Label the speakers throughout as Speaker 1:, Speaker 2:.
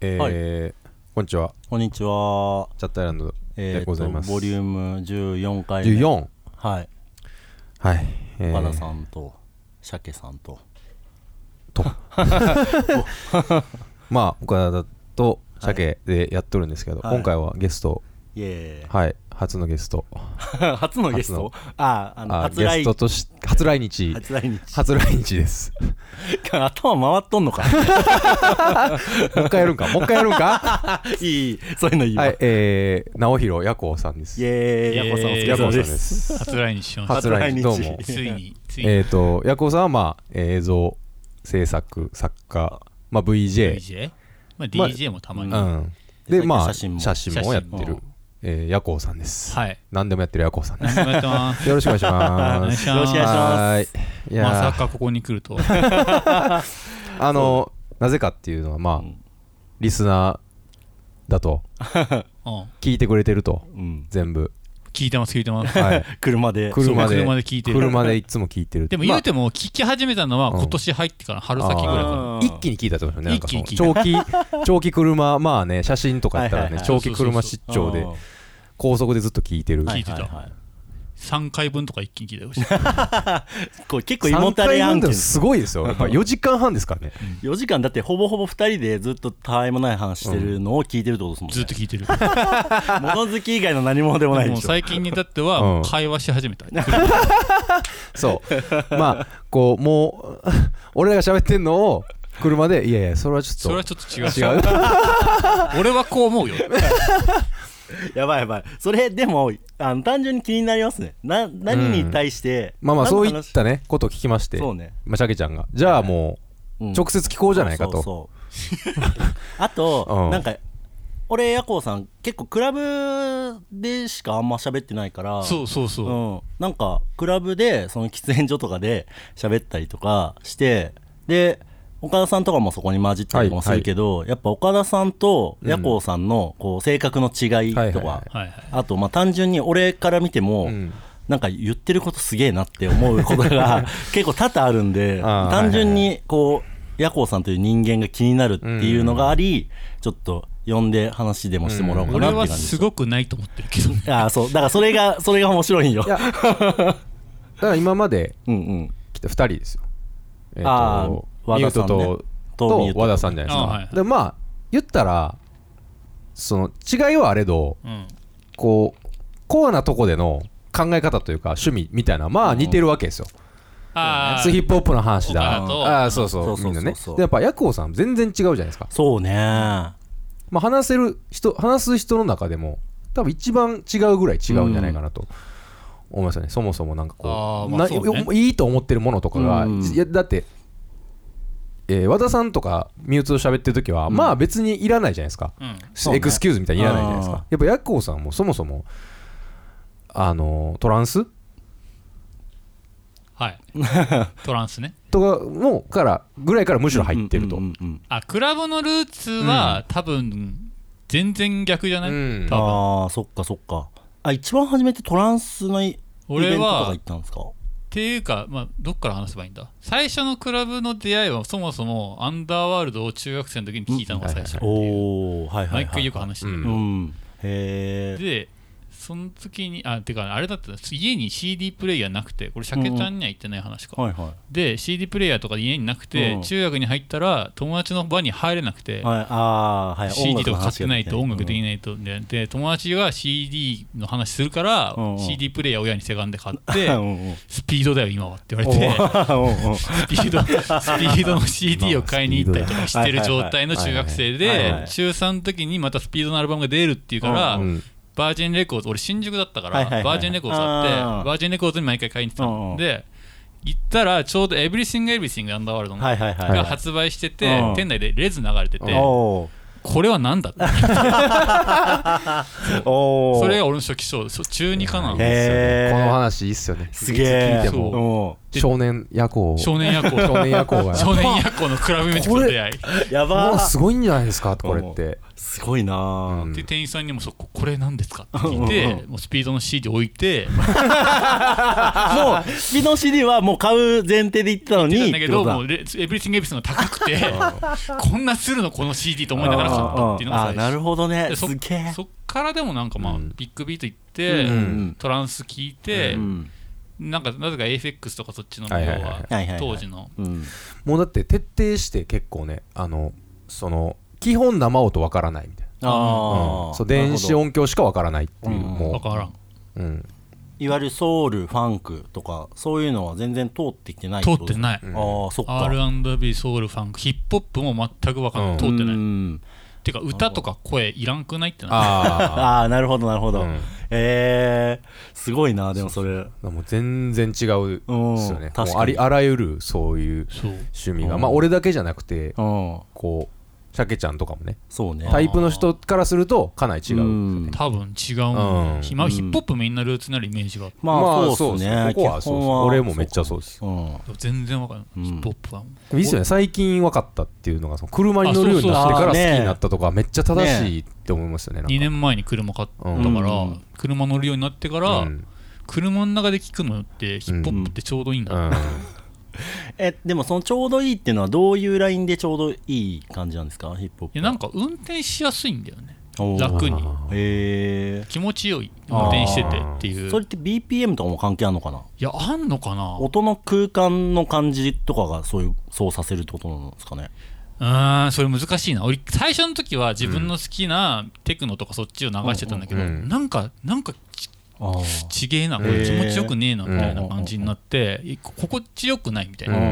Speaker 1: えーこんにちは
Speaker 2: こんにちは。
Speaker 1: チャットアイランド
Speaker 2: え
Speaker 1: でございます
Speaker 2: ボリューム14回目。
Speaker 1: 14
Speaker 2: はい。
Speaker 1: はいえー
Speaker 2: バラさんと、鮭さんと。
Speaker 1: とまあ岡田と鮭でやっとるんですけど、
Speaker 2: はい
Speaker 1: 今回はゲスト
Speaker 2: イエ
Speaker 1: はい初のゲスト
Speaker 2: ーイ。 初のゲストあ、あの、
Speaker 1: あ
Speaker 2: 初
Speaker 1: ゲ
Speaker 2: 来
Speaker 1: ストとし初来日
Speaker 2: 初来日。
Speaker 1: 初来日です
Speaker 2: 頭回っとん のか。
Speaker 1: もう一回やるんかもう一回やるんか
Speaker 2: いいいい、そういうのいいわ。
Speaker 1: はいえー直弘也光さんで
Speaker 2: イ
Speaker 1: す
Speaker 2: エーイ。
Speaker 3: イエーイ
Speaker 2: ヤコさんお疲れ
Speaker 1: 也
Speaker 2: 様
Speaker 1: 光さん
Speaker 2: で。
Speaker 1: ですす
Speaker 3: 初来日しまし
Speaker 1: 初来日どう
Speaker 2: 初来
Speaker 1: も
Speaker 3: た。ついに、ついに。
Speaker 1: えっと也光さんはまあ映像制作作家まあ VJ
Speaker 3: DJ? まあ
Speaker 1: まあ
Speaker 3: DJ もたまに。
Speaker 1: う
Speaker 3: は
Speaker 1: ん。
Speaker 2: で
Speaker 1: で、まあ、
Speaker 2: 写
Speaker 1: 写
Speaker 2: 真
Speaker 1: 真
Speaker 2: も
Speaker 1: もやって
Speaker 2: 写真
Speaker 1: る
Speaker 2: も、
Speaker 1: えー、ヤコウさんです。
Speaker 3: い。
Speaker 1: 何でもやってるヤコウさんで
Speaker 3: 何もやってます
Speaker 1: す。よろしくお願いし
Speaker 3: お願
Speaker 1: ま
Speaker 3: い
Speaker 1: す。
Speaker 3: します。
Speaker 2: よろしくお願いしま
Speaker 1: は
Speaker 2: す
Speaker 1: ーい。いや
Speaker 3: まさ
Speaker 1: ー
Speaker 3: かここに来るとは。
Speaker 1: あの、なぜかっていうのは、まあ
Speaker 2: うん、
Speaker 1: リスナーだと、
Speaker 3: うん
Speaker 1: 聞いてくれてると、
Speaker 2: うん。
Speaker 1: 全部。
Speaker 3: 聞いてます、聞い てます。
Speaker 1: はい。
Speaker 2: 車で。
Speaker 1: 車
Speaker 3: そう
Speaker 1: で、
Speaker 3: 車で聞いてる
Speaker 1: 車でいつも聞いてる。
Speaker 3: でも言うても、聞き始めたのは今年入ってから春先ぐらいか
Speaker 1: ま
Speaker 2: う
Speaker 1: あ
Speaker 2: ん
Speaker 1: 一気に聞いたってこと思うんですよね。
Speaker 3: 一気
Speaker 1: なんかその長期、 長期車、まあね、写真とかやったら
Speaker 2: はいはい
Speaker 1: ね、
Speaker 2: はい
Speaker 1: 長期車出張で、高速でずっと聞いてる
Speaker 2: うん。。
Speaker 3: 聞いてた
Speaker 2: はは
Speaker 3: な。3回分とか一気に聞いてほしい。
Speaker 2: いこれ結構胃もたれ
Speaker 1: 三回
Speaker 2: 案
Speaker 1: 分で
Speaker 2: 件
Speaker 1: も。すごいですよ。やっぱ4時間半ですからね。
Speaker 2: 4時間だってほぼほぼ2人でずっとたわいもない話してるのを聞いてるってことです
Speaker 3: ず
Speaker 2: も
Speaker 3: っ
Speaker 2: ん
Speaker 3: と
Speaker 2: ね。
Speaker 3: 聞いてる。
Speaker 2: 物好き以外の何者でもない
Speaker 3: も
Speaker 2: で
Speaker 3: う
Speaker 2: しょ。
Speaker 3: 最近に至っては、
Speaker 1: うん
Speaker 3: 会話し始めた。
Speaker 1: そう。 まあ、こう、もう、 俺らが喋ってんのを、車で、いやいや、それはち
Speaker 3: それ
Speaker 1: ょ
Speaker 3: は
Speaker 1: っ
Speaker 3: ちょっと違う
Speaker 1: と。違う。
Speaker 3: 俺はこう思うよ。
Speaker 2: やばいやばい。それでもあの単純に気になりますね。な何に対して、
Speaker 1: まあまあ、
Speaker 2: 何
Speaker 1: そ
Speaker 2: の
Speaker 1: う
Speaker 2: 話
Speaker 1: いったね、ことを聞きまして、
Speaker 2: そうね。
Speaker 1: まあ、シャケちゃんが、じゃあも
Speaker 2: う
Speaker 1: う、
Speaker 2: ん
Speaker 1: 直接聞こうじゃないか
Speaker 2: そう
Speaker 1: と。
Speaker 2: そう そうあと、
Speaker 1: うん
Speaker 2: なんか俺ヤコウさん結構クラブでしかあんま喋ってないから。
Speaker 3: そうそうそう。
Speaker 2: うん、なんかクラブでその喫煙所とかで喋ったりとかしてで岡田さんとかもそこに混じったりもするけど、やっぱ岡田さんと
Speaker 1: うん
Speaker 2: ヤコウさんのこう性格の違いとか、
Speaker 1: はいはいはい
Speaker 3: はいはい。
Speaker 2: あとまあ単純に俺から見ても、
Speaker 1: うん
Speaker 2: なんか言ってることすげえなって思うことが結構多々あるんで
Speaker 1: あー
Speaker 2: 単純にこうヤコウさんという人間が気になるっていうのがあり、ちょっと呼んで話でもしてもらおうかな
Speaker 3: 俺
Speaker 2: っていう
Speaker 3: は
Speaker 2: 感じです
Speaker 3: す、ごくないと思ってるけど。
Speaker 2: あーそうだからそれがそれが面白いんよ
Speaker 1: いや、だから今まで、
Speaker 2: うんうん
Speaker 1: 来た2人ですよ。えっ、
Speaker 2: あ
Speaker 1: と、
Speaker 2: ー
Speaker 1: ミュート
Speaker 2: 和田さんね
Speaker 1: と、
Speaker 2: とミュー
Speaker 1: と
Speaker 2: ト
Speaker 1: 和田さんじゃないですか。
Speaker 3: あはいはい
Speaker 1: で、まあ、言ったら、その、違いはあれど、
Speaker 3: うん。
Speaker 1: こう、コアなとこでの考え方というか、趣味みたいな、まあ似てるわけですよ。
Speaker 3: ああ
Speaker 1: ス。ヒップホップの話だ。
Speaker 3: 岡田と
Speaker 1: ああ、そうそ
Speaker 2: そう
Speaker 1: う、み
Speaker 2: そうそうん
Speaker 1: なね
Speaker 2: そう。
Speaker 1: でやっぱ、ヤクオさん、全然違うじゃないですか。
Speaker 2: そうね
Speaker 1: まあ、話せる人、話す人の中でも、多分一番違うぐらい違うんじゃないかなと。思いますよねそもそもなんかこ
Speaker 3: あー
Speaker 1: う
Speaker 3: まあそうね
Speaker 1: ないいと思ってるものとかが、
Speaker 2: うん
Speaker 1: いやだって、えー和田さんとかミュウツーと喋ってる時は、まあ別にいらないじゃないですか、
Speaker 3: うん。
Speaker 2: そうね
Speaker 1: エクスキューズみたいにいらないじゃないです
Speaker 2: あ
Speaker 1: かやっぱヤクオさんもそもそもあのトランス
Speaker 3: はい。トランスね。
Speaker 1: とかもからぐらいからむしろ入ってると、
Speaker 2: うんうんうんうん
Speaker 3: あクラブのルーツは、多分全然逆じゃない、
Speaker 1: うん
Speaker 3: 多分
Speaker 2: ああそっかそっかあ一番初めてトランスのイイベン
Speaker 3: 俺
Speaker 2: トとか
Speaker 3: は
Speaker 2: 行
Speaker 3: っ
Speaker 2: ったんですか
Speaker 3: ていうか、まあ、どっから話せばいいんだ最初のクラブの出会いはそもそもアンダーワールドを中学生の時に聞いたのが最初っていう
Speaker 2: おおはいはいはい
Speaker 3: 毎回よく話してるけ
Speaker 2: う
Speaker 3: ど、
Speaker 2: んへえ
Speaker 3: でその時にあてかあれだったんです家に CD プレイヤーなくてこれ鮭ちゃんには言ってない話か、
Speaker 2: はいはい
Speaker 3: で CD プレイヤーとか家になくて、
Speaker 2: うん
Speaker 3: 中学に入ったら友達の場に入れなくて、
Speaker 2: はい、ああー、はい、
Speaker 3: CD とか買ってないと音楽でき
Speaker 2: い。
Speaker 3: ないとでで友達が CD の話するから
Speaker 2: うんうん
Speaker 3: CD プレイヤー親にせがんで買っ
Speaker 2: うん
Speaker 3: て
Speaker 2: うんうん
Speaker 3: スピードだよ今はって言われ
Speaker 2: お
Speaker 3: て
Speaker 2: ーおーおー
Speaker 3: スピ ードスピードの CD を買いに行ったりとかしてる状態の中学生
Speaker 2: はいはいはいはいは
Speaker 3: で
Speaker 2: い
Speaker 3: 中3の時にまたスピードのアルバムが出るっていうから
Speaker 1: うん
Speaker 3: バージンレコーズ俺新宿だったか
Speaker 2: はいはいは
Speaker 3: ら
Speaker 2: い
Speaker 3: バージンレコーズ買って
Speaker 2: あー
Speaker 3: バージンレコーズに毎回買いに行ってた
Speaker 2: うんうん
Speaker 3: ので行ったらちょうど「エブリシング・エブリシング・アンダーワールド」
Speaker 2: はい
Speaker 3: が
Speaker 2: はいはいはい。
Speaker 3: 発売して
Speaker 2: う
Speaker 3: て
Speaker 2: ん
Speaker 3: 店内でレズ流れてて
Speaker 2: お
Speaker 3: これは何だって
Speaker 2: ーおー
Speaker 3: それが俺の初期賞そう中2かな
Speaker 1: ですよね
Speaker 2: へー
Speaker 1: この話いいっすよね
Speaker 2: すげえ。
Speaker 1: いつ聞いて
Speaker 3: そう
Speaker 1: も
Speaker 2: も。
Speaker 1: 少年夜行
Speaker 3: 少年夜行
Speaker 1: 少年夜行が
Speaker 3: 少年夜行のクラブミュージックの出会い
Speaker 2: やば
Speaker 1: もう
Speaker 2: ー
Speaker 1: すごいんじゃないですかこれって
Speaker 2: すごいなー
Speaker 1: うん
Speaker 3: で店員さんにもそここれ何ですかって聞いてもうスピードの CD 置いて
Speaker 2: もう、スピノ CD はもう買う前提で言ってたのに。
Speaker 3: なんだけど
Speaker 2: ってことだ
Speaker 3: もうレエブリシングエブリシングが高くてこんなするのこの CD と思いながらったっていうのが
Speaker 2: あ
Speaker 3: 最初
Speaker 2: なるほどね
Speaker 3: ですそ
Speaker 2: げえ
Speaker 3: そっからでもなんかまあ、
Speaker 1: うん
Speaker 3: ビッグビート行って、
Speaker 1: うん
Speaker 3: トランス聞いて、
Speaker 2: うん
Speaker 3: なんかなぜか AFX とかそっちの方
Speaker 1: はいはいはい
Speaker 3: は
Speaker 2: はいはいはい
Speaker 3: 当時の
Speaker 2: うん
Speaker 1: もうだって徹底して結構ねあのその基本生音わからないみたいな、
Speaker 2: あ
Speaker 1: うん
Speaker 2: あ
Speaker 1: そう電子音響しかわからないっていう、
Speaker 2: うん
Speaker 1: も
Speaker 3: 分からん
Speaker 1: う、うん、
Speaker 2: いわゆるソウルファンクとかそういうのは全然通ってきてない
Speaker 3: 通って
Speaker 2: い
Speaker 3: ない、
Speaker 1: うん
Speaker 2: ああそっか
Speaker 3: R&B ソウルファンクヒップホップも全く分からん、
Speaker 1: うん
Speaker 3: 通ってない、
Speaker 2: い
Speaker 3: てか歌とか声いらんくないってな
Speaker 1: あ
Speaker 2: ああなるほどなるほ
Speaker 1: あ、
Speaker 2: ど、
Speaker 1: うん
Speaker 2: えー、すごいなでもそれ
Speaker 1: もう全然違うですよ
Speaker 2: うん
Speaker 1: ね。
Speaker 2: 確かに
Speaker 1: もうありあらゆるそういう
Speaker 3: そう
Speaker 1: 趣味が、
Speaker 2: うん
Speaker 1: まあ俺だけじゃなくて、
Speaker 2: うん
Speaker 1: こう、シャケちゃんとかもね、
Speaker 2: そうね
Speaker 1: タイプの人からするとかなり違う。
Speaker 2: うん
Speaker 3: 多分違う、
Speaker 1: うん
Speaker 3: ん、今
Speaker 2: うん
Speaker 3: ヒップホップみんなルーツになるイメージがあって
Speaker 2: まあ、そうですね
Speaker 1: ここはそうです俺もめっちゃそうです。
Speaker 2: う、うん、
Speaker 3: 全然分からん、
Speaker 2: うん
Speaker 3: ヒップホップはもう
Speaker 1: でもいいっすよね、最近分かったっていうのが、その車に乗るようになってから好
Speaker 2: あそう
Speaker 1: き
Speaker 2: そう
Speaker 1: になったとか、めっちゃ正しいって思いますよね。なんか
Speaker 3: 2年前に車買ったから、
Speaker 2: うん
Speaker 3: 車乗るようになってから、
Speaker 1: うん
Speaker 3: 車の中で聴くのってヒップホップってちょうどいいんだ、
Speaker 1: うん
Speaker 2: えでもそのちょうどいいっていうのはどういうラインでちょうどいい感じなんですかヒップホッ
Speaker 3: い
Speaker 2: プ
Speaker 3: やなんか運転しやすいんだよね
Speaker 2: おー
Speaker 3: 楽に
Speaker 2: へ
Speaker 3: 気持ちよい運転しててってい
Speaker 2: え
Speaker 3: う
Speaker 2: それって BPM とかも関係あるのかない
Speaker 3: やあんのかなう
Speaker 2: 音の空間の感じとかがそういうそうさせるってことなんですかね
Speaker 3: ーんそれ難しいな俺最初の時は自分の好きなテクノとかそっちを流してたんだけど、
Speaker 1: うんうんうん
Speaker 3: なんかなんかち
Speaker 2: あ
Speaker 3: ちげえなこ
Speaker 1: へ
Speaker 3: れ
Speaker 1: ー
Speaker 3: 気持ちよくねえなみたいな感じになって、い心地よくないみたいな、
Speaker 1: うん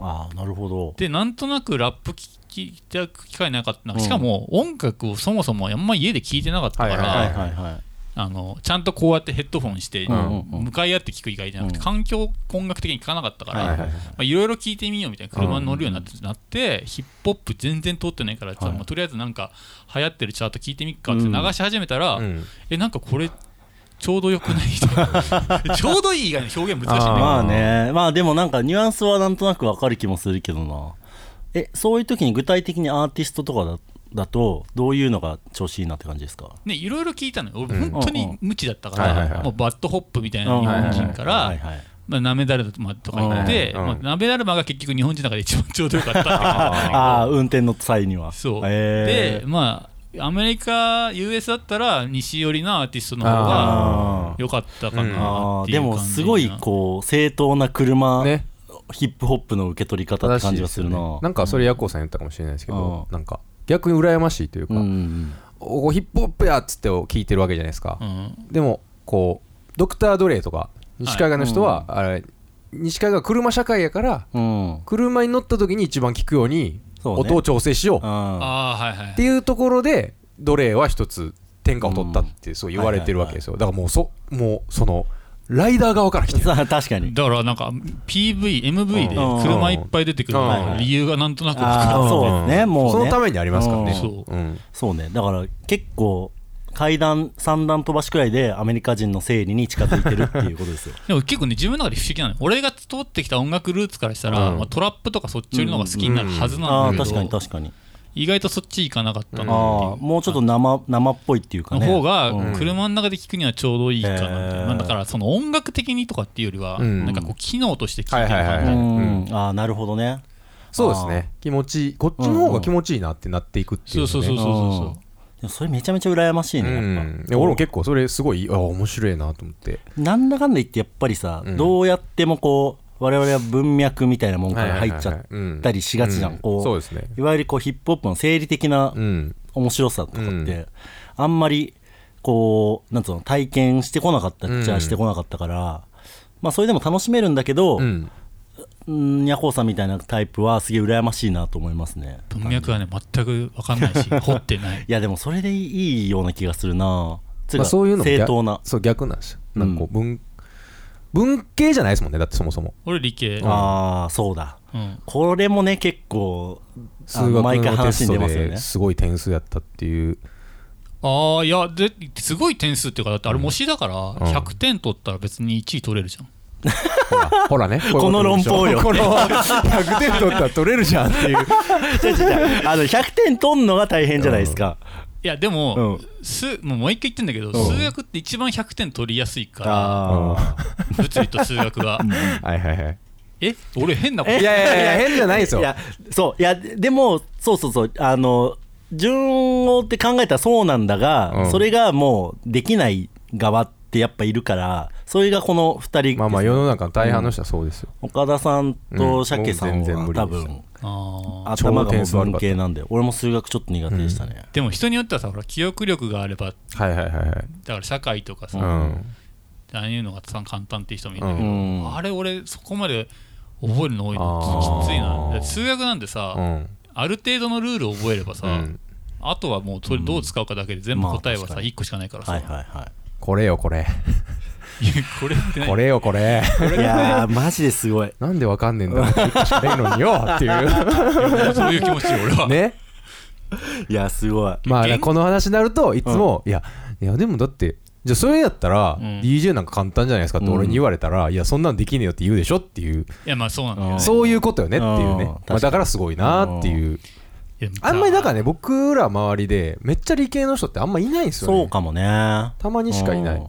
Speaker 2: あーなるほど
Speaker 3: でなんとなくラップ聴いた機会なかったしかも音楽をそもそもあんま家で聴いてなかったから、
Speaker 1: はい
Speaker 2: はいはいはい
Speaker 3: あのちゃんとこうやってヘッドホンして、
Speaker 2: うんうんうん
Speaker 3: 向かい合って聴く以外じゃなくて、
Speaker 2: うん
Speaker 3: 環境音楽的に聴かなかったから、
Speaker 2: はい
Speaker 1: は
Speaker 2: はいい
Speaker 1: はい
Speaker 3: まあいろいろ聴いてみようみたいな車に乗るようになって,、なってヒップホップ全然通ってないから、ちょっとまあとりあえずなんか流行ってるチャート聴いてみっかって流し始めたら、
Speaker 1: うん
Speaker 3: えなんかこれちょうどよくない ちょうどいい以外の表現難しいね
Speaker 2: まあねまあでもなんかニュアンスはなんとなくわかる気もするけどなえそういう時に具体的にアーティストとかだだとどういうのが調子いいなって感じですか
Speaker 3: ね、いろいろ聞いたのよ俺
Speaker 1: うん
Speaker 3: 本当に無知だったか
Speaker 1: はいはいは
Speaker 3: ら
Speaker 1: い
Speaker 3: もうバッドホップみたいな日本人か
Speaker 2: はい
Speaker 3: ら
Speaker 2: はい
Speaker 3: まあなめだるまとか言って
Speaker 1: うん
Speaker 3: まあなめだるまが結局日本人の中で一番ちょうどよかったっていう感じ
Speaker 2: ああ運転の際には
Speaker 3: そう、
Speaker 2: へ
Speaker 3: でまあアメリカ US だったら西寄りのアーティストの方
Speaker 2: あー
Speaker 3: が良かったか
Speaker 2: ーあ
Speaker 3: なっ
Speaker 2: ー
Speaker 3: てい
Speaker 2: で
Speaker 3: う感じ
Speaker 2: もすごいこう正当な車、
Speaker 1: ね、
Speaker 2: ヒップホップの受け取り方って
Speaker 1: 正しい
Speaker 2: 感じ
Speaker 1: で
Speaker 2: が
Speaker 1: す
Speaker 2: す
Speaker 1: よ
Speaker 2: る
Speaker 1: ね
Speaker 2: な、
Speaker 1: なんかそれヤコウさん言ったかもしれないですけど、
Speaker 2: う
Speaker 1: なんか逆に羨ましいというか、
Speaker 2: うん
Speaker 1: おこうヒップホップやっつって聞いてるわけじゃないですか、
Speaker 3: うん
Speaker 1: でもこうドクター・ドレイとか西海岸の人は、あれ西海岸は車社会やから
Speaker 2: うん、うん
Speaker 1: 車に乗った時に一番聞くように
Speaker 2: そうね
Speaker 1: 音を調整しよう
Speaker 3: ああはいはい
Speaker 1: っていうところで奴隷は一つ天下を取ったってそう言われてるわけですよだからもうそもうそのライダー側から来てる
Speaker 2: さあ 確かに
Speaker 3: だからなんか PV、MV で
Speaker 2: うん
Speaker 3: 車いっぱい出てくる
Speaker 1: うん
Speaker 3: 理由がなんとなく分か
Speaker 2: あーそうですねもうね
Speaker 1: そのためにありますからね
Speaker 3: うん
Speaker 1: う、ん、
Speaker 2: そうねだから結構階段三段飛ばしくらいでアメリカ人の生理に近づいてるっていうことですよ
Speaker 3: でも結構ね自分の中で不思議なのよ俺が通ってきた音楽ルーツからしたら、
Speaker 1: うん
Speaker 3: まあ、トラップとかそっちよりの方が好きになるはず
Speaker 2: あ
Speaker 3: な
Speaker 2: あ
Speaker 3: んだ
Speaker 2: 確
Speaker 3: け
Speaker 2: か
Speaker 3: ど、
Speaker 2: に確かに、
Speaker 3: 意外とそっち行かなかった
Speaker 2: あ
Speaker 3: な
Speaker 2: あ
Speaker 3: っていう
Speaker 2: もうちょっと生生っぽいっていうか
Speaker 3: の
Speaker 2: ね
Speaker 3: 方が
Speaker 2: うん
Speaker 3: 車の中で聞くにはちょうどいいかなみたいな
Speaker 2: へー
Speaker 3: まあだからその音楽的にとかっていうよりは、
Speaker 1: うん
Speaker 3: なんかこう機能として聞いてる
Speaker 1: はいはいは
Speaker 3: 感じ
Speaker 1: い
Speaker 2: うん
Speaker 1: は
Speaker 2: ああなるほどね
Speaker 1: そうですね気持ちいいこっちの方が気持ちいいなってなっていくっていう、
Speaker 3: そう
Speaker 1: ね、
Speaker 3: そうそうそうそうそ
Speaker 2: でもそれめちゃめちゃ羨ましいね、
Speaker 1: うん
Speaker 2: やっぱ
Speaker 1: いや俺も結構それすごいあ面白いなと思って
Speaker 2: なんだかんだ言ってやっぱりさ、
Speaker 1: うん
Speaker 2: どうやってもこう我々は文脈みたいなもんから入っちゃ
Speaker 1: はいはいはいは
Speaker 2: っ
Speaker 1: い
Speaker 2: たりしがちじゃん、
Speaker 1: うん
Speaker 2: こう
Speaker 1: そうですね
Speaker 2: いわゆるこうヒップホップの生理的な
Speaker 1: うん
Speaker 2: 面白さとかって、
Speaker 1: うん
Speaker 2: あんまりこうなんつうの体験してこなかった
Speaker 1: うん
Speaker 2: じゃあしてこなかったから、まあそれでも楽しめるんだけど、
Speaker 1: う
Speaker 2: うん
Speaker 1: ん
Speaker 2: ーん、ヤコウさんみたいなタイプはすげえ羨ましいなと思いますね
Speaker 3: う文脈はね全く分かんないし掘ってない
Speaker 2: いやでもそれでいいような気がするなつ
Speaker 1: まあ、そういうのも
Speaker 2: 正当な
Speaker 1: 逆そう逆なんですよなんかこう文、文系じゃないですもんねだってそもそも
Speaker 3: 俺理系、うん
Speaker 2: ああそうだこれもね結構あ
Speaker 1: 数
Speaker 2: の
Speaker 1: 学
Speaker 2: 毎回
Speaker 1: のテ
Speaker 2: 話
Speaker 1: ス
Speaker 2: に出
Speaker 1: ト
Speaker 2: ますよ
Speaker 1: で
Speaker 2: ね
Speaker 1: すごい点数やったっていう
Speaker 3: ああいやですごい点数っていうかだってあれ模試だから
Speaker 1: ん
Speaker 3: 100点取ったら別に1位取れるじゃん
Speaker 1: ほらほら ね
Speaker 2: この論法よ
Speaker 1: こういうことでしょこの100点取ったら取れるじゃんっていう
Speaker 2: 違う違う あの100点取んのが大変じゃないですか、
Speaker 3: いやでも、
Speaker 2: うん
Speaker 3: 数もう毎回言ってんだけど、数学って一番100点取りやすいか
Speaker 2: あ
Speaker 3: ら物理と数学は
Speaker 1: はいはい はい
Speaker 3: え俺変なこと
Speaker 1: いやいやいや変じゃないです
Speaker 2: あ
Speaker 1: よ
Speaker 2: いやそういやでもそうそうそうあの順応って考えたらそうなんだが、
Speaker 1: うん
Speaker 2: それがもうできない側ってやっぱいるからそれがこの2人ですね
Speaker 1: まあまあ世の中の大半の人はそうですよ、
Speaker 2: 岡田さん
Speaker 1: う
Speaker 2: と
Speaker 1: ん
Speaker 2: 鮭さん
Speaker 1: もう全然無
Speaker 2: は
Speaker 1: 理
Speaker 2: 多
Speaker 1: でした
Speaker 2: 分
Speaker 3: あー
Speaker 2: 頭
Speaker 1: 超
Speaker 2: がも
Speaker 1: 点
Speaker 2: う
Speaker 1: 数悪
Speaker 2: 文
Speaker 1: かった
Speaker 2: 系なんで俺も数学ちょっと苦手でしたね、
Speaker 3: でも人によってはさほら記憶力があれば
Speaker 1: はいはいはいはい
Speaker 3: だから社会とかさ、
Speaker 1: うん
Speaker 3: ああいうのがさ簡単っていう人もいるんだけ
Speaker 2: う
Speaker 3: ど、
Speaker 2: ん
Speaker 3: あれ俺そこまで覚えるの多い
Speaker 1: あー
Speaker 3: のききついなだって数学なんてさ、
Speaker 1: うん
Speaker 3: ある程度のルールを覚えればさ、
Speaker 1: うん
Speaker 3: あとはもうそれどう使うかだけで全部
Speaker 2: うんまあ
Speaker 3: 答えは
Speaker 2: 確
Speaker 3: さ
Speaker 2: かに
Speaker 3: 1個しかないからさ、
Speaker 2: はいはいは
Speaker 1: これよこれ
Speaker 3: いやこれって何
Speaker 1: これよこれ
Speaker 2: いいやーマジですごい
Speaker 1: なんでわかんねえんだろう一個しかねえのによって いう
Speaker 3: そういう気持ちよ俺は、
Speaker 1: ね
Speaker 2: いやすごい
Speaker 1: ま
Speaker 3: え
Speaker 1: あこの話になるといつも、いやいやでもだってじゃあそれやったら、
Speaker 3: うん
Speaker 1: DJ なんか簡単じゃないですかって俺に言われたら、いやそんなんできねえよって言うでしょっていう、
Speaker 3: いやまあそうなんだよ、
Speaker 2: うん
Speaker 3: ね、
Speaker 1: そういうことよねっていう
Speaker 2: うん
Speaker 1: ね、
Speaker 2: 確か
Speaker 1: まあ、
Speaker 2: に
Speaker 1: だからすごいなっていう、
Speaker 3: いや
Speaker 1: あんまりなんかね僕ら周りでめっちゃ理系の人ってあんまいないんですよね
Speaker 2: そうかもね
Speaker 1: たまにしかいない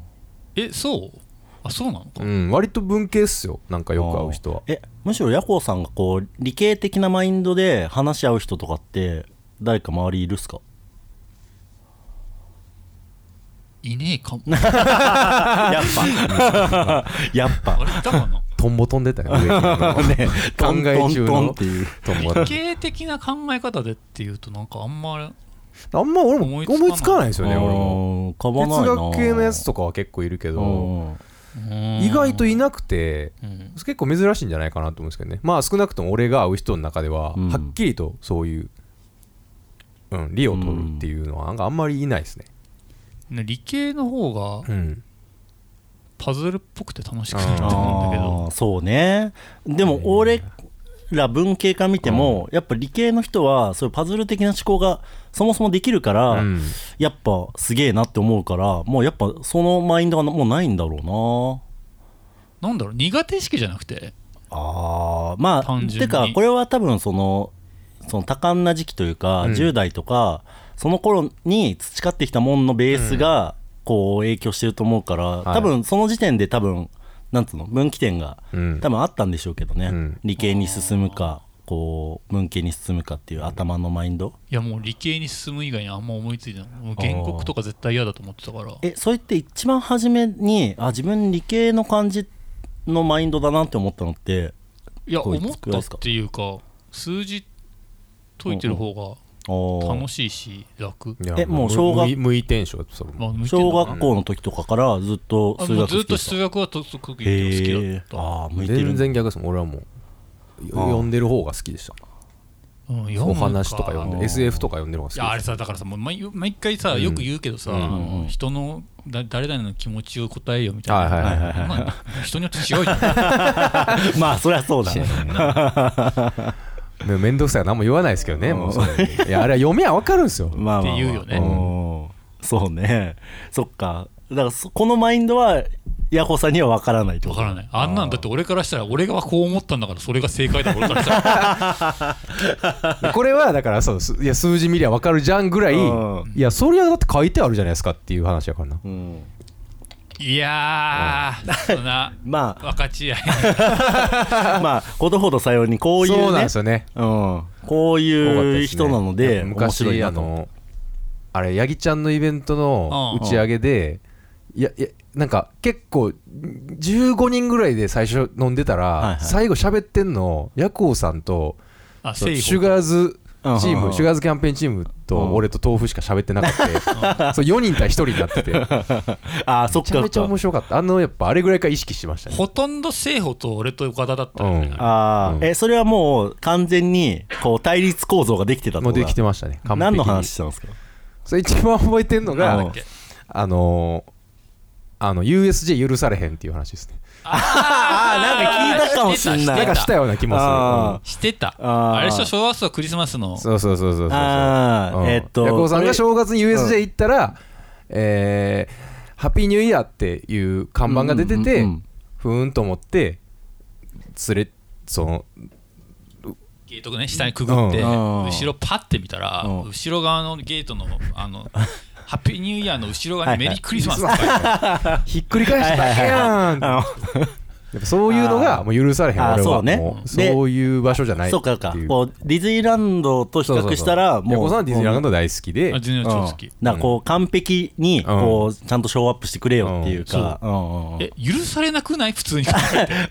Speaker 3: えそうあそうなのか、
Speaker 1: うん割と文系っすよなんかよく会う人は
Speaker 2: あーえむしろヤコウさんがこう理系的なマインドで話し合う人とかって誰か周りいるっすか
Speaker 3: いねえかも
Speaker 2: やっ ぱやっ
Speaker 3: あ
Speaker 2: ぱ
Speaker 3: れいたかな
Speaker 1: トンボ飛んでたよ上 に考え中
Speaker 2: トントントン
Speaker 1: の
Speaker 2: っていう
Speaker 1: トンボだっ
Speaker 3: 理
Speaker 1: た
Speaker 3: 系的な考え方でっていうとなんかあんま
Speaker 1: あんま俺も
Speaker 3: 思いつかない
Speaker 1: 思いつかないですよね俺も
Speaker 2: も浮かば
Speaker 1: 哲
Speaker 2: ないな
Speaker 1: 学系のやつとかは結構いるけど意外といなくて
Speaker 3: うん
Speaker 1: 結構珍しいんじゃないかなと思うんですけどねまあ少なくとも俺が会う人の中では
Speaker 2: うん
Speaker 1: はっきりとそういう、うん、利を取るっていうのはなんかあんまりいないですね
Speaker 3: 理系の方が
Speaker 1: うん
Speaker 3: パズルっぽくて楽しくなると思うんだけど
Speaker 2: あーそうねでも俺ら文系から見ても、やっぱ理系の人はそういうパズル的な思考がそもそもできるから、
Speaker 1: うん
Speaker 2: やっぱすげえなって思うからもうやっぱそのマインドがもうないんだろ
Speaker 3: なんだろう苦手意識じゃなくて
Speaker 2: うなあーま
Speaker 3: 単
Speaker 2: あ
Speaker 3: 純に
Speaker 2: てかこれは多分そのその多感な時期というか、
Speaker 1: うん
Speaker 2: 10代とかその頃に培ってきたもんのベースがこう影響してると思うから、
Speaker 1: い
Speaker 2: 多分その時点で多分なんつうの分岐点が
Speaker 1: うん
Speaker 2: 多分あったんでしょうけどね、
Speaker 1: うん
Speaker 2: 理系に進むかこう文系に進むかっていう頭のマインド、
Speaker 3: いやもう理系に進む以外にあんま思いついてないもう原告とか絶対嫌だと思ってたから
Speaker 2: えそれって一番初めにあ自分理系の感じのマインドだなって思ったのって
Speaker 3: いや
Speaker 2: こ
Speaker 3: 思
Speaker 2: いつ
Speaker 3: ったっていうか数字解いてる方
Speaker 2: お
Speaker 3: が
Speaker 2: ー
Speaker 3: 楽しいし楽
Speaker 1: いや
Speaker 2: えも
Speaker 1: ま
Speaker 2: う
Speaker 1: あ
Speaker 2: 小学
Speaker 1: 無無意転生それも
Speaker 3: まあ向いてん
Speaker 2: 小
Speaker 3: のかな
Speaker 2: 学校の時とかからずっと
Speaker 3: あ
Speaker 2: 数
Speaker 3: もう
Speaker 2: 学
Speaker 3: ずっ
Speaker 2: 好き
Speaker 3: と
Speaker 2: でした
Speaker 3: 数学は特技
Speaker 2: へ
Speaker 3: 好きだ
Speaker 2: ー
Speaker 3: った
Speaker 2: ああ向いてる
Speaker 1: 全
Speaker 2: んだ
Speaker 1: 然逆ですもん俺はもう
Speaker 2: ああ
Speaker 1: 読んでる方が好きでした
Speaker 3: うん読む
Speaker 1: お話とか読ん
Speaker 2: あ
Speaker 1: で
Speaker 2: あ
Speaker 1: SF とか読んでる方が好
Speaker 3: い
Speaker 1: き
Speaker 3: やあ
Speaker 1: で
Speaker 3: れ
Speaker 1: し
Speaker 3: さだからさもう毎毎回さよく言うけどさ、
Speaker 1: うん
Speaker 3: あの人のだ誰々の気持ちを答えよみたいな、
Speaker 1: はいはい
Speaker 2: はいはい
Speaker 3: そんなの人によって違うじゃんだか
Speaker 2: まあそりゃそう だね
Speaker 1: たねめんどくさいから何も言わないですけどねもうそれいやあれは読めは分かるんですよ
Speaker 2: まあまあまあ、
Speaker 3: って言うよね
Speaker 2: うんそうねそっかだからそこのマインドはヤコさんには分からないってこと
Speaker 3: らないあんなんだって俺からしたら俺がこう思ったんだからそれが正解だ俺からした ら
Speaker 1: これはだからそうすいや数字見りゃ分かるじゃんぐらい
Speaker 2: うん
Speaker 1: いやそりゃだって書いてあるじゃないですかっていう話やからな
Speaker 2: うん
Speaker 3: いやーそんな
Speaker 2: まあ
Speaker 3: 分かち合い
Speaker 2: まあことほどさようにこういうね
Speaker 1: そうなんですよね
Speaker 2: うん、こ
Speaker 1: 多か
Speaker 2: う
Speaker 1: った
Speaker 2: い
Speaker 1: で
Speaker 2: う
Speaker 1: すね
Speaker 2: 人なので
Speaker 1: やっぱ
Speaker 2: 面白い
Speaker 1: 昔
Speaker 2: な
Speaker 1: あ
Speaker 2: と
Speaker 1: のあれ八木ちゃんのイベントの
Speaker 3: うん
Speaker 1: 打ち上げでいやいやなんか結構15人ぐらいで最初飲んでた
Speaker 2: いは
Speaker 1: ら
Speaker 2: い
Speaker 1: 最後喋ってんのヤコウさんと
Speaker 3: あ
Speaker 1: シ
Speaker 3: セイ
Speaker 1: ュガーズチ
Speaker 2: うんうん
Speaker 1: ー
Speaker 2: うん
Speaker 1: ムシュガーズキャンペーンチーム
Speaker 2: うん
Speaker 1: と俺と豆腐しか喋ってな くてそう4人対1人になっててめ
Speaker 2: ああそっ
Speaker 1: ちゃ
Speaker 2: か
Speaker 1: めちゃ面白かったあのやっぱあれぐらいから意識しましたね
Speaker 3: ほとんど聖保と俺と岡田だったよね、
Speaker 1: うん
Speaker 2: ああ、
Speaker 1: うん
Speaker 2: えそれはもう完全にこう対立構造ができてたって
Speaker 1: も
Speaker 2: こ
Speaker 1: う
Speaker 2: と
Speaker 1: で
Speaker 2: だ
Speaker 1: きてましたね完璧に
Speaker 2: 何の話したんですか
Speaker 1: それ一番覚えてんの
Speaker 2: あ
Speaker 3: なん
Speaker 1: が
Speaker 3: だっけ
Speaker 1: あのーあの USJ 許されへんっていう話ですね
Speaker 2: ああなんか聞いたかもしん
Speaker 3: あ
Speaker 2: な
Speaker 1: ないんかしたような気もする
Speaker 2: あ
Speaker 3: してた
Speaker 2: あー
Speaker 3: あれでしょ正月はクリスマスの
Speaker 1: うんそうそうそうそうそう
Speaker 2: あー
Speaker 1: うん
Speaker 2: えっと
Speaker 1: ヤコウさんが正月に
Speaker 2: これ
Speaker 1: USJ 行ったら、えーハッピーニューイヤーっていう看板が出てて、
Speaker 2: うんうんうん
Speaker 1: ふーんと思って連れその
Speaker 3: ゲートね下にくぐって、
Speaker 2: うん
Speaker 3: 後ろパッて見たら、
Speaker 2: うん
Speaker 3: 後ろ側のゲートのあのハッピーニューイヤーの後ろ側に
Speaker 2: はいはい
Speaker 3: メリークリスマスって書いてある
Speaker 1: ひっくり返しただけやん
Speaker 2: あの
Speaker 1: やっぱそういうのが
Speaker 2: あー
Speaker 1: もう許されへん
Speaker 2: あー
Speaker 1: 俺
Speaker 2: そ
Speaker 1: は
Speaker 2: うね
Speaker 1: もう
Speaker 2: で
Speaker 1: そういう場所じゃないって
Speaker 2: そ
Speaker 1: いう
Speaker 2: かそうか
Speaker 1: う
Speaker 2: こうディズニーランドと比
Speaker 1: そうそうそ
Speaker 2: 較
Speaker 1: う
Speaker 2: したらもう
Speaker 1: ヤコさんはディズニーランド大好きで
Speaker 3: あ全然超好き
Speaker 2: うんなんかこう完璧にこうちゃんとショーアップしてくれよっていうか、うんうんうん
Speaker 3: え許されなくない普通に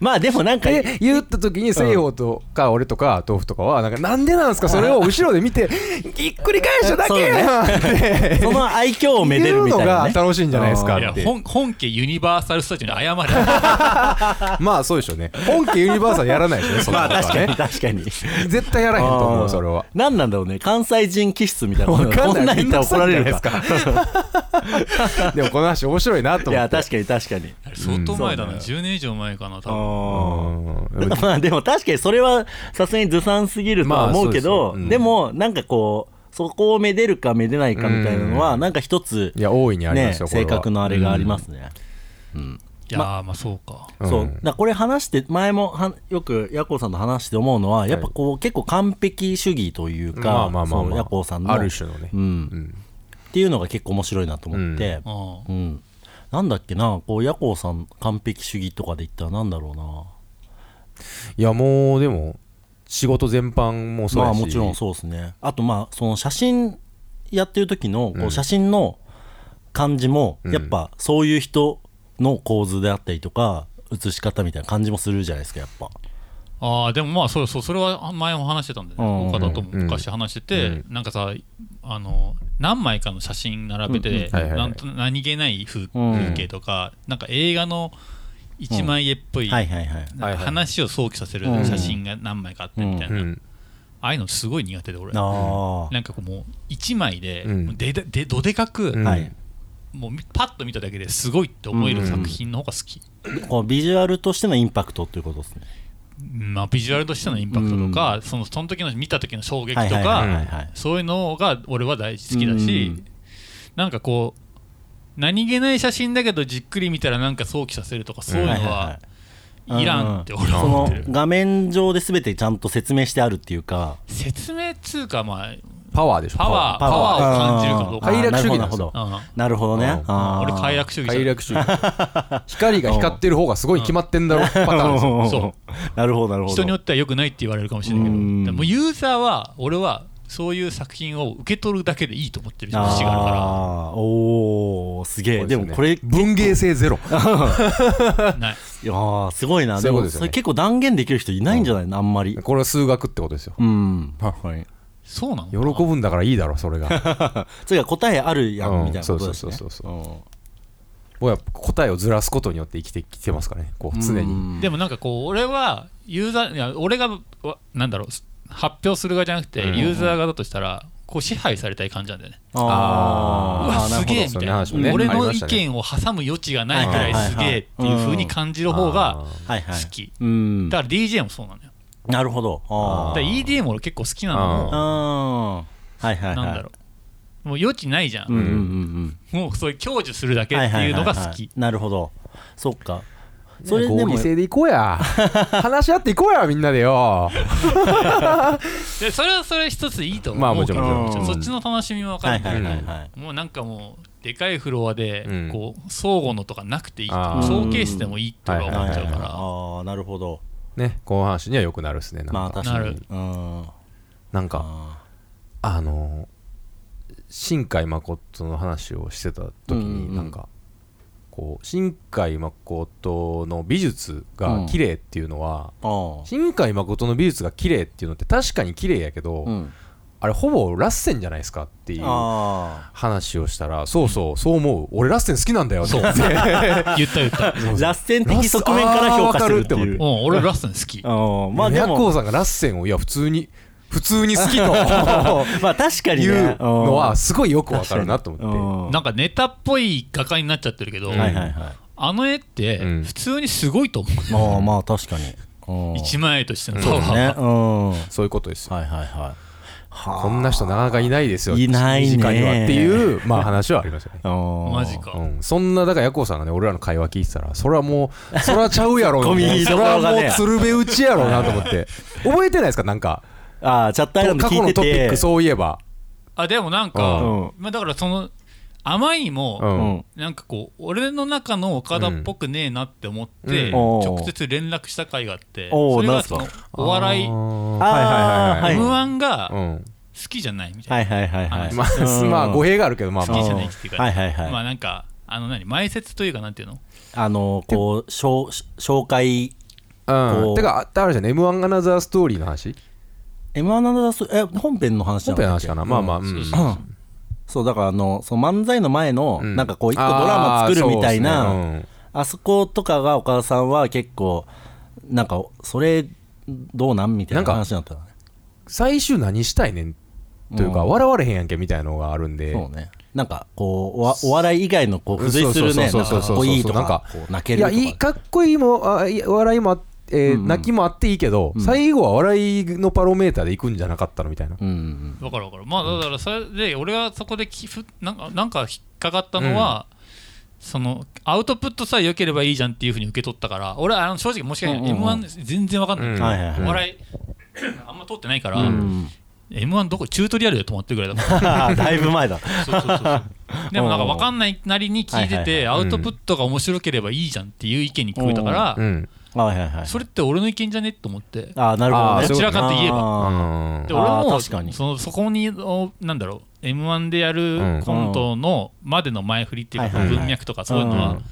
Speaker 2: まあでもなんか
Speaker 1: で言った時に西郷とか俺とか豆腐とかはなんかなんでなんですかそれを後ろで見てひっくり返しただけやんって
Speaker 2: その愛嬌をめでるみた
Speaker 1: 言う
Speaker 2: いな、
Speaker 1: のが
Speaker 2: ね、
Speaker 1: 楽しいんじゃないですか
Speaker 3: いや
Speaker 1: って
Speaker 3: 本本家ユニバーサル・スタジオに謝れ
Speaker 1: まあそうでしょうね本家ユニバーサルやらないで しょそん
Speaker 2: ま
Speaker 1: な
Speaker 2: あ
Speaker 1: ことは
Speaker 2: 確か
Speaker 1: ね
Speaker 2: に確かに
Speaker 1: 絶対やらへんと思
Speaker 2: あー
Speaker 1: うそれは
Speaker 2: 何なんだろうね関西人気質みたいな
Speaker 1: わかんない
Speaker 2: こんなん言ったら怒られるか
Speaker 1: でもこの話面白いなと
Speaker 2: い
Speaker 1: 思
Speaker 2: や
Speaker 1: って
Speaker 2: 確かに確かに
Speaker 3: 相当前だな、
Speaker 2: うん
Speaker 3: 10年以上前かな多分
Speaker 1: う
Speaker 2: あ
Speaker 1: ん
Speaker 2: ーまあでも確かにそれはさすがにずさんすぎるとは思うけど、
Speaker 1: まあそうですようん
Speaker 2: でもなんかこうそこをめでるかめでないかみたいなのは、なんか一つ
Speaker 1: いや大いにありま
Speaker 2: ね
Speaker 1: すよこれ
Speaker 2: 性
Speaker 1: は
Speaker 2: 格のあれがありますね、
Speaker 3: いやーまあそうか
Speaker 1: うん
Speaker 2: そうだからこれ話して前もはよくヤコウさんと話して思うのはやっぱこう結構完璧主義という
Speaker 1: まあ
Speaker 2: か
Speaker 1: まあまあ
Speaker 2: そ
Speaker 1: ま
Speaker 2: う
Speaker 1: あ
Speaker 2: ヤコウさんの
Speaker 1: ある種のね
Speaker 2: うん
Speaker 1: うん
Speaker 2: っていうのが結構面白いなと思って、
Speaker 3: う
Speaker 2: うん
Speaker 3: ん
Speaker 2: なんだっけなこうヤコウさん完璧主義とかで言ったらなんだろうない
Speaker 1: やもうでも仕事全般もそうだ
Speaker 2: まあ
Speaker 1: し
Speaker 2: もちろんそうですねあとまあその写真やってる時のこう写真の感じもやっぱそういう人の構図であったりとか写し方みたいな感じもするじゃないですかやっぱ
Speaker 3: ああでもまあそうそうそれは前も話してたんだよ
Speaker 2: うん
Speaker 3: ね岡田とも昔話してて、なんかさあの何枚かの写真並べて、
Speaker 1: はいはいはい
Speaker 3: なんと何気ない風,、
Speaker 2: うん
Speaker 3: 風景とかなんか映画の一枚絵っぽい、
Speaker 2: はいはいはい
Speaker 3: なんか話を想起させる写真が何枚かあってみたいな、
Speaker 1: うん
Speaker 3: ああいうのすごい苦手で俺、
Speaker 2: あ
Speaker 3: なんかこうもう1枚で,、
Speaker 1: うん
Speaker 3: もうでででどでかく、
Speaker 1: うん
Speaker 2: あはい
Speaker 3: もうパッと見ただけですごいって思える作品の方が好き、
Speaker 2: こうビジュアルとしてのインパクトっていうことですね
Speaker 3: まあ、ビジュアルとしてのインパクトとか、そのその時の見た時の衝撃とか、
Speaker 2: はいはいはいはいはい
Speaker 3: そういうのが俺は大事好きだし、
Speaker 2: うん
Speaker 3: なんかこう何気ない写真だけどじっくり見たらなんか想起させるとかそういうの
Speaker 2: はいはいは
Speaker 3: はいいらんって俺は
Speaker 2: そ
Speaker 3: 思
Speaker 2: の
Speaker 3: ってる、
Speaker 2: 画面上で全てちゃんと説明してあるっていうか
Speaker 3: 説明っつうかまあ
Speaker 1: パワーでしょ
Speaker 3: パワー
Speaker 2: パワー
Speaker 3: を感じるかどうか
Speaker 1: 快楽主義な
Speaker 2: な
Speaker 1: んです
Speaker 2: るほど
Speaker 1: よ
Speaker 3: うん
Speaker 2: なるほど
Speaker 1: うん
Speaker 2: ねあー
Speaker 3: 俺快楽主義者
Speaker 1: 快楽主義光が光ってる方がすごい決まってんだろパターンですよ
Speaker 2: うん
Speaker 3: そ
Speaker 2: なるほどなるほど
Speaker 3: 人によっては良くないって言われるかもしれないけど
Speaker 2: うん
Speaker 3: でもユーザーは俺はそういう作品を受け取るだけでいいと思ってる節があるか
Speaker 2: あーおーすげえでもこれい
Speaker 1: 文芸性ゼロ
Speaker 3: らない
Speaker 2: やーすごいな
Speaker 1: そういうこと
Speaker 2: も
Speaker 1: ですよ
Speaker 2: そ
Speaker 1: ね
Speaker 2: れ結構断言できる人いないんじゃないのあんま り
Speaker 1: これは数学ってことですよ
Speaker 2: うんはい
Speaker 3: そうなの
Speaker 1: 喜
Speaker 3: かな
Speaker 1: ぶんだからいいだろそれが
Speaker 2: それが答えあるや
Speaker 1: うん
Speaker 2: んみたいなことです
Speaker 1: そう
Speaker 2: ね
Speaker 1: そうそうそう
Speaker 2: うん
Speaker 1: もうやっぱ答えをずらすことによって生きてきてますからねこう常に
Speaker 3: でもなんかこう俺はユーザーいや俺がわなんだろうす発表する側じゃなくてユーザー側だとしたらこう支配されたい感じなんだよね。
Speaker 1: あ
Speaker 3: う
Speaker 2: あ
Speaker 3: わ
Speaker 2: ーなる
Speaker 3: すげえみ
Speaker 1: そ
Speaker 3: た
Speaker 1: う
Speaker 3: い
Speaker 1: ね
Speaker 3: な、
Speaker 1: 話もね
Speaker 3: 俺
Speaker 1: あり
Speaker 3: の
Speaker 1: ま
Speaker 3: 意
Speaker 1: したね
Speaker 3: 見を挟む余地がないぐらい
Speaker 2: はいはい
Speaker 3: す
Speaker 2: はい
Speaker 3: げ
Speaker 2: はい
Speaker 3: えっていう風に感じる方が
Speaker 1: あ
Speaker 2: はいはい
Speaker 3: 好き。
Speaker 2: うん
Speaker 3: だから DJ もそうなのよ。
Speaker 2: なるほどあー
Speaker 3: だから EDM 俺結構好きなのも
Speaker 2: あーはいはいはい
Speaker 3: なんだろう。もう余地ないじゃん。
Speaker 2: うんうんうん
Speaker 3: もうそういう享受するだけ
Speaker 2: うん
Speaker 3: っていうのが
Speaker 2: ははは
Speaker 3: 好
Speaker 2: は
Speaker 3: き。
Speaker 2: なるほどそっかそ
Speaker 1: それ
Speaker 2: れで
Speaker 1: 合
Speaker 2: も
Speaker 1: 理性でいこうや話し合っていこうやみんなでよ
Speaker 3: でそれはそれ一ついいと
Speaker 1: まあ
Speaker 3: 思
Speaker 1: も
Speaker 3: う
Speaker 1: ち
Speaker 3: け
Speaker 1: ろ
Speaker 3: ど、
Speaker 1: ん
Speaker 2: もちろん
Speaker 3: そっちの楽しみは分か
Speaker 2: は
Speaker 3: る
Speaker 2: い
Speaker 3: けど
Speaker 2: はいはいはい
Speaker 3: もうなんかもうでかいフロアで
Speaker 1: うん
Speaker 3: こう相互のとかなくていいと
Speaker 1: あ
Speaker 2: ー
Speaker 3: 総ケースでもいいとか思っちゃう
Speaker 2: はいはいはい
Speaker 3: か
Speaker 2: ああなるほど
Speaker 1: ねこの話にはよくなるっすねなん
Speaker 2: まあ
Speaker 1: か
Speaker 2: 確か
Speaker 3: な
Speaker 2: に
Speaker 3: る
Speaker 2: うん
Speaker 1: なんか
Speaker 2: あ
Speaker 1: あの新海誠の話をしてた時
Speaker 2: うんうん
Speaker 1: になんか、こう新海誠の美術が綺麗っていうのは、
Speaker 2: ーあー
Speaker 1: 新海誠の美術が綺麗っていうのって確かに綺麗やけど、
Speaker 2: うん
Speaker 1: あれほぼラッセンじゃないですかっていう
Speaker 2: あ
Speaker 1: 話をしたらそうそうそう思う俺ラッセン好きなんだよ って言って
Speaker 3: ら言った言った、 うん、
Speaker 2: ーラッセン的側面から評価するっ
Speaker 1: ラッセンあーわかるって
Speaker 2: て
Speaker 1: 思
Speaker 2: い
Speaker 1: っ
Speaker 2: う
Speaker 3: 俺ラストン好き
Speaker 2: うんまあで
Speaker 1: ヤコ
Speaker 2: も
Speaker 1: ウさんがラッセンをいや普通に普通に好き と
Speaker 2: まあ確かにね
Speaker 1: いうのは
Speaker 2: うん
Speaker 1: すごいよくわかるなと
Speaker 2: 確かに
Speaker 1: 思っ
Speaker 2: うん
Speaker 3: なんかネタっぽい画家になっちゃってるけど、
Speaker 1: ん
Speaker 2: はいはいはい
Speaker 3: あの絵って
Speaker 1: うん
Speaker 3: 普通にすごいと思う、
Speaker 2: まあまあ確かにうん
Speaker 3: 一枚絵としてのパ
Speaker 2: そう
Speaker 3: ワ
Speaker 2: だ
Speaker 3: ー、
Speaker 2: ねうん
Speaker 1: てそういうことですよ
Speaker 2: はいはいはいはあ
Speaker 1: こんな人なかなかいないですよ。
Speaker 2: いないね
Speaker 1: 身近にはっていう、まあ話はありますよね。
Speaker 2: うん
Speaker 3: マジか、
Speaker 1: うん、そんなだからヤコウさんがね俺らの会話聞いてたらそれはも うそれはちゃうやろ
Speaker 2: ゴミ
Speaker 1: そ
Speaker 2: ど
Speaker 1: れ
Speaker 2: こ
Speaker 1: は
Speaker 2: ろが
Speaker 1: も
Speaker 2: ね
Speaker 1: う鶴瓶打ちやろうなと思って覚えてないですかなんか
Speaker 2: ああチャットアイランド
Speaker 1: 過去
Speaker 2: 聞い
Speaker 1: の
Speaker 2: て
Speaker 1: トピッ
Speaker 2: て
Speaker 1: クそういえば
Speaker 3: あでもなんか、
Speaker 2: うん
Speaker 3: まあ、だからそのあまりにも、
Speaker 1: うん
Speaker 2: うん
Speaker 3: なんかこう俺の中の岡田っぽくねえなって思って、
Speaker 1: うん
Speaker 2: うん
Speaker 3: 直接連絡した回があって、
Speaker 2: おー
Speaker 3: それ
Speaker 2: なん
Speaker 3: が
Speaker 2: す
Speaker 3: そ
Speaker 2: か
Speaker 3: のお笑い
Speaker 1: あ
Speaker 3: m
Speaker 1: ー
Speaker 2: あー
Speaker 1: はいはいはいは
Speaker 3: 1が
Speaker 1: い、うん
Speaker 3: 好きじゃないみたい
Speaker 2: はいはいはいはい。
Speaker 1: まあ、まあ語弊があるけどまあ
Speaker 3: 好
Speaker 1: ま
Speaker 3: き
Speaker 1: あ
Speaker 3: じゃないっていうか
Speaker 2: はいはい
Speaker 3: な、
Speaker 2: はい
Speaker 3: まあなんかあの何前説というかなんていうの
Speaker 2: あのこうしょうし紹介
Speaker 1: う
Speaker 2: こ
Speaker 1: ん、
Speaker 2: う
Speaker 1: てか、ああるじゃん、M1 アナザーストーリーの話
Speaker 2: M1 の話え本編の話じゃ
Speaker 1: 本
Speaker 2: な
Speaker 1: 編の話かな、
Speaker 2: かったっけ
Speaker 1: まあまあ、うん
Speaker 3: そうそう
Speaker 2: うんそうだからあのその漫才の前の、
Speaker 1: うん
Speaker 2: なんかこう一個ドラマ作るみたいなあ
Speaker 1: あ
Speaker 2: そ,、
Speaker 1: ーそうっすね
Speaker 2: ことかが岡田さんは結構なんかそれどうなんみたい
Speaker 1: なん
Speaker 2: な
Speaker 1: か
Speaker 2: 話だったのね
Speaker 1: うん最終何したいねんというか、
Speaker 2: うん
Speaker 1: 笑われへんやんけみたいなのがあるんで、
Speaker 2: そうねなんかこうおわお笑い以外のこう付随するね
Speaker 1: そ
Speaker 2: な
Speaker 1: うんそうそう
Speaker 2: かか
Speaker 1: そう
Speaker 2: っこいいと
Speaker 1: なんか
Speaker 2: かこう泣け
Speaker 1: い
Speaker 2: ると
Speaker 1: や
Speaker 2: か
Speaker 1: いいかっこいいもあい笑いもあえー
Speaker 2: うんうん
Speaker 1: 泣きもあっていいけど、
Speaker 2: うん
Speaker 1: 最後は笑いのパロメーターでいくんじゃなかったのみたいな、
Speaker 2: うんうん
Speaker 3: わかるわかるまあだからそれで俺がそこできふなんかなんか引っかかったのは、そのアウトプットさえ良ければいいじゃんっていうふうに受け取ったから俺はあの正直申し訳ない、
Speaker 2: うんうんうん
Speaker 3: m 1全然わかんない、
Speaker 1: う
Speaker 2: うんんはいはい
Speaker 1: うん
Speaker 2: はい
Speaker 3: 笑いあんま通ってないから、
Speaker 1: う
Speaker 2: うんん
Speaker 3: m 1どこチュートリアルで止まってるぐらいだか
Speaker 2: だいぶ前だ
Speaker 3: らそうそうそうそうでもなんか分かんないなりに聞いてて、
Speaker 1: はいはい
Speaker 3: アウトプットが面白ければいいじゃんっていう意見に聞こえたから、
Speaker 1: うん
Speaker 2: はいはいはい
Speaker 3: それって俺の意見じゃねって思って
Speaker 2: ああなるほど
Speaker 1: あー
Speaker 2: ね
Speaker 1: どち
Speaker 3: らかといえば
Speaker 2: あー
Speaker 1: うん
Speaker 3: で俺はも
Speaker 2: あー
Speaker 3: う
Speaker 2: 確かに
Speaker 3: そのそこにおなんだろう m 1でや
Speaker 1: うん
Speaker 3: るコントのまでの前振りっていうか、
Speaker 2: はいはいはい
Speaker 3: 文脈とかそういうの
Speaker 2: う
Speaker 3: は
Speaker 2: ん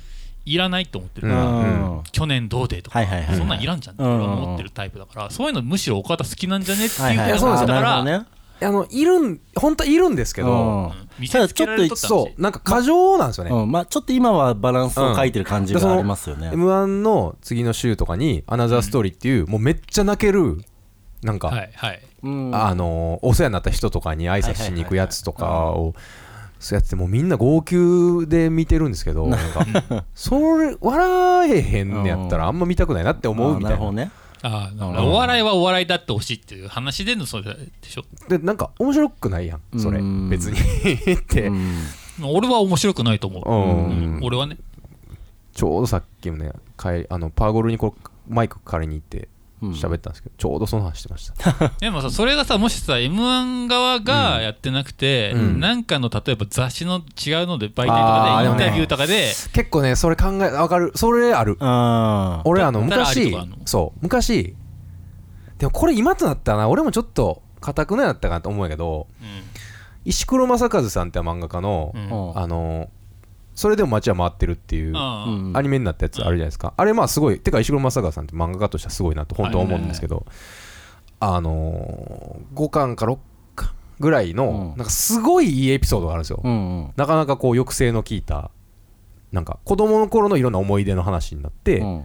Speaker 3: いらないと思ってる、
Speaker 1: うん
Speaker 2: うん
Speaker 3: 去年どうでとか、
Speaker 2: はいはいはいはい
Speaker 3: そんなんいらんじゃんって
Speaker 2: う
Speaker 3: 俺
Speaker 2: ん
Speaker 3: は思ってるタイプだから、そういうのむしろ岡田好きなんじゃねっていう
Speaker 1: はい
Speaker 3: こと
Speaker 1: そうなんですよ
Speaker 3: だったから、
Speaker 2: なるほどね
Speaker 1: あのいるん本当はいるんですけど、
Speaker 2: うん
Speaker 3: 見せつけられとった
Speaker 1: そ
Speaker 3: し
Speaker 1: うなんか過剰なんですよね、
Speaker 2: うん、まあちょっと今はバランスを書いてる感じがありますよね。
Speaker 1: m 1の次の週とかに「アナザーストーリー」っていう、もうめっちゃ泣けるなんか、
Speaker 3: はいはい
Speaker 2: うん
Speaker 1: あのお世話になった人とかに挨拶しに行くやつとかをそうやってもうみんな号泣で見てるんですけどなんかそれ笑えへんねやったらあんま見たくないなって思うみ
Speaker 2: な
Speaker 1: た
Speaker 2: る
Speaker 1: い
Speaker 2: ほ
Speaker 1: な
Speaker 2: どね。
Speaker 3: あー
Speaker 2: うん
Speaker 3: お笑いはお笑いだってほしいっていう話でのそれでしょ
Speaker 1: でなんか面白くないやんそれ
Speaker 2: うん
Speaker 1: 別に って、うん
Speaker 3: 俺は面白くないと思う、
Speaker 1: うん
Speaker 3: 俺はね
Speaker 1: ちょうどさっきもね帰りあのパーゴルにこうマイク借りに行って喋ったんですけど、ちょうどその話してました
Speaker 3: でもさそれがさもしさ m 1側がやってなくて、
Speaker 1: うん
Speaker 3: なんかの例えば雑誌の違うので媒体と
Speaker 1: あー
Speaker 3: かでインタビューとかで
Speaker 1: 結構ねそれ考えわかるそれある
Speaker 2: あー
Speaker 1: 俺あの
Speaker 3: だったらあ
Speaker 1: 昔
Speaker 3: りとかあんの
Speaker 1: そう昔でもこれ今となったらな俺もちょっと固くなやったかなと思うんやけど石黒正和さんって漫画家の、
Speaker 3: うんうん
Speaker 2: うん
Speaker 1: あのそれでも街は回ってるっていうア
Speaker 3: あー
Speaker 2: うん
Speaker 1: ニメになったやつあるじゃないですか、あれまあすごいてか石黒正和さんって漫画家としてはすごいなと本当は思うんですけど、あの5巻か6巻ぐらいの、
Speaker 2: うん
Speaker 1: なんかすごいいいエピソードがあるんですよ、
Speaker 2: うんうん
Speaker 1: なかなかこう抑制の効いたなんか子供の頃のいろんな思い出の話になって、
Speaker 2: うん
Speaker 1: っ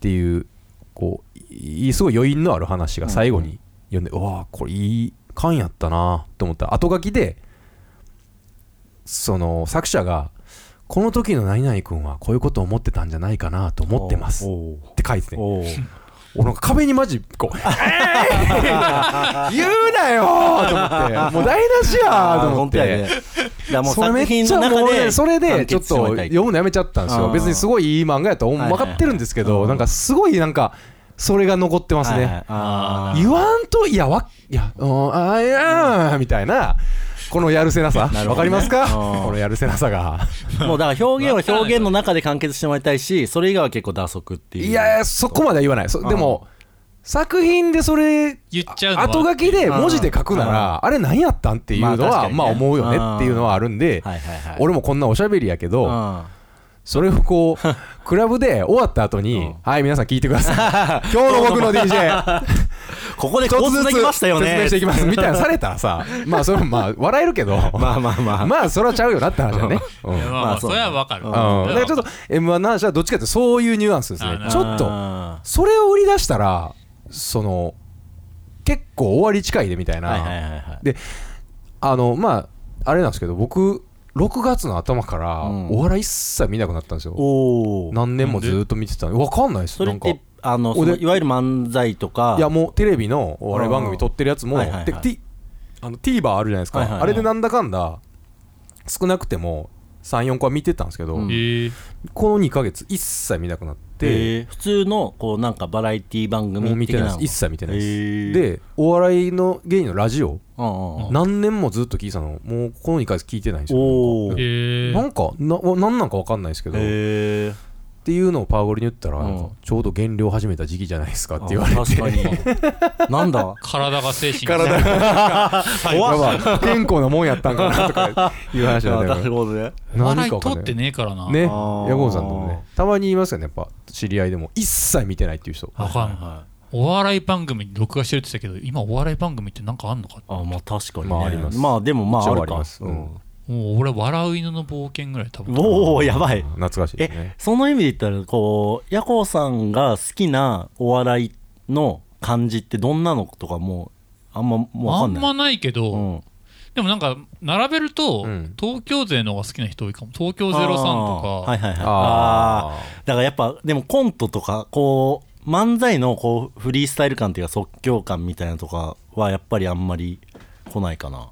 Speaker 1: ていうこういいすごい余韻のある話が最後に読んで、うわあこれいい感やったなと思ったら後書きでその作者が「この時の何々君はこういうことを思ってたんじゃないかなと思ってます」っ
Speaker 2: お
Speaker 1: て書いて
Speaker 2: ー
Speaker 1: て
Speaker 2: おー
Speaker 1: 俺なんか壁にマジこ う「えー 言うなよ!」と思ってもう台無しや
Speaker 2: あ
Speaker 1: ー
Speaker 2: ー
Speaker 1: と思
Speaker 2: 本
Speaker 1: っ
Speaker 2: 当やね
Speaker 1: て。
Speaker 2: いやもう
Speaker 1: それ
Speaker 2: 作
Speaker 1: め
Speaker 2: 品
Speaker 1: っち
Speaker 2: の
Speaker 1: ゃも
Speaker 2: 中
Speaker 1: う
Speaker 2: で
Speaker 1: ねそれでちょっと
Speaker 2: 完結してもらいたい
Speaker 1: 読むのやめちゃったんです
Speaker 2: あ
Speaker 1: よ
Speaker 2: ー
Speaker 1: 別にすごいいい漫画やと思う
Speaker 2: はいはい
Speaker 1: 分
Speaker 2: はい
Speaker 1: かってるんですけど
Speaker 2: うん
Speaker 1: なんかすごいなんかそれが残ってます
Speaker 2: はいは
Speaker 1: ね
Speaker 2: いあー
Speaker 1: 言わんといやわいやうんあーいやーみたいなこのやるせなさ
Speaker 2: なる
Speaker 1: わか
Speaker 2: ほど
Speaker 1: り
Speaker 2: ね
Speaker 1: ますか
Speaker 2: うん
Speaker 1: このやるせなさが
Speaker 2: もうだから表現は表現の中で完結してもらいたいしそれ以外は結構打足っていう
Speaker 1: いやいやそこまでは言わないそでも作品でそれ
Speaker 3: 言っちゃうのは
Speaker 1: 後書きで文字で書くな
Speaker 2: う
Speaker 1: らあれ何やったんっていうの
Speaker 2: まあ確か
Speaker 1: は
Speaker 2: にね
Speaker 1: まあ思うよねっていうのはあるんで
Speaker 2: はいはいはい
Speaker 1: 俺もこんなおしゃべりやけど、
Speaker 2: うん
Speaker 1: それをこう クラブで終わった後に、
Speaker 2: うん
Speaker 1: はい皆さん聞いてくださ い今日の僕の DJ
Speaker 2: ここで
Speaker 1: ちょ
Speaker 2: こ
Speaker 1: っ
Speaker 2: う
Speaker 1: とずつ
Speaker 2: 続き
Speaker 1: 説
Speaker 2: ましたよね
Speaker 1: 明していきますみたいなされたらさまあそれもまあ笑えるけど
Speaker 2: まあまあまあ
Speaker 1: まあそれはちゃうよなって話だよね、うん
Speaker 3: いやまあ
Speaker 2: ま
Speaker 3: ま
Speaker 2: あ
Speaker 3: あ
Speaker 2: そ
Speaker 3: そうれはわかる、
Speaker 2: う
Speaker 1: うんん、だからちょっと m 1の話はどっちかというとそういうニュアンスです
Speaker 3: あー
Speaker 1: ね
Speaker 3: なる
Speaker 1: ち
Speaker 3: ほ
Speaker 1: ょっと
Speaker 2: あ
Speaker 1: それを売り出したらその結構終わり近いでみたい
Speaker 2: ー
Speaker 1: な、
Speaker 2: はいはいはいはい
Speaker 1: であのまああれなんですけど僕6月の頭から
Speaker 2: うん
Speaker 1: お笑い一切見なくなったんですよ、
Speaker 2: おお
Speaker 1: 何年もずっと見てたわかんないです
Speaker 2: それ
Speaker 1: な
Speaker 2: っ
Speaker 1: んか
Speaker 2: てあの
Speaker 1: おで
Speaker 2: そのいわゆる漫才とか
Speaker 1: いやもうテレビのお笑い番組撮ってるやつも、
Speaker 2: はいはいはい
Speaker 1: で T- あの TVer あるじゃないですか、
Speaker 2: はいはいはい
Speaker 1: あれでなんだかんだ少なくても34個は見てたんですけど、
Speaker 2: うん
Speaker 3: えー
Speaker 1: この2ヶ月一切見なくなって、
Speaker 2: へー普通のこうなんかバラエティ番
Speaker 1: もう見
Speaker 2: 組
Speaker 1: て
Speaker 2: 的
Speaker 1: な
Speaker 2: ないの
Speaker 1: です一切見てない
Speaker 2: へ
Speaker 1: です
Speaker 2: ー
Speaker 1: でお笑いの芸人のラジオ
Speaker 2: うんうんうん
Speaker 1: 何年もずっと聞いてたのもうこの2回聞いてないんです
Speaker 2: お
Speaker 1: よ
Speaker 2: ー
Speaker 3: え
Speaker 1: なんかなんかななんなんか分かんないですけど、
Speaker 2: へー
Speaker 1: っていうのをパーゴリに言ったら、
Speaker 2: うん
Speaker 1: ちょうど減量始めた時期じゃないですかって言われて
Speaker 2: あ確か になんだ
Speaker 3: 体が精神
Speaker 1: 体
Speaker 3: が
Speaker 1: ま あまあ健康なもんやったんかなとかいう話だ
Speaker 2: あ
Speaker 1: ね
Speaker 2: なるほどね
Speaker 3: 笑
Speaker 1: 何
Speaker 3: い
Speaker 1: かわかん
Speaker 3: 取
Speaker 1: な
Speaker 3: って
Speaker 1: い
Speaker 3: ねえからな
Speaker 1: ねヤ
Speaker 2: あー
Speaker 1: コブさんともねたまに言いますよねやっぱ知り合いでも一切見てないっていう人
Speaker 3: わかんない
Speaker 2: は
Speaker 3: お笑い番組に録画してるって言ってたけど今お笑い番組ってなんかあんのか
Speaker 2: あまあ確かにね
Speaker 1: まああります
Speaker 2: まあでもまあ
Speaker 1: 一
Speaker 2: あ
Speaker 1: 応
Speaker 2: る
Speaker 1: あり
Speaker 2: か
Speaker 1: ますうん
Speaker 2: うん
Speaker 3: もう俺笑う犬の冒険ぐらい多分
Speaker 2: おおやばい
Speaker 1: 懐かしいです
Speaker 2: え
Speaker 1: ね
Speaker 2: その意味で言ったらこうヤコウさんが好きなお笑いの感じってどんなのとかもうあんまもうわ
Speaker 3: あ
Speaker 2: か
Speaker 3: ん
Speaker 2: んない
Speaker 3: まないけど、
Speaker 2: うん
Speaker 3: でもなんか並べると、
Speaker 1: うん
Speaker 3: 東京勢の方が好きな人多いかも東京03
Speaker 2: あ
Speaker 3: と
Speaker 2: ーはい
Speaker 3: か
Speaker 2: はいはいあ
Speaker 1: あ
Speaker 2: あだからやっぱでもコントとかこう漫才のこうフリースタイル感っていうか即興感みたいなとかはやっぱりあんまり来ないかな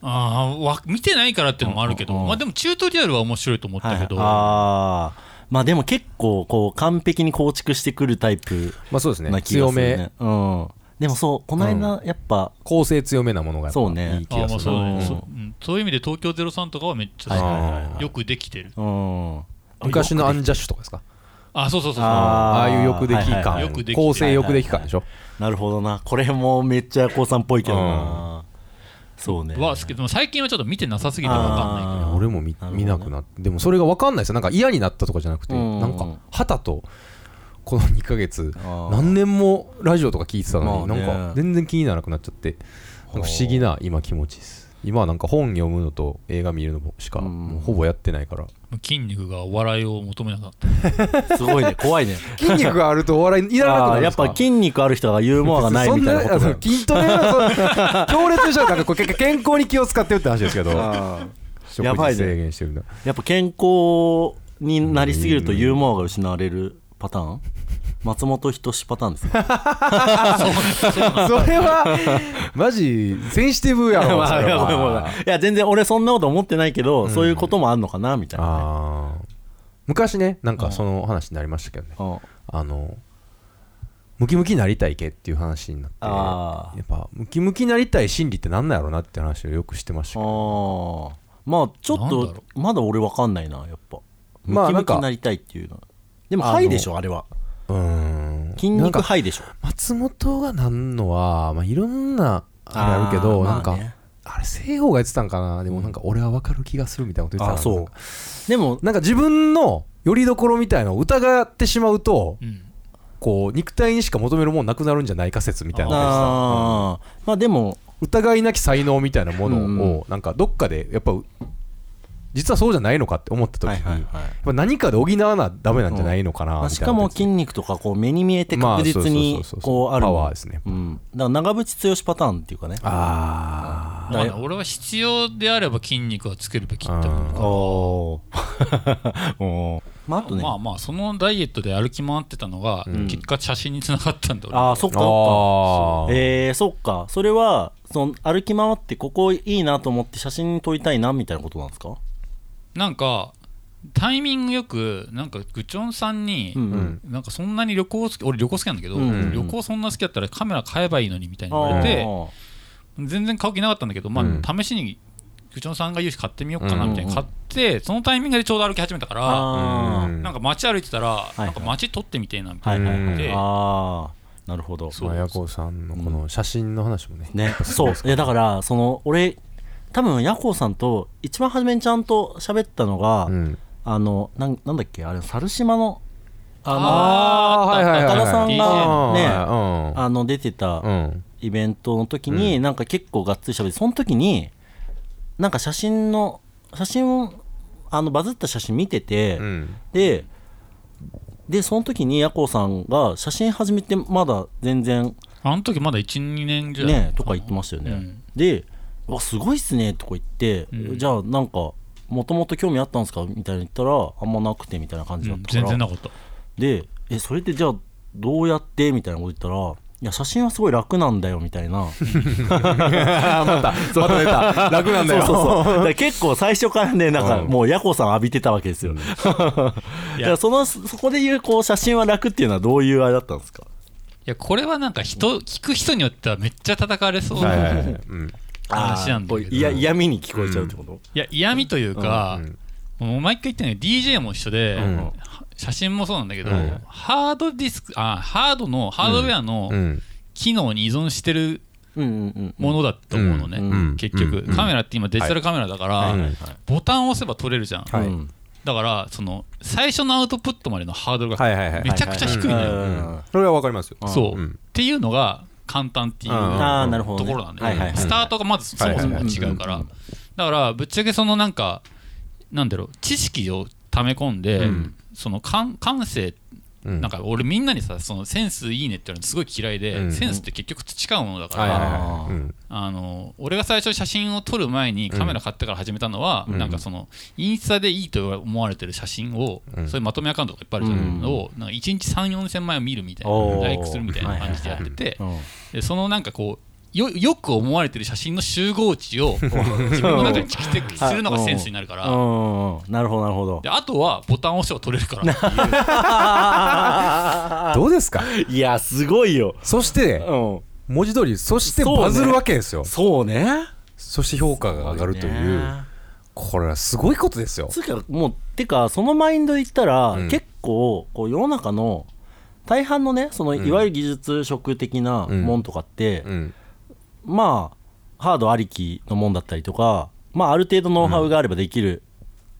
Speaker 3: あーわ見てないからっていうのもあるけど、
Speaker 2: うんうんうん
Speaker 3: まあ、でもチュートリアルは面白いと思っ
Speaker 2: は
Speaker 3: た
Speaker 2: い
Speaker 3: けど、
Speaker 2: ああまあでも結構こう完璧に構築してくるタイプ
Speaker 1: まあそうです
Speaker 2: な
Speaker 1: ね
Speaker 2: 気が
Speaker 1: 強
Speaker 2: するね
Speaker 1: め
Speaker 2: うんでもそうこの間やっぱ、
Speaker 1: 構成強めなものがやっぱ
Speaker 2: そうね
Speaker 1: いい気
Speaker 3: あ
Speaker 1: が
Speaker 3: ーまあ
Speaker 1: す
Speaker 3: そう
Speaker 1: る
Speaker 3: ね
Speaker 2: うん
Speaker 3: そうんそういう意味で東京03とかはめっちゃ、
Speaker 2: はい
Speaker 1: あー
Speaker 3: よくできてる
Speaker 2: うん、
Speaker 1: 昔のアンジャッシュとかですか
Speaker 3: あそうそうそうそ
Speaker 2: あ
Speaker 3: う
Speaker 2: ー
Speaker 1: ああいうよくでき
Speaker 2: はいはい
Speaker 1: 感
Speaker 3: よくでき
Speaker 1: 構成よくでき感でしょ
Speaker 2: なるほどなこれもめっちゃこうさんっぽいけどな、そうね
Speaker 3: は好きでも最近はちょっと見てなさすぎて分かんない
Speaker 2: あ
Speaker 3: け
Speaker 2: ー
Speaker 3: ど
Speaker 1: 俺も見
Speaker 2: なるほどね
Speaker 1: 見なくなってでもそれが分かんないですよなんか嫌になったとかじゃなくて
Speaker 2: うん
Speaker 1: なんか旗とこの2ヶ月
Speaker 2: あー
Speaker 1: 何年もラジオとか聞いてたのに
Speaker 2: ま
Speaker 1: な
Speaker 2: あ
Speaker 1: ん
Speaker 2: ね
Speaker 1: か全然気にならなくなっちゃってなんか不思議な今気持ちです今はなんか本読むのと映画見るのしか
Speaker 2: うん
Speaker 1: もうほぼやってないから
Speaker 3: もう筋肉がお笑いを求めなかった
Speaker 2: すごいね怖いね
Speaker 1: 筋肉があるとお笑いいらなくな
Speaker 2: あ
Speaker 1: るん
Speaker 2: ーや
Speaker 1: で
Speaker 2: っ
Speaker 1: すか
Speaker 2: ぱ筋肉ある人がユーモアがないみたいなことだ
Speaker 1: そんあの筋トレ はその強烈にしちゃうからこれ結構健康に気を使ってるって話ですけど
Speaker 2: あ
Speaker 1: 食
Speaker 2: やばい
Speaker 1: 事
Speaker 2: ね
Speaker 1: 制限してるんだ
Speaker 2: ーやっぱ健康になりすぎるとユーモアが失われるパターン松本人志パターンですか
Speaker 1: それはマジセンシティ ブやろ
Speaker 2: ま
Speaker 1: そ
Speaker 2: あい
Speaker 1: れ
Speaker 2: や
Speaker 1: は
Speaker 2: ごめんごめんいや全然俺そんなこと思ってないけど、そういうこともあんのかなみたいな
Speaker 1: あー昔ねなんかその話になりましたけどね
Speaker 2: うんあ
Speaker 1: あのムキムキになりたいけっていう話になってや
Speaker 2: あ
Speaker 1: っぱムキムキになりたい心理ってなんなんやろうなって話をよくしてましたけ
Speaker 2: あ
Speaker 1: ど
Speaker 2: ーまあちょっ
Speaker 3: なんだ
Speaker 2: と
Speaker 3: ろ
Speaker 2: まだ俺わかんないなやっぱ
Speaker 1: まあ
Speaker 2: ム
Speaker 1: な
Speaker 2: キ
Speaker 1: ん
Speaker 2: ムキ
Speaker 1: か
Speaker 2: になりたいっていうのはでもハイでしょあれは
Speaker 1: うーん
Speaker 2: 筋
Speaker 1: なん
Speaker 2: 肉
Speaker 1: か
Speaker 2: ハイでしょ
Speaker 1: 松本がなんのは、まあ、いろんなあれあるけ
Speaker 2: あ
Speaker 1: ど
Speaker 2: ー
Speaker 1: なんか、
Speaker 2: ま
Speaker 1: あ
Speaker 2: あね
Speaker 1: れ西郷が言ってたんかなでもなんか俺は分かる気がするみたいなこと言ってた
Speaker 2: あ
Speaker 1: な
Speaker 2: そうでも
Speaker 1: なんか自分のよりどころみたいのを疑ってしまうと、
Speaker 3: うん
Speaker 1: こう肉体にしか求めるものなくなるんじゃないか説みたいなのが出て
Speaker 2: あーまあでも
Speaker 1: た疑いなき才能みたいなも
Speaker 2: うん
Speaker 1: のをなんかどっかでやっぱ実はそうじゃないのかって思った時
Speaker 2: はい
Speaker 1: に、
Speaker 2: はい
Speaker 1: やっ
Speaker 2: はい
Speaker 1: ぱ何かで補わなダメなんじゃないのかな
Speaker 2: まあ
Speaker 1: み
Speaker 2: した
Speaker 1: いな
Speaker 2: かも
Speaker 1: こと
Speaker 2: 筋肉とかこう目に見えて
Speaker 1: まあ
Speaker 2: 確実に
Speaker 1: そうそうそうそう
Speaker 2: こうある
Speaker 1: パワーですね
Speaker 2: うん、だから長渕剛パターンっていうかね
Speaker 1: あ
Speaker 3: まあ俺は必要であれば筋肉はつけるべきって思う
Speaker 1: うん
Speaker 2: お お ーまああとね、
Speaker 3: まあ
Speaker 2: あ
Speaker 3: まあそのダイエットで歩き回ってたのが、結果写真につながったんだ俺
Speaker 2: あーそっ
Speaker 1: ー
Speaker 2: かそ
Speaker 1: あ
Speaker 2: っ
Speaker 1: ー
Speaker 2: かえー、そっかそれはその歩き回ってここいいなと思って写真撮りたいなみたいなことなんですか
Speaker 3: なんかタイミングよくなんかグチョンさんに、
Speaker 2: うんうん
Speaker 3: なんかそんなに旅行好き俺旅行好きなんだけど、
Speaker 2: うん
Speaker 3: 旅行そんな好きだったらカメラ買えばいいのにみたいに言われて、全然買う気なかったんだけど、まあ
Speaker 1: うん
Speaker 3: 試しにグチョンさんが言うし買ってみようかな
Speaker 2: うん
Speaker 3: みたいに買ってそのタイミングでちょうど歩き始めたから、
Speaker 2: あー
Speaker 1: うん
Speaker 3: なんか街歩いてたら、
Speaker 2: いはい
Speaker 3: なんか街撮ってみてえなみた
Speaker 2: はいい
Speaker 3: な、
Speaker 2: はい
Speaker 1: うん
Speaker 2: はいあーなるほど
Speaker 1: まあヤコウさんのこの写真の話もね、
Speaker 2: ね、そういやだからその俺多分ヤコウさんと一番初めにちゃんと喋ったのが、
Speaker 1: うん
Speaker 2: あのなんなんだっけあれ猿島のあ
Speaker 3: あー
Speaker 1: あーはいはいはい
Speaker 2: 高田さんがね
Speaker 1: あ
Speaker 2: の
Speaker 1: ー
Speaker 2: あの出て
Speaker 1: う
Speaker 2: た
Speaker 1: んうん
Speaker 2: イベントの時に、なんか結構がっつり喋ってその時になんか写真の写真をあのバズった写真見てて、
Speaker 1: うん
Speaker 2: ででその時にヤコウさんが写真始めてまだ全然
Speaker 3: あの時まだ12年じゃ
Speaker 2: ねとか言ってましたよね、
Speaker 3: うん
Speaker 2: で「うわすごいっすね」とか言って、
Speaker 3: うん
Speaker 2: じゃあなんかもともと興味あったんですかみたいな言ったらあんまなくてみたいな感じだ
Speaker 3: う
Speaker 2: っ
Speaker 3: ん
Speaker 2: たから、
Speaker 3: 全然なかった
Speaker 2: でえそれでじゃあどうやってみたいなこと言ったらいや写真はすごい楽なんだよみたいな
Speaker 1: またまた出 た楽なんだよ
Speaker 2: そうそうそうだから結構最初からねなんかもうヤコさん浴びてたわけですよ、いやそのそこで言うこう写真は楽っていうのはどういうあれだったんですか
Speaker 3: やこれはなんか人聞く人によってはめっちゃ叩かれそう
Speaker 1: はいは
Speaker 3: ない
Speaker 1: はいうん
Speaker 3: 話なんだけ
Speaker 2: こ
Speaker 3: ど
Speaker 2: ういや嫌味に聞こえちゃうってこと、
Speaker 3: いや嫌味というか、もう毎回言ってるのに DJ も一緒で、
Speaker 1: うん
Speaker 3: は写真もそうなんだけど、
Speaker 1: うん
Speaker 3: ハードディスクあハードのハードウェアの
Speaker 1: うん
Speaker 3: 機能に依存してる
Speaker 2: うんうんうん
Speaker 3: ものだと思うのね、
Speaker 1: うんうん
Speaker 3: 結局、
Speaker 1: うん
Speaker 3: カメラって今デジタルカメラだから、
Speaker 1: はいはい
Speaker 3: ボタンを押せば撮れるじゃん、
Speaker 1: はい
Speaker 2: うん
Speaker 3: だからその最初のアウトプットまでのハードルが
Speaker 1: はいはいはい
Speaker 3: めちゃくちゃ低いのよ、
Speaker 2: はいはいはい
Speaker 1: うんそれはわかりますよ
Speaker 3: そう、
Speaker 1: うん
Speaker 3: っていうのが簡単っていう
Speaker 1: あ
Speaker 2: ああなるほど、
Speaker 3: と
Speaker 2: ね、
Speaker 3: ころなんで、
Speaker 2: はいはいはい
Speaker 3: スタートがまずそもそも違うから、
Speaker 2: はいはいはい
Speaker 3: だからぶっちゃけそのなんかなんだろう知識を溜め込んで、
Speaker 1: うん
Speaker 3: その感感性
Speaker 1: うん
Speaker 3: なんか俺みんなにさそのセンスいいねって言われるのすごい嫌いで、
Speaker 1: うん
Speaker 3: センスって結局培うものだから、
Speaker 1: はいはいはいうん
Speaker 3: あの俺が最初写真を撮る前にカメラ買ってから始めたのは、
Speaker 1: うん
Speaker 3: なんかそのインスタでいいと思われてる写真を、
Speaker 1: うん
Speaker 3: そういうまとめアカウントがいっぱいあるじゃ
Speaker 2: うん
Speaker 3: ん、をなんか1日3 4千枚を見るみたい
Speaker 2: お
Speaker 3: な
Speaker 2: ー
Speaker 3: ライクするみたいな感じでやってて、
Speaker 2: うん
Speaker 3: でそのなんかこうよよく思われてる写真の集合 値を自分の中に蓄積するのがセンスになるから、
Speaker 2: うんうんなるほどなるほど
Speaker 3: であとはボタンを押せば撮れ るからっていう
Speaker 1: どうですか
Speaker 2: いやすごいよ、
Speaker 1: そして
Speaker 2: うん、
Speaker 1: 文字通りそして
Speaker 2: そうね
Speaker 1: バズるわけですよ
Speaker 2: そうね
Speaker 1: そして評価が上がるというこれはすごいことですよ
Speaker 2: つうかもうてかそのマインドで言ったら、
Speaker 1: うん
Speaker 2: 結構こう世の中の大半のねそのいわゆる技術職的な
Speaker 1: うん
Speaker 2: もんとかって、
Speaker 1: うん
Speaker 2: まあハードありきのもんだったりとか、まあ、ある程度ノウハウがあればできる、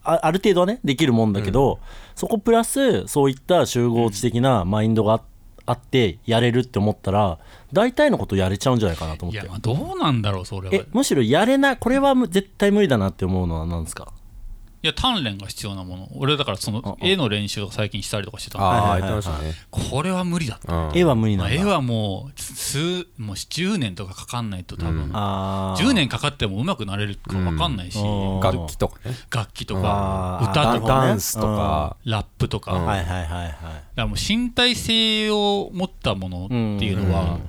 Speaker 2: あある程度はねできるもんだけど、そこプラスそういった集合知的なマインドがああってやれるって思ったら大体のことやれちゃうんじゃないかなと思っ
Speaker 3: いや
Speaker 2: て
Speaker 3: まあどうなんだろうそれは
Speaker 2: え
Speaker 3: い
Speaker 2: むしろやれないこれはむ絶対無理だなって思うのは何ですか
Speaker 3: や鍛錬が必要なもの俺だからその
Speaker 2: ああ
Speaker 3: 絵の練習とか最近したりとかしてたの
Speaker 1: あ
Speaker 2: は
Speaker 1: あ
Speaker 2: い
Speaker 1: 言
Speaker 2: は
Speaker 1: っ
Speaker 2: い
Speaker 1: て
Speaker 2: はい
Speaker 1: ましたね
Speaker 3: これは無理だった、
Speaker 1: うん
Speaker 2: 絵は無理な
Speaker 3: ま
Speaker 2: ん
Speaker 3: あ
Speaker 2: だ
Speaker 3: 絵はもう数もう10年とかかかんないと多分、
Speaker 2: あー
Speaker 3: 10年かかってもうまくなれるか分かんないし、
Speaker 2: うん
Speaker 1: 楽器とかね
Speaker 3: 楽器と
Speaker 2: あー
Speaker 3: か
Speaker 2: な
Speaker 3: 歌
Speaker 2: るほ
Speaker 3: とか
Speaker 2: どね
Speaker 1: ダンスとか
Speaker 3: ラップとか、
Speaker 1: うん
Speaker 2: はいはいはいはい
Speaker 3: だからもう身体性を持ったものっていうの
Speaker 1: う
Speaker 3: は
Speaker 1: ん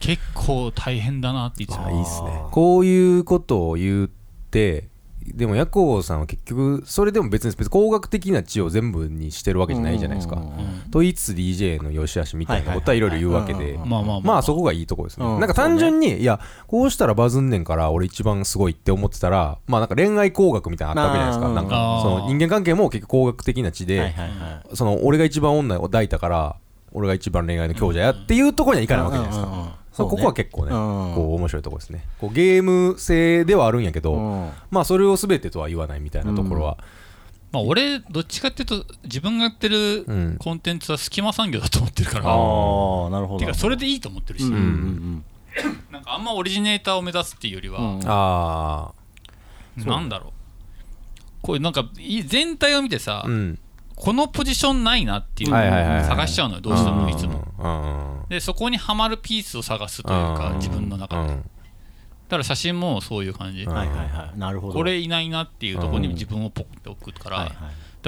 Speaker 3: 結構大変だなっていつも
Speaker 1: あいいっすね
Speaker 2: あー
Speaker 1: こういうことを言ってでもヤコウさんは結局それでも別に別に工学的な知を全部にしてるわけじゃないじゃないです
Speaker 2: うんうん
Speaker 1: か
Speaker 2: うん
Speaker 3: うん
Speaker 1: と言いつつ DJ の良し悪しみたいなことはいろいろ言うわけ
Speaker 2: はいはいはい
Speaker 1: で
Speaker 2: うん
Speaker 3: まあまあま
Speaker 1: ま
Speaker 3: あ
Speaker 1: あそこがいいとこですね、
Speaker 2: うん
Speaker 1: なんか単純に、いやこうしたらバズんねんから俺一番すごいって思ってたらまあなんか恋愛工学みたいなのあったわけじゃないですかな
Speaker 2: あー
Speaker 1: ん
Speaker 3: あ
Speaker 1: か
Speaker 3: ー
Speaker 1: その人間関係も結局工学的な知で、
Speaker 2: はいはいはい
Speaker 1: その俺が一番女を抱いたから俺が一番恋愛の強者やっていうところにはいかないわけじゃないですか、
Speaker 2: うんうんうん
Speaker 1: そ
Speaker 2: そうう
Speaker 1: こ
Speaker 2: ね
Speaker 1: こは結構ね、
Speaker 2: うん
Speaker 1: こう面白いところですねこうゲーム性ではあるんやけど、
Speaker 2: うん
Speaker 1: まあそれを全てとは言わないみたいなところは、
Speaker 3: まあ俺どっちかっていうと自分がやってる
Speaker 1: うん
Speaker 3: コンテンツは隙間産業だと思ってるから、
Speaker 2: ああなるほど
Speaker 3: てかそれでいいと思ってるし、
Speaker 2: うんうん
Speaker 3: なんかあんまオリジネーターを目指すっていうよりは、
Speaker 2: うんうん
Speaker 1: あ
Speaker 3: なんだろうこういうなんかい全体を見てさ、
Speaker 1: あうん
Speaker 3: このポジションないなっていうのを
Speaker 1: はいはいはいはい
Speaker 3: 探しちゃうのよどうしてもいつも。
Speaker 1: うんうん
Speaker 3: でそこにはまるピースを探すという
Speaker 1: う
Speaker 3: か
Speaker 1: ん
Speaker 3: 自分の中
Speaker 1: う
Speaker 3: で、だ
Speaker 1: ん
Speaker 3: から写真もそういう感じ、
Speaker 1: うん
Speaker 2: はいはいはいなるほど
Speaker 3: これいないなっていうところに自分をポコって置くから,、
Speaker 2: はいはい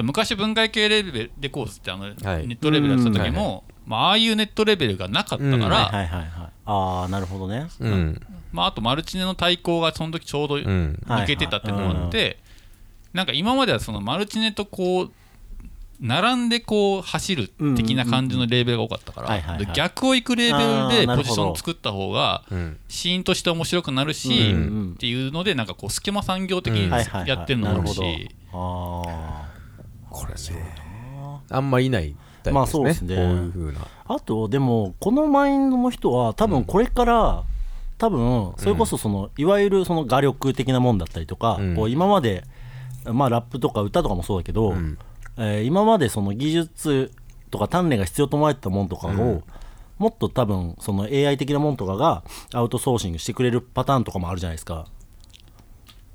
Speaker 3: 昔文化系レベルでコースってあのネ
Speaker 1: い
Speaker 3: ットレベルやってた時も、まあ、ああいうネットレベルがなかったから、
Speaker 2: はいはいはいはいああなるほどね
Speaker 1: うん
Speaker 3: まあ、あとマルチネの対抗がその時ちょうど
Speaker 1: う
Speaker 3: 抜
Speaker 1: ん
Speaker 3: けてたっていうのもあって、なんか今まではそのマルチネとこう並んでこう走る的な感じのレーベルが多かったから、
Speaker 2: うんうんうんはいはいはい
Speaker 3: 逆を行くレーベルでポジシ
Speaker 2: あーなるほ
Speaker 3: ョン
Speaker 2: ど
Speaker 3: を作った方が
Speaker 1: うん
Speaker 3: シーンとして面白くなるし、
Speaker 1: うん
Speaker 2: うん
Speaker 3: っていうのでなんかこう隙間産業的
Speaker 1: う
Speaker 3: に
Speaker 1: ん
Speaker 2: はいはいはい
Speaker 3: やってるのもあるし、
Speaker 2: なるほどあ
Speaker 1: これねあんまりいないタイプですね,、
Speaker 2: まあそうですね
Speaker 1: こういうふうな
Speaker 2: ーあとでもこのマインドの人は多分これから多分それこそそのいわゆるその画力的なもんだったりとか
Speaker 1: うん
Speaker 2: こう今までまあラップとか歌とかもそうだけど
Speaker 1: ん
Speaker 2: えー今までその技術とか鍛錬が必要と思われてたもんとかを、
Speaker 1: うん
Speaker 2: もっと多分その AI 的なもんとかがアウトソーシングしてくれるパターンとかもあるじゃないですか。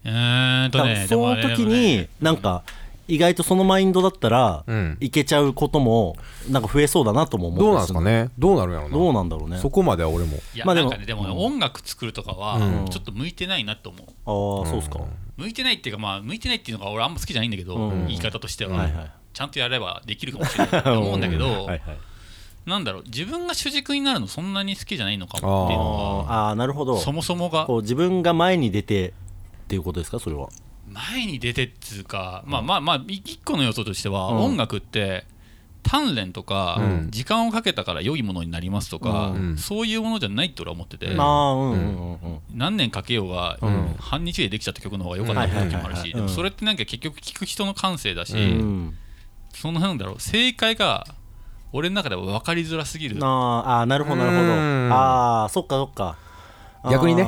Speaker 3: うーんと
Speaker 2: 多
Speaker 3: ね
Speaker 2: 分その
Speaker 3: でもあれ
Speaker 2: 時
Speaker 3: でもね
Speaker 2: になんか意外とそのマインドだったら
Speaker 1: うん
Speaker 2: いけちゃうこともなんか増えそうだなとも思
Speaker 1: どうなん
Speaker 2: った
Speaker 1: で
Speaker 2: り
Speaker 1: す
Speaker 2: る
Speaker 1: かねどうなるんやろうな
Speaker 2: どうなんだろうね。
Speaker 1: そこまでは俺も
Speaker 3: いや、
Speaker 2: まあで
Speaker 3: な
Speaker 2: も
Speaker 3: んかねでもね、音楽作るとかはちょっと向いてないなと思う、
Speaker 2: ああそうっすか。
Speaker 3: 向いてないっていうかまあ向いてないっていうのが俺あんま好きじゃないんだけど、
Speaker 2: うん
Speaker 3: 言い方としては、
Speaker 2: はいはい
Speaker 3: ちゃんとやればできるかもしれないと思うんだけど、
Speaker 2: はいはい
Speaker 3: なんだろう自分が主軸になるのそんなに好きじゃないのかもっていうの
Speaker 1: あ
Speaker 2: ああなるほ
Speaker 3: が
Speaker 2: ど。
Speaker 3: そもそもが
Speaker 2: こう自分が前に出てっていうことですかそれは。
Speaker 3: 前に出てっつうか、まあまあまあい一個の要素としては、
Speaker 2: うん
Speaker 3: 音楽って鍛錬とか、
Speaker 1: うん
Speaker 3: 時間をかけたから良いものになりますとか、
Speaker 1: うん
Speaker 3: そういうものじゃないって俺は思ってて、
Speaker 2: ああうんうんうん
Speaker 3: 何年かけようが、
Speaker 1: うん
Speaker 3: 半日でできちゃった曲の方が良かった時もある
Speaker 2: はいはいはいはい
Speaker 3: しでもそれってなんか結局聴く人の感性だし、
Speaker 1: うん
Speaker 2: うん
Speaker 3: そのなんだろう正解が俺の中では分かりづらすぎる
Speaker 2: あーあーなるほどなるほど
Speaker 1: うん
Speaker 2: ああそっかそっかあー
Speaker 1: 逆にね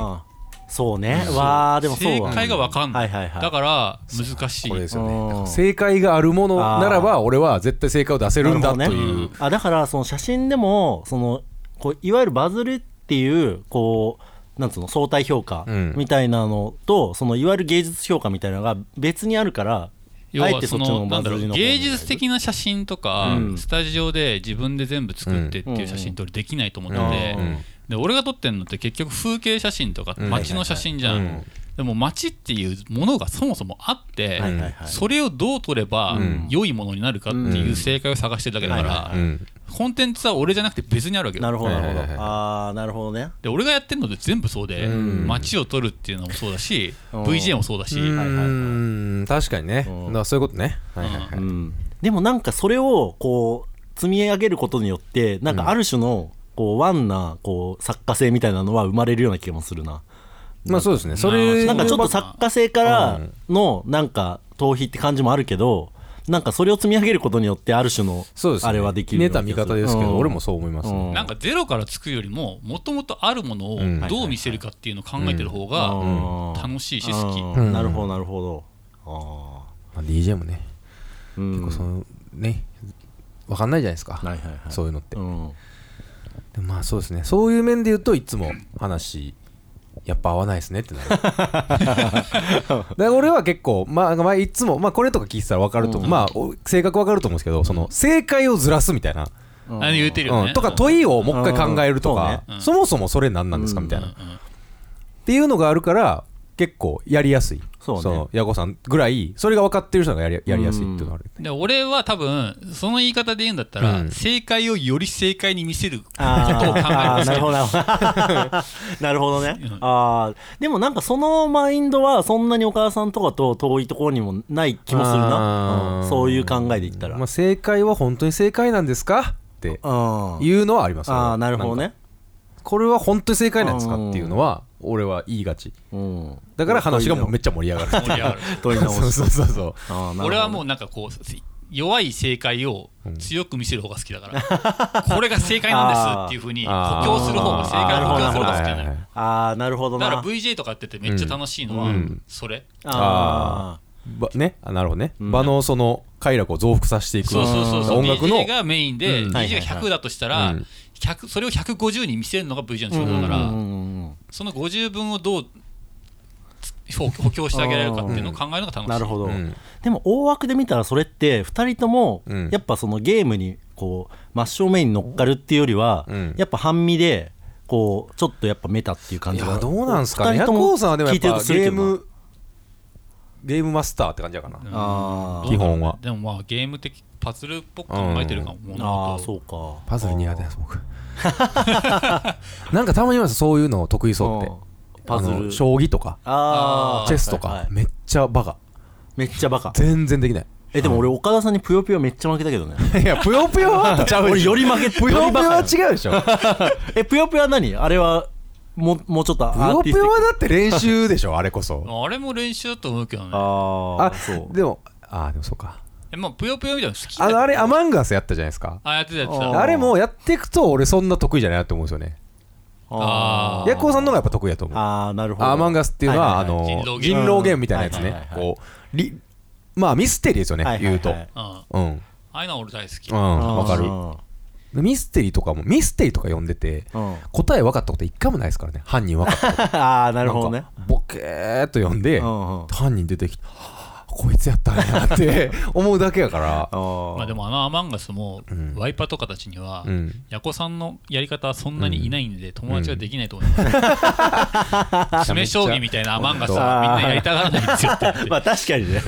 Speaker 2: そうねわあでもそう
Speaker 3: 正
Speaker 2: は
Speaker 3: 解が分かんない,、
Speaker 2: うんはいはいはい
Speaker 3: だから難しい
Speaker 1: これですよ
Speaker 2: うん
Speaker 1: ねだから正解があるものならば俺は絶対正解を出せるんだと
Speaker 2: なるほ
Speaker 1: い
Speaker 2: ど
Speaker 1: う
Speaker 2: ね、あだからその写真でもそのこういわゆるバズるっていうこうなんつうの相対評価
Speaker 1: うん
Speaker 2: みたいなのと、そのいわゆる芸術評価みたいなのが別にあるから
Speaker 3: 要
Speaker 2: あえ
Speaker 3: は
Speaker 2: て
Speaker 3: そ
Speaker 2: そっちの
Speaker 3: のな
Speaker 2: バ
Speaker 3: ん
Speaker 2: ズ
Speaker 3: だろ
Speaker 2: り
Speaker 3: う
Speaker 2: の
Speaker 3: 芸術的な写真とか、
Speaker 2: うん
Speaker 3: スタジオで自分で全部作ってっていう写真って俺できないと思ってて、
Speaker 1: うん
Speaker 3: で俺が撮ってるのって結局風景写真とか
Speaker 1: うん
Speaker 3: 街の写真じゃん、
Speaker 1: うん
Speaker 3: でも街っていうものがそもそもあって、
Speaker 2: はいはいはい
Speaker 3: それをどう撮れば
Speaker 1: うん
Speaker 3: 良いものになるかっていう正解を探してるだけだから、
Speaker 2: うん
Speaker 1: うん
Speaker 3: コンテンツは俺じゃなくて別にあるわけよ
Speaker 2: なるほどなるほど、
Speaker 1: はいはいはい
Speaker 2: ああなるほどね
Speaker 3: で俺がやってるので全部そうで、
Speaker 1: うん
Speaker 3: 街を撮るっていうのもそうだし、
Speaker 2: うん
Speaker 3: VJ もそうだし、
Speaker 1: う
Speaker 2: はい
Speaker 1: ん確かにね
Speaker 2: うん
Speaker 1: だからそういうことねはいはいはい
Speaker 2: うん、でもなんかそれをこう積み上げることによってなんかある種のこうワンなこう作家性みたいなのは生まれるような気もするな
Speaker 1: まあそうですねそれ
Speaker 2: なんかちょっと
Speaker 3: さ
Speaker 2: 作家性からのなんか逃避って感じもあるけどなんかそれを積み上げることによってある種の
Speaker 1: そうですね
Speaker 2: あれはできる
Speaker 1: ひね
Speaker 2: ような
Speaker 1: た
Speaker 2: 気
Speaker 1: 見
Speaker 2: がる
Speaker 1: 方ですけ
Speaker 2: う
Speaker 1: ど
Speaker 2: ん
Speaker 1: 俺もそう思いますね
Speaker 2: うん
Speaker 3: なんかゼロから作るよりももともとあるものを
Speaker 1: うん
Speaker 3: どう見せるかっていうのを考えてる方
Speaker 2: う
Speaker 3: が
Speaker 2: ん
Speaker 3: 楽しいし好き、
Speaker 2: うん
Speaker 1: うん
Speaker 2: なるほどなるほどあ
Speaker 1: まあ DJ もね
Speaker 2: ーうん
Speaker 1: 結構そのねわかんないじゃないです
Speaker 2: はい
Speaker 1: か
Speaker 2: はいはい
Speaker 1: そういうのって
Speaker 2: うん
Speaker 1: でもまあそうですねそういう面で言うといつも話やっぱ合わないですねってなるだ から俺は結構まあ、まあ、いつも、まあ、これとか聞いてたら分かると思う、まあお性格分かると思うんですけどその正解をずらすみたいな、
Speaker 3: あれ言うてるよね、
Speaker 1: うん、とか問いをもう一回考えるとか、
Speaker 3: うん
Speaker 1: そもそもそれ何なんですかみたいな、
Speaker 3: うんうん
Speaker 1: っていうのがあるから結構やりやすい
Speaker 2: そうね
Speaker 1: の矢後さんぐらいそれが分かってる人がやりやりやすいっていうのがある、
Speaker 3: で俺は多分その言い方で言うんだったら、
Speaker 1: うん
Speaker 3: 正解をより正解に見せることを考え
Speaker 2: あーあ
Speaker 3: ま
Speaker 2: ー
Speaker 3: す
Speaker 2: なるほどなるほどなるほど ね
Speaker 3: うん
Speaker 2: あーでもなんかそのマインドはそんなにお母さんとかと遠いところにもない気もするな
Speaker 1: あー
Speaker 2: うんそういう考えでいったら
Speaker 1: まあ、正解は本当に正解なんですかって
Speaker 2: うん
Speaker 1: いうのはあります
Speaker 2: ああなるほど
Speaker 1: なんか
Speaker 2: ね
Speaker 1: これは本当に正解なんですかっていうのは俺は言いがち
Speaker 2: うん
Speaker 1: だから話がもうめっちゃ盛り上 がる
Speaker 3: 盛り上がる
Speaker 2: 問い直
Speaker 1: そう
Speaker 2: し
Speaker 1: そうそうそう
Speaker 2: あーなるほど
Speaker 3: 俺はもうなんかこう弱い正解を強く見せる方が好きだから、これが正解なんですっていうふうに補
Speaker 1: あー
Speaker 3: 強する方が正解を補強する方が好きじ
Speaker 1: は
Speaker 3: ゃない
Speaker 1: はいはいい
Speaker 2: ああなるほど
Speaker 3: だ
Speaker 2: な
Speaker 3: から VJ とかやっててめっちゃ楽しいのは
Speaker 1: うん
Speaker 3: それ、
Speaker 2: あ
Speaker 1: ばねあなるほどね、場のその快楽を増幅させていく
Speaker 3: そうそうそうそう
Speaker 1: 音楽の
Speaker 3: DJ がメインで、
Speaker 1: うん
Speaker 2: はいはい
Speaker 3: DJ が
Speaker 2: はい
Speaker 3: 100だとしたら、
Speaker 1: うん
Speaker 3: 100それを150に見せるのが VJ の仕事だから、
Speaker 2: ーうん
Speaker 3: その50分をどうつ補補強してあげられるかっていうのを考えるのが楽しい、
Speaker 2: なるほど、
Speaker 1: ん
Speaker 2: でも大枠で見たらそれって2人とも
Speaker 1: うん
Speaker 2: やっぱそのゲームにこう真正面に乗っかるっていうよりは
Speaker 1: うん
Speaker 2: やっぱ半身でこうちょっとやっぱメタっていう感
Speaker 1: い
Speaker 2: じが
Speaker 1: やどうなんすかね
Speaker 2: 二人
Speaker 1: ヤ
Speaker 2: と
Speaker 1: コウさんはでもや
Speaker 2: 聞
Speaker 1: っ
Speaker 2: いてる
Speaker 1: ぱ
Speaker 2: とする
Speaker 1: ゲ
Speaker 2: け
Speaker 1: ー
Speaker 2: どな
Speaker 1: ムゲームマスターって感じやかな、
Speaker 3: うん
Speaker 2: あー
Speaker 3: どうだろ
Speaker 1: 基
Speaker 3: う
Speaker 1: 本は
Speaker 3: でもまあゲーム的パズルっぽく考えてるかも、もう
Speaker 2: あ
Speaker 3: な
Speaker 2: あ
Speaker 3: んか
Speaker 2: そうか
Speaker 1: パズル苦手です僕なんかたまにいますそういうの得意そうって
Speaker 2: うんパズ
Speaker 1: あ
Speaker 2: ル
Speaker 1: の将棋とか
Speaker 2: ああ
Speaker 1: チェスとか、
Speaker 2: はいはいはい
Speaker 1: めっちゃバカ
Speaker 2: めっちゃバカ
Speaker 1: 全然できない
Speaker 2: えでも俺岡田さんにぷよぷよめっちゃ負けたけどね
Speaker 1: いやぷよぷよはちゃうで
Speaker 2: 俺
Speaker 1: しょ
Speaker 2: より負 け
Speaker 1: ぷよぷよは
Speaker 2: よりバカ
Speaker 1: 違うでしょ
Speaker 2: えぷよぷよは何あれはもうもうちょっとア
Speaker 1: ぷよ
Speaker 2: ー
Speaker 1: ぷ
Speaker 2: ティスティ
Speaker 1: よ
Speaker 2: ッ
Speaker 1: は
Speaker 2: ク
Speaker 1: だって練習でしょあれこそ
Speaker 3: あれも練習だと思うけど ね
Speaker 2: あ
Speaker 1: あ
Speaker 2: あそう
Speaker 1: でもあーでもそうか
Speaker 3: えまあぷよぷよみたいなの好きだ
Speaker 1: あ
Speaker 3: けど
Speaker 1: のあれアマンガスやったじゃないですか
Speaker 3: あやってたやって
Speaker 2: あ
Speaker 3: た
Speaker 2: ー
Speaker 1: あれもやっていくと俺そんな得意じゃないなって思うんですよね
Speaker 2: あー
Speaker 1: ヤコウさんの方がやっぱ得意だと思う
Speaker 2: あーなるほど
Speaker 1: アーマンガスっていうのは,、
Speaker 2: いいい
Speaker 1: あ
Speaker 3: 人
Speaker 1: の
Speaker 3: 狼ゲー
Speaker 1: 人
Speaker 3: ム
Speaker 1: 狼ゲームみたいなやつ
Speaker 2: はいは
Speaker 1: ね
Speaker 2: いはい
Speaker 1: こうりまあミステリーですよね、
Speaker 2: はいはいは
Speaker 1: 言
Speaker 2: い
Speaker 1: うと
Speaker 3: うん
Speaker 1: うん
Speaker 3: ああいうのは俺大好き
Speaker 1: うんわかるミステリーとかもミステリーとか読んでて
Speaker 2: うん
Speaker 1: 答え分かったこと一回もないですからね犯人分かったこと
Speaker 2: ああなるほど
Speaker 1: な
Speaker 2: ね
Speaker 1: んかボケーっと読んで、
Speaker 2: うんうん
Speaker 1: 犯人出てきてはあこいつやったんやって 思うだけやから
Speaker 2: あー
Speaker 3: まあでもあのアマンガスも
Speaker 1: ん
Speaker 3: ワイパーとかたちには
Speaker 1: うん
Speaker 3: ヤコさんのやり方はそんなにいないんで友達はできないと思います 詰め将棋みたいなアマンガスはみんなやりたがらないんですよって言って
Speaker 2: まあ確かにね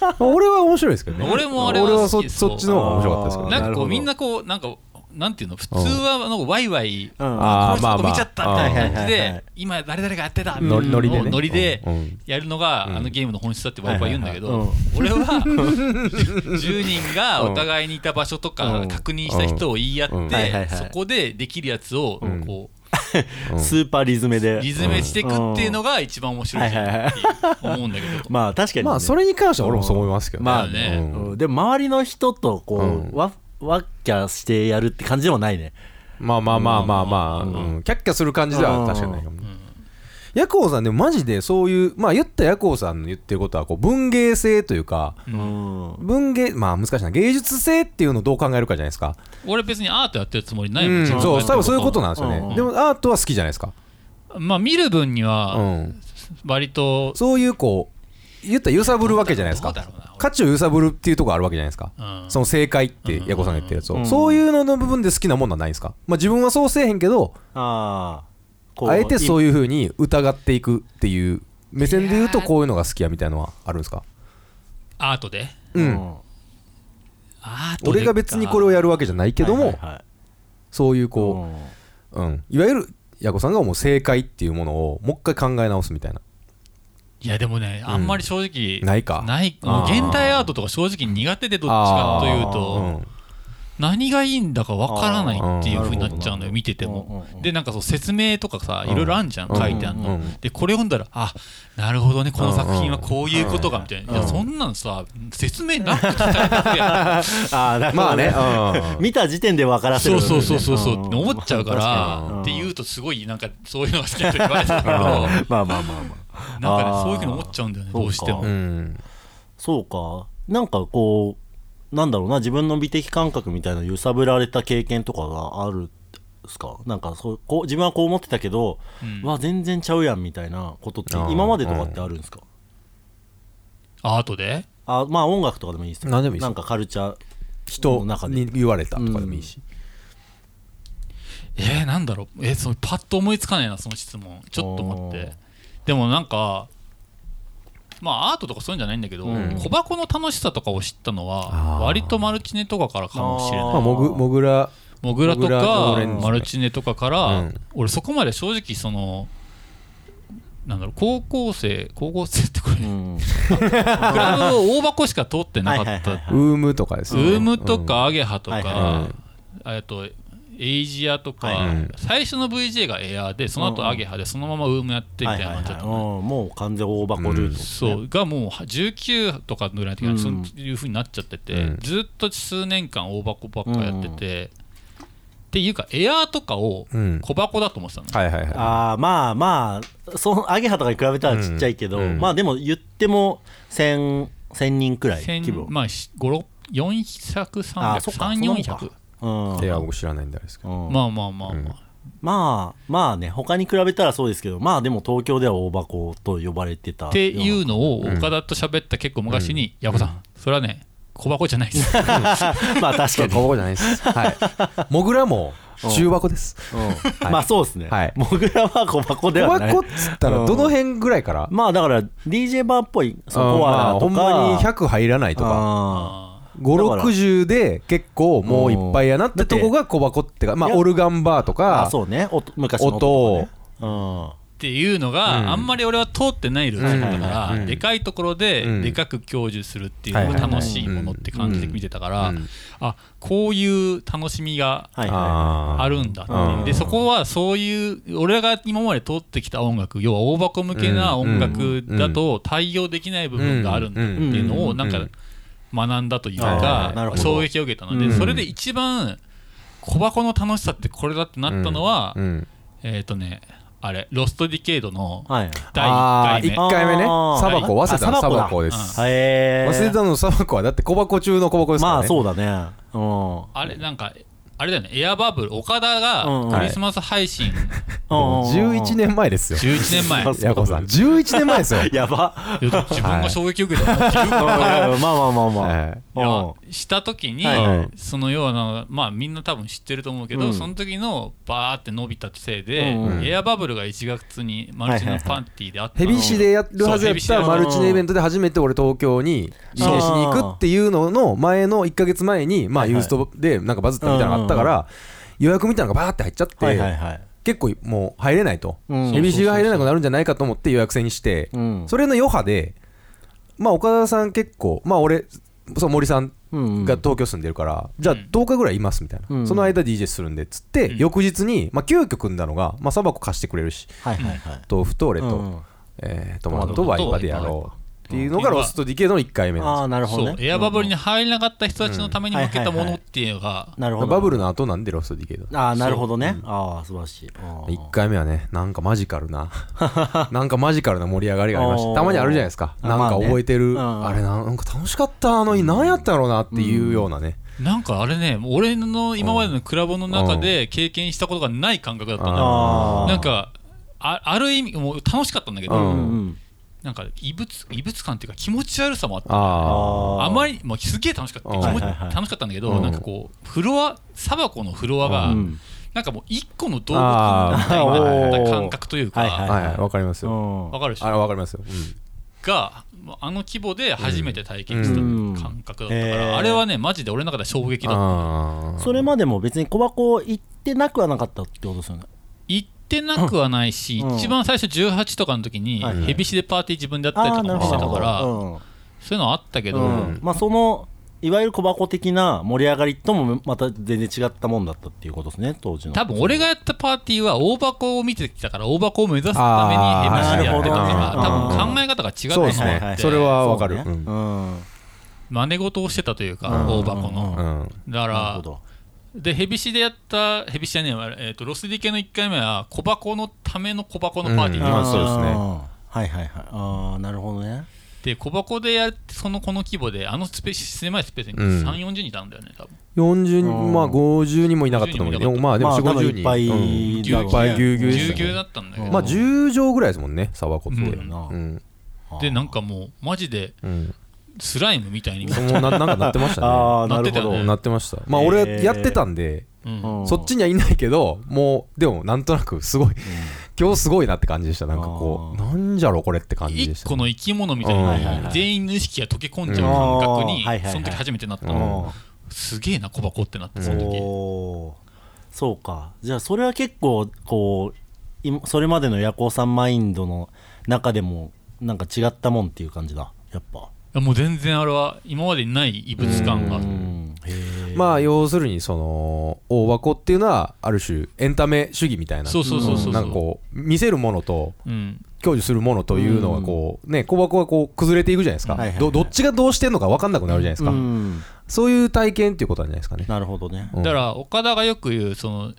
Speaker 1: まあ俺は面白いですけどね
Speaker 3: 俺もあれは好き
Speaker 1: 俺はそ
Speaker 3: そう
Speaker 1: そっちの方が面白かったですけど
Speaker 2: あ
Speaker 1: ね
Speaker 3: なん
Speaker 2: なるほ
Speaker 3: かこ
Speaker 2: ど
Speaker 3: うみんなこうなんかなんていうの普通はあのワイワイ
Speaker 2: うん
Speaker 1: あー
Speaker 3: この人の
Speaker 1: まあまあ
Speaker 3: 見ちゃったみたい
Speaker 2: はいは
Speaker 3: な感じ
Speaker 2: いはいは
Speaker 3: で
Speaker 2: い
Speaker 3: 今誰々がやってた
Speaker 1: ノリノリでね
Speaker 3: ノリで
Speaker 1: うんうん
Speaker 3: やるのがあのゲームの本質だって僕は言うんだ
Speaker 2: はいは
Speaker 3: け
Speaker 2: い
Speaker 3: ど
Speaker 2: はい
Speaker 3: 俺は10人がお互いにいた場所と
Speaker 2: う
Speaker 3: か
Speaker 2: ん
Speaker 3: 確認した人を言い合
Speaker 1: うん
Speaker 3: っ
Speaker 2: はいはいは
Speaker 3: て
Speaker 2: い
Speaker 3: そこでできるやつをこ
Speaker 1: うん
Speaker 2: スーパーリズメで
Speaker 3: う リズメしていくっていうのが一番面白いじゃんって思うんだけど
Speaker 2: まあ確かにね、
Speaker 1: まあそれに関しては俺もそう思いますけどね
Speaker 2: まあ
Speaker 3: ね
Speaker 1: うん
Speaker 2: うんでも周りの人とこう、
Speaker 1: うん
Speaker 2: わわっきゃしてやるって感じでもないね
Speaker 1: まあまあまあまあまあ、うんキャッキャする感じでは確かにないかもね。ヤコウさんでもマジでそういうまあ言ったヤコウさんの言ってることはこう文芸性というか
Speaker 2: うん、
Speaker 1: 文芸まあ難しいな芸術性っていうのをどう考えるかじゃないですか、
Speaker 3: 俺別にアートやってるつもりないうもん
Speaker 1: ん、
Speaker 3: 自分
Speaker 1: そう
Speaker 3: が
Speaker 1: 多分そういうことなんですよね、
Speaker 2: うん
Speaker 1: でもアートは好きじゃないですか、
Speaker 3: まあ見る分に
Speaker 1: う
Speaker 3: は
Speaker 1: ん、
Speaker 3: 割と
Speaker 1: そういうこう言ったら揺さぶるわけじゃないですか
Speaker 3: どうだろうな俺
Speaker 1: 価値を揺さぶるっていうところあるわけじゃないですか、
Speaker 3: うん
Speaker 1: その正解ってヤコウさんが言ってるやつを、
Speaker 2: うん
Speaker 1: そういうのの部分で好きなものはないんですか、まあ、自分はそうせえへんけど
Speaker 2: あーこう
Speaker 1: あえてそう
Speaker 2: い
Speaker 1: いうふうに疑っていくっていう目線で言うとこういうのが好きやみたいなのはあるんですか
Speaker 3: アートで
Speaker 1: う、
Speaker 2: うんん
Speaker 3: アートで
Speaker 1: 俺が別にこれをやるわけじゃないけども、
Speaker 2: はいはいはい
Speaker 1: そういうこ
Speaker 2: うん
Speaker 1: う、うん、いわゆるヤコさんが思う正解っていうものをもう一回考え直すみたいない
Speaker 3: やでもねあんまり正直、
Speaker 1: ないか
Speaker 3: ない
Speaker 1: あー
Speaker 3: 現代アートとか正直苦手でどっちか
Speaker 1: あ
Speaker 3: と
Speaker 1: ー
Speaker 3: いうと、何がいいんだかわからないっていう風になっちゃうの
Speaker 2: あー
Speaker 3: よ見てて
Speaker 2: うんう
Speaker 3: も
Speaker 2: んうん
Speaker 3: でなんかそう説明とかさ
Speaker 1: うん
Speaker 3: いろいろあんじゃん
Speaker 1: うん
Speaker 3: 書いてあん
Speaker 1: う
Speaker 3: の
Speaker 1: ん
Speaker 3: でこれ読んだらあなるほどねこの作品はこういうことが
Speaker 2: うん
Speaker 3: みたいな
Speaker 2: う
Speaker 3: い
Speaker 2: ん
Speaker 3: やそんなんさ説明なく聞かれたやん
Speaker 2: あーなるほど
Speaker 1: まあね、うん
Speaker 2: 見た時点で分からせ
Speaker 3: そ
Speaker 2: る
Speaker 3: うそうそうそうそうっ
Speaker 2: ん
Speaker 3: て思っちゃうか
Speaker 2: 確
Speaker 3: ら
Speaker 2: に
Speaker 3: って言うとすごいなんかそういうのが好きって言われたけどなん
Speaker 2: まあまあまあまあ
Speaker 3: か
Speaker 2: あ
Speaker 3: ね
Speaker 2: ー
Speaker 3: そういう風に思っちゃうんだよねどうして
Speaker 2: そう
Speaker 1: う
Speaker 3: も
Speaker 1: ん
Speaker 2: そうかなんかこうなんだろうな自分の美的感覚みたいなの揺さぶられた経験とかがあるですかなんかそうこう自分はこう思ってたけど、
Speaker 3: うん
Speaker 2: わ全然ちゃうやんみたいなことって
Speaker 1: あー
Speaker 2: 今までとかってあるんですか、
Speaker 3: アートで
Speaker 2: あまあ音楽とかでもいいですよ
Speaker 1: 何でもいいっす
Speaker 2: なんかカルチャー
Speaker 1: 人
Speaker 2: の中で
Speaker 1: に言われたとかでもいいし、
Speaker 3: えー、なんだろうえー、そのパッと思いつかないなその質問ちょっと待っ
Speaker 2: おー
Speaker 3: てでもなんかまあアートとかそういうんじゃないんだけど、
Speaker 2: うん
Speaker 3: 小箱の楽しさとかを知ったの
Speaker 1: あ
Speaker 3: は
Speaker 1: ー
Speaker 3: 割とマルチネとかからかもしれ
Speaker 2: あ
Speaker 3: な
Speaker 2: ー
Speaker 3: い
Speaker 1: まあ、もぐもぐら
Speaker 3: モグラと
Speaker 1: モグラとオレ
Speaker 3: か
Speaker 1: ンジ
Speaker 3: マルチネとかから、
Speaker 1: うん
Speaker 3: 俺そこまで正直そのなんだろう高校生高校生ってこれ、
Speaker 2: うん
Speaker 3: クラブを大箱しか通ってなかっ
Speaker 2: はいはいはいは
Speaker 3: た
Speaker 1: ウームとかです
Speaker 3: ウ
Speaker 1: よね
Speaker 3: ームとかアゲハと
Speaker 2: はい
Speaker 3: か、えっとエイジアとか、
Speaker 2: はい
Speaker 1: はい
Speaker 3: 最初の VJ がエアーでその後アゲハでそのままウームやってみたいな感じだったのね、
Speaker 2: うんもう完全大箱ルートですね、
Speaker 3: そうがもう19とかぐらいの時
Speaker 2: う
Speaker 3: に
Speaker 2: ん
Speaker 3: そういうふうになっちゃってて、
Speaker 1: うん
Speaker 3: ずっと数年間大箱ばっかやってて、っていうかエアーとかを
Speaker 1: うん
Speaker 3: 小箱だと思ってたの、
Speaker 1: はいはいはい
Speaker 2: ああまあまあそのアゲハとかに比べたらちっちゃいけど、
Speaker 1: うんうん
Speaker 2: まあでも言っても1000 1000人くらい
Speaker 3: 千
Speaker 2: 規模、
Speaker 3: まあし五六
Speaker 2: あそっかそん
Speaker 3: 400300400
Speaker 2: なうん
Speaker 1: いや僕知らないんであれですけ ど
Speaker 2: うん
Speaker 3: まあまあまあまあ、
Speaker 2: まあまあね他に比べたらそうですけどまあでも東京では大箱と呼ばれてたよう
Speaker 3: っ
Speaker 2: な
Speaker 3: ていうのを岡田と喋った結構昔に「矢子さんそれはね小箱じゃないです」
Speaker 2: まあ確か
Speaker 1: そう
Speaker 2: に、
Speaker 1: ここじゃないですはいもぐらも中箱です
Speaker 2: うん
Speaker 1: はい
Speaker 2: まあそうですね、
Speaker 1: はい
Speaker 2: モグラは小箱で
Speaker 1: 小
Speaker 2: はない
Speaker 1: 箱っつったらどの辺ぐらいから
Speaker 2: まあだから DJ バーっぽいそ
Speaker 1: うん
Speaker 2: のコアラとか、
Speaker 1: まあほんまに100入らないとか
Speaker 2: あ
Speaker 3: あ
Speaker 2: だから
Speaker 1: 560で結構もういっぱいやなってとこが小箱ってかま
Speaker 2: い
Speaker 1: あ
Speaker 2: や
Speaker 1: オルガンバーと
Speaker 2: ーあ
Speaker 1: か
Speaker 2: そうね音昔の音
Speaker 1: 音
Speaker 2: とかね
Speaker 3: ーっていうのがあんまり俺は通ってないルールだったか
Speaker 1: うん
Speaker 3: らでかいところ
Speaker 1: うん
Speaker 3: ででかく享受するっていうのが楽しいものって感じで見てたから
Speaker 1: うん
Speaker 3: あこういう楽しみが
Speaker 2: うんはいはい
Speaker 1: あー
Speaker 3: あるんだって
Speaker 1: うん
Speaker 3: でそこはそういう俺が今まで通ってきた音楽要は大箱向けな音楽だと対応できない部分があるんだっていうの
Speaker 2: う
Speaker 3: を
Speaker 2: ん
Speaker 3: なんか学んだという
Speaker 2: あーなるほど
Speaker 3: か衝撃を受けたの
Speaker 1: うん
Speaker 3: でそれで一番小箱の楽しさってこれだってなったのは
Speaker 1: うん
Speaker 3: えっとねあれロストディケイドの
Speaker 2: はい
Speaker 3: 第
Speaker 1: あー
Speaker 3: 1
Speaker 1: 1
Speaker 3: 回
Speaker 1: 回目ね
Speaker 2: あー
Speaker 1: サバコ
Speaker 2: はい
Speaker 1: 早稲田
Speaker 2: あ
Speaker 1: の
Speaker 2: サ
Speaker 1: サ
Speaker 2: バコだ
Speaker 1: バコです
Speaker 2: はいへ
Speaker 1: 早
Speaker 2: ー
Speaker 1: 稲田のサバコはだって小箱中の小箱ですから
Speaker 2: まあ
Speaker 1: ね
Speaker 2: そうだねうん
Speaker 3: 目あれなんかあれだよねエアバブル岡田
Speaker 2: うん
Speaker 3: がクリスマス配信
Speaker 1: もう11年前ですよ
Speaker 3: 11年前
Speaker 1: ヤコさん11年前ですよ
Speaker 2: やば
Speaker 3: いや自分が衝撃を受けた自分
Speaker 2: まあ
Speaker 3: が
Speaker 2: まあまあ まあ、
Speaker 1: はい
Speaker 3: いや
Speaker 2: うん
Speaker 3: した時に、
Speaker 2: はい
Speaker 1: はい
Speaker 3: そのようなまあみんな多分知ってると思うけど、
Speaker 2: うん
Speaker 3: その時のバーって伸びたせいで、
Speaker 2: うん
Speaker 1: うん
Speaker 3: エアバブルが1月にマルチのパンティーであった
Speaker 1: ヘ
Speaker 3: の、
Speaker 1: ビー市でやるはずやっ
Speaker 3: そうヘビ
Speaker 1: た
Speaker 3: ー市
Speaker 1: マルチネイベントで初めて俺東京に自転しに行くっていうのの前の1か月前にまあ
Speaker 2: はい
Speaker 1: ユ
Speaker 2: はい
Speaker 1: ーストでなんかバズったみたいなのがあっったから予約みたいなのがバーって入っちゃっ
Speaker 2: はいはい
Speaker 1: て
Speaker 2: はい
Speaker 1: 結構もう入れないと
Speaker 2: うん
Speaker 1: ヘビーシーが入れなくなるんじゃないかと思って予約制にして
Speaker 2: うん
Speaker 1: それの余波でまあ岡田さん結構まあ俺そう森さん
Speaker 2: うん
Speaker 1: が東京住んでるから、じゃあ
Speaker 3: うん
Speaker 1: 10日ぐらいいますみたいな、
Speaker 2: うん
Speaker 1: その間 DJ するんでっつって、
Speaker 3: ん
Speaker 1: 翌日に、まあ、急遽組んだのが、まあ、砂漠貸してくれるし
Speaker 2: はいはいはい
Speaker 1: 豆腐と俺と、
Speaker 2: うん
Speaker 1: えートマトとワイパでやろうっていうのが
Speaker 3: うん
Speaker 1: ロストディケードの1回目
Speaker 2: あ
Speaker 1: な
Speaker 2: あ
Speaker 1: んで
Speaker 2: なるほ
Speaker 3: そ
Speaker 2: ど
Speaker 3: う
Speaker 2: ね
Speaker 3: エアバブルに入れなかった人たちのために向けたものっていうのが
Speaker 2: なる
Speaker 1: す
Speaker 2: ほど
Speaker 1: よバブルの後なんでロストディケード
Speaker 2: ああなるほどねああ素晴らしいあー
Speaker 1: 1回目はねなんかマジカル ななんかマジカルな盛り上がりがありまし
Speaker 2: おー
Speaker 1: たたまにあるじゃないですか
Speaker 2: あ
Speaker 1: なん
Speaker 2: まあ
Speaker 1: か
Speaker 2: ね
Speaker 1: 覚えてる、
Speaker 2: うん
Speaker 1: あれななんか楽しかったのに何やったろうなっていうようなね、
Speaker 3: なんかあれねもう俺の今までのクラブの中で経験したことがない感覚だったんだ
Speaker 2: あー
Speaker 3: なんかあある意味もう楽しかったんだけど、
Speaker 1: うん
Speaker 2: うん
Speaker 3: なんか異物異物感っていうか気持ち悪さもあった
Speaker 1: あ
Speaker 2: あ
Speaker 3: あまり、まあ、すげえ楽しかった、
Speaker 1: うん
Speaker 3: 気持ち
Speaker 2: はいはいはい
Speaker 3: 楽しかったんだけど、
Speaker 1: うん
Speaker 3: なんかこうフロアサバコのフロアが、
Speaker 2: うん
Speaker 3: なんかもう一個の動物みたいになった感覚というか、
Speaker 2: あー
Speaker 3: わ
Speaker 2: おーは
Speaker 1: あ
Speaker 2: いは
Speaker 1: はいはいわかりますよ、
Speaker 2: うん
Speaker 3: かるでし
Speaker 1: あ
Speaker 3: ょ
Speaker 1: れわかりますよ、うん
Speaker 3: がもうあの規模で初めて体験した感覚だったから、
Speaker 2: うんうん
Speaker 3: あれはねマジで俺の中では衝撃だった
Speaker 1: あー
Speaker 2: それまでも別に小箱行ってなくはなかったってことですよね
Speaker 3: 行ってなくはないし、
Speaker 2: うん
Speaker 3: 一番最初18とかの時に
Speaker 2: はいはい
Speaker 3: ヘビシでパーティー自分でやったりとかもしてたから、
Speaker 2: うん
Speaker 3: そういうのあったけど、
Speaker 2: うんまあそのいわゆる小箱的な盛り上がりともまた全然違ったもんだったっていうことですね当時の
Speaker 3: 多分俺がやったパーティーは大箱を見てきたから大箱を目指すために
Speaker 1: あー
Speaker 3: MC やってたか
Speaker 1: なる
Speaker 3: ら
Speaker 1: ほど
Speaker 3: 多分考え方が違った
Speaker 1: そう
Speaker 3: と思
Speaker 1: で
Speaker 3: っ
Speaker 1: す
Speaker 3: て、
Speaker 1: ね
Speaker 2: はいはいはい
Speaker 1: それはわかる
Speaker 2: そう
Speaker 1: う
Speaker 2: ね
Speaker 1: ん
Speaker 2: うん
Speaker 3: 真似事をしてたというか、
Speaker 2: うん
Speaker 3: 大箱の、
Speaker 1: うん
Speaker 3: だ
Speaker 2: な
Speaker 3: か
Speaker 2: るほ
Speaker 3: ら
Speaker 2: ど
Speaker 3: でヘビシでやったヘビシじゃねえわ、えー、とロスディ系の1回目は小箱のための小箱のパーティー
Speaker 1: うん
Speaker 3: で
Speaker 1: あそうですね
Speaker 2: はいはいはいああなるほどね
Speaker 3: で小箱でやってそのこの規模であのスペース狭いスペースに
Speaker 1: うん
Speaker 3: 3 4 0人いたんだよね多分
Speaker 1: 40
Speaker 2: うん
Speaker 1: 人まあ50人もいなかったと思うけど
Speaker 3: 50人もいなか
Speaker 1: ま
Speaker 3: った
Speaker 1: あでも4 5 0人
Speaker 2: まあ多分いっぱい
Speaker 1: うん
Speaker 2: だろうね
Speaker 1: いっぱいぎゅうぎゅうで
Speaker 3: ぎゅう
Speaker 1: し
Speaker 3: ぎ
Speaker 1: た
Speaker 3: ゅう
Speaker 1: ね
Speaker 3: だったんだけど、
Speaker 1: まあ10畳ぐらいですもんねサワコって
Speaker 3: うん
Speaker 2: だよな
Speaker 1: うん
Speaker 3: でなんかもうマジで
Speaker 1: うん
Speaker 3: スライムみたいに、
Speaker 1: そうもうななんかなってましたね
Speaker 2: ああなるほ
Speaker 3: ー
Speaker 2: ど
Speaker 1: うんなってましたまあ俺やってたんで
Speaker 3: うん
Speaker 2: うん
Speaker 1: そっちにはいないけどもうでもなんとなくすごい今日すごいなって感じでしたなんかこう
Speaker 2: あ
Speaker 1: なんじゃろこれって感じでし
Speaker 3: 一
Speaker 1: た
Speaker 3: 個
Speaker 1: ね
Speaker 3: の生き物みた
Speaker 1: はい
Speaker 2: はい
Speaker 3: い
Speaker 2: は
Speaker 3: に
Speaker 2: い
Speaker 3: 全員の意識が溶け込んじゃう感覚
Speaker 2: うん
Speaker 3: に
Speaker 2: はいはいはい
Speaker 3: その時初めてなった
Speaker 2: うん
Speaker 3: のすげえな小箱ってなってその時
Speaker 2: おーそうかじゃあそれは結構こういそれまでの夜行さんマインドの中でもなんか違ったもんっていう感じだやっぱ
Speaker 3: もう全然あれは今までにない異物感が
Speaker 2: うんへえ
Speaker 1: まあ要するにその大箱っていうのはある種エンタメ主義みたいな
Speaker 3: そうそうそうそうそう
Speaker 1: なんかこう見せるものと
Speaker 3: うん
Speaker 1: 享受するものというのがこうね小箱がこう崩れていくじゃないですか、
Speaker 2: はいはいはい
Speaker 1: どどっちがどうしてんのか分かんなくなるじゃないですか、
Speaker 2: うん
Speaker 1: そういう体験っていうことなんじゃないですかね
Speaker 2: なるほどね
Speaker 1: うん
Speaker 3: だから岡田がよく言うその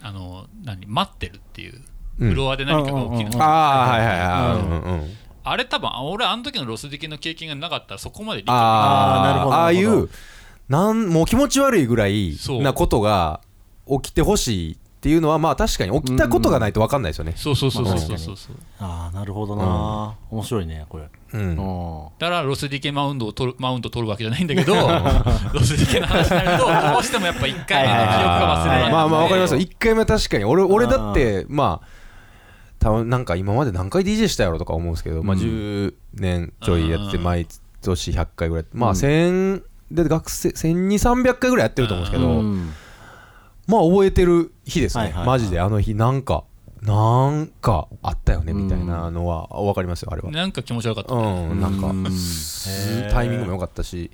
Speaker 3: あの何待ってるっていう
Speaker 1: うん
Speaker 3: フロアで何かが起きる
Speaker 2: うん
Speaker 1: ああはいはいはいうんうんうん
Speaker 3: あれ多分俺あの時のロス的の経験がなかったらそこまで理解
Speaker 1: あ
Speaker 2: あーなるほど
Speaker 1: ああい
Speaker 2: なるほ
Speaker 1: うなんもう気持ち悪いぐらい
Speaker 3: そう
Speaker 1: なことが起きてほしいっていうのはまあ確かに起きたことがないと分かんないですよね
Speaker 3: そうそうそうそうそうそうそう
Speaker 2: ああなるほどな、面白いねこれ
Speaker 1: うん
Speaker 2: うん
Speaker 3: だからロス DK マウンドを取るマウント取るわけじゃないん だけどロス DK の話になるとどうしてもやっぱ一回目の記憶が忘れられない
Speaker 1: まあまあわかりますよ1回目は確かに俺俺
Speaker 2: あー
Speaker 1: だってまあ多分なんか今まで何回 DJ したやろとか思うんですけど、まあ、10年ちょいやってて
Speaker 3: うん
Speaker 1: 毎年100回ぐらいまあ1000で学生1200300回ぐらいやってると思うんですけど、
Speaker 2: うん
Speaker 1: まあ覚えてる日ですね、
Speaker 2: はいはいはい
Speaker 1: マジであの日なんかなんかあったよねみたいなのは分かりますよあれは
Speaker 3: なんか気持ち悪かった
Speaker 1: うんなんか
Speaker 2: うん
Speaker 1: す
Speaker 2: へー
Speaker 1: タイミングも良かったし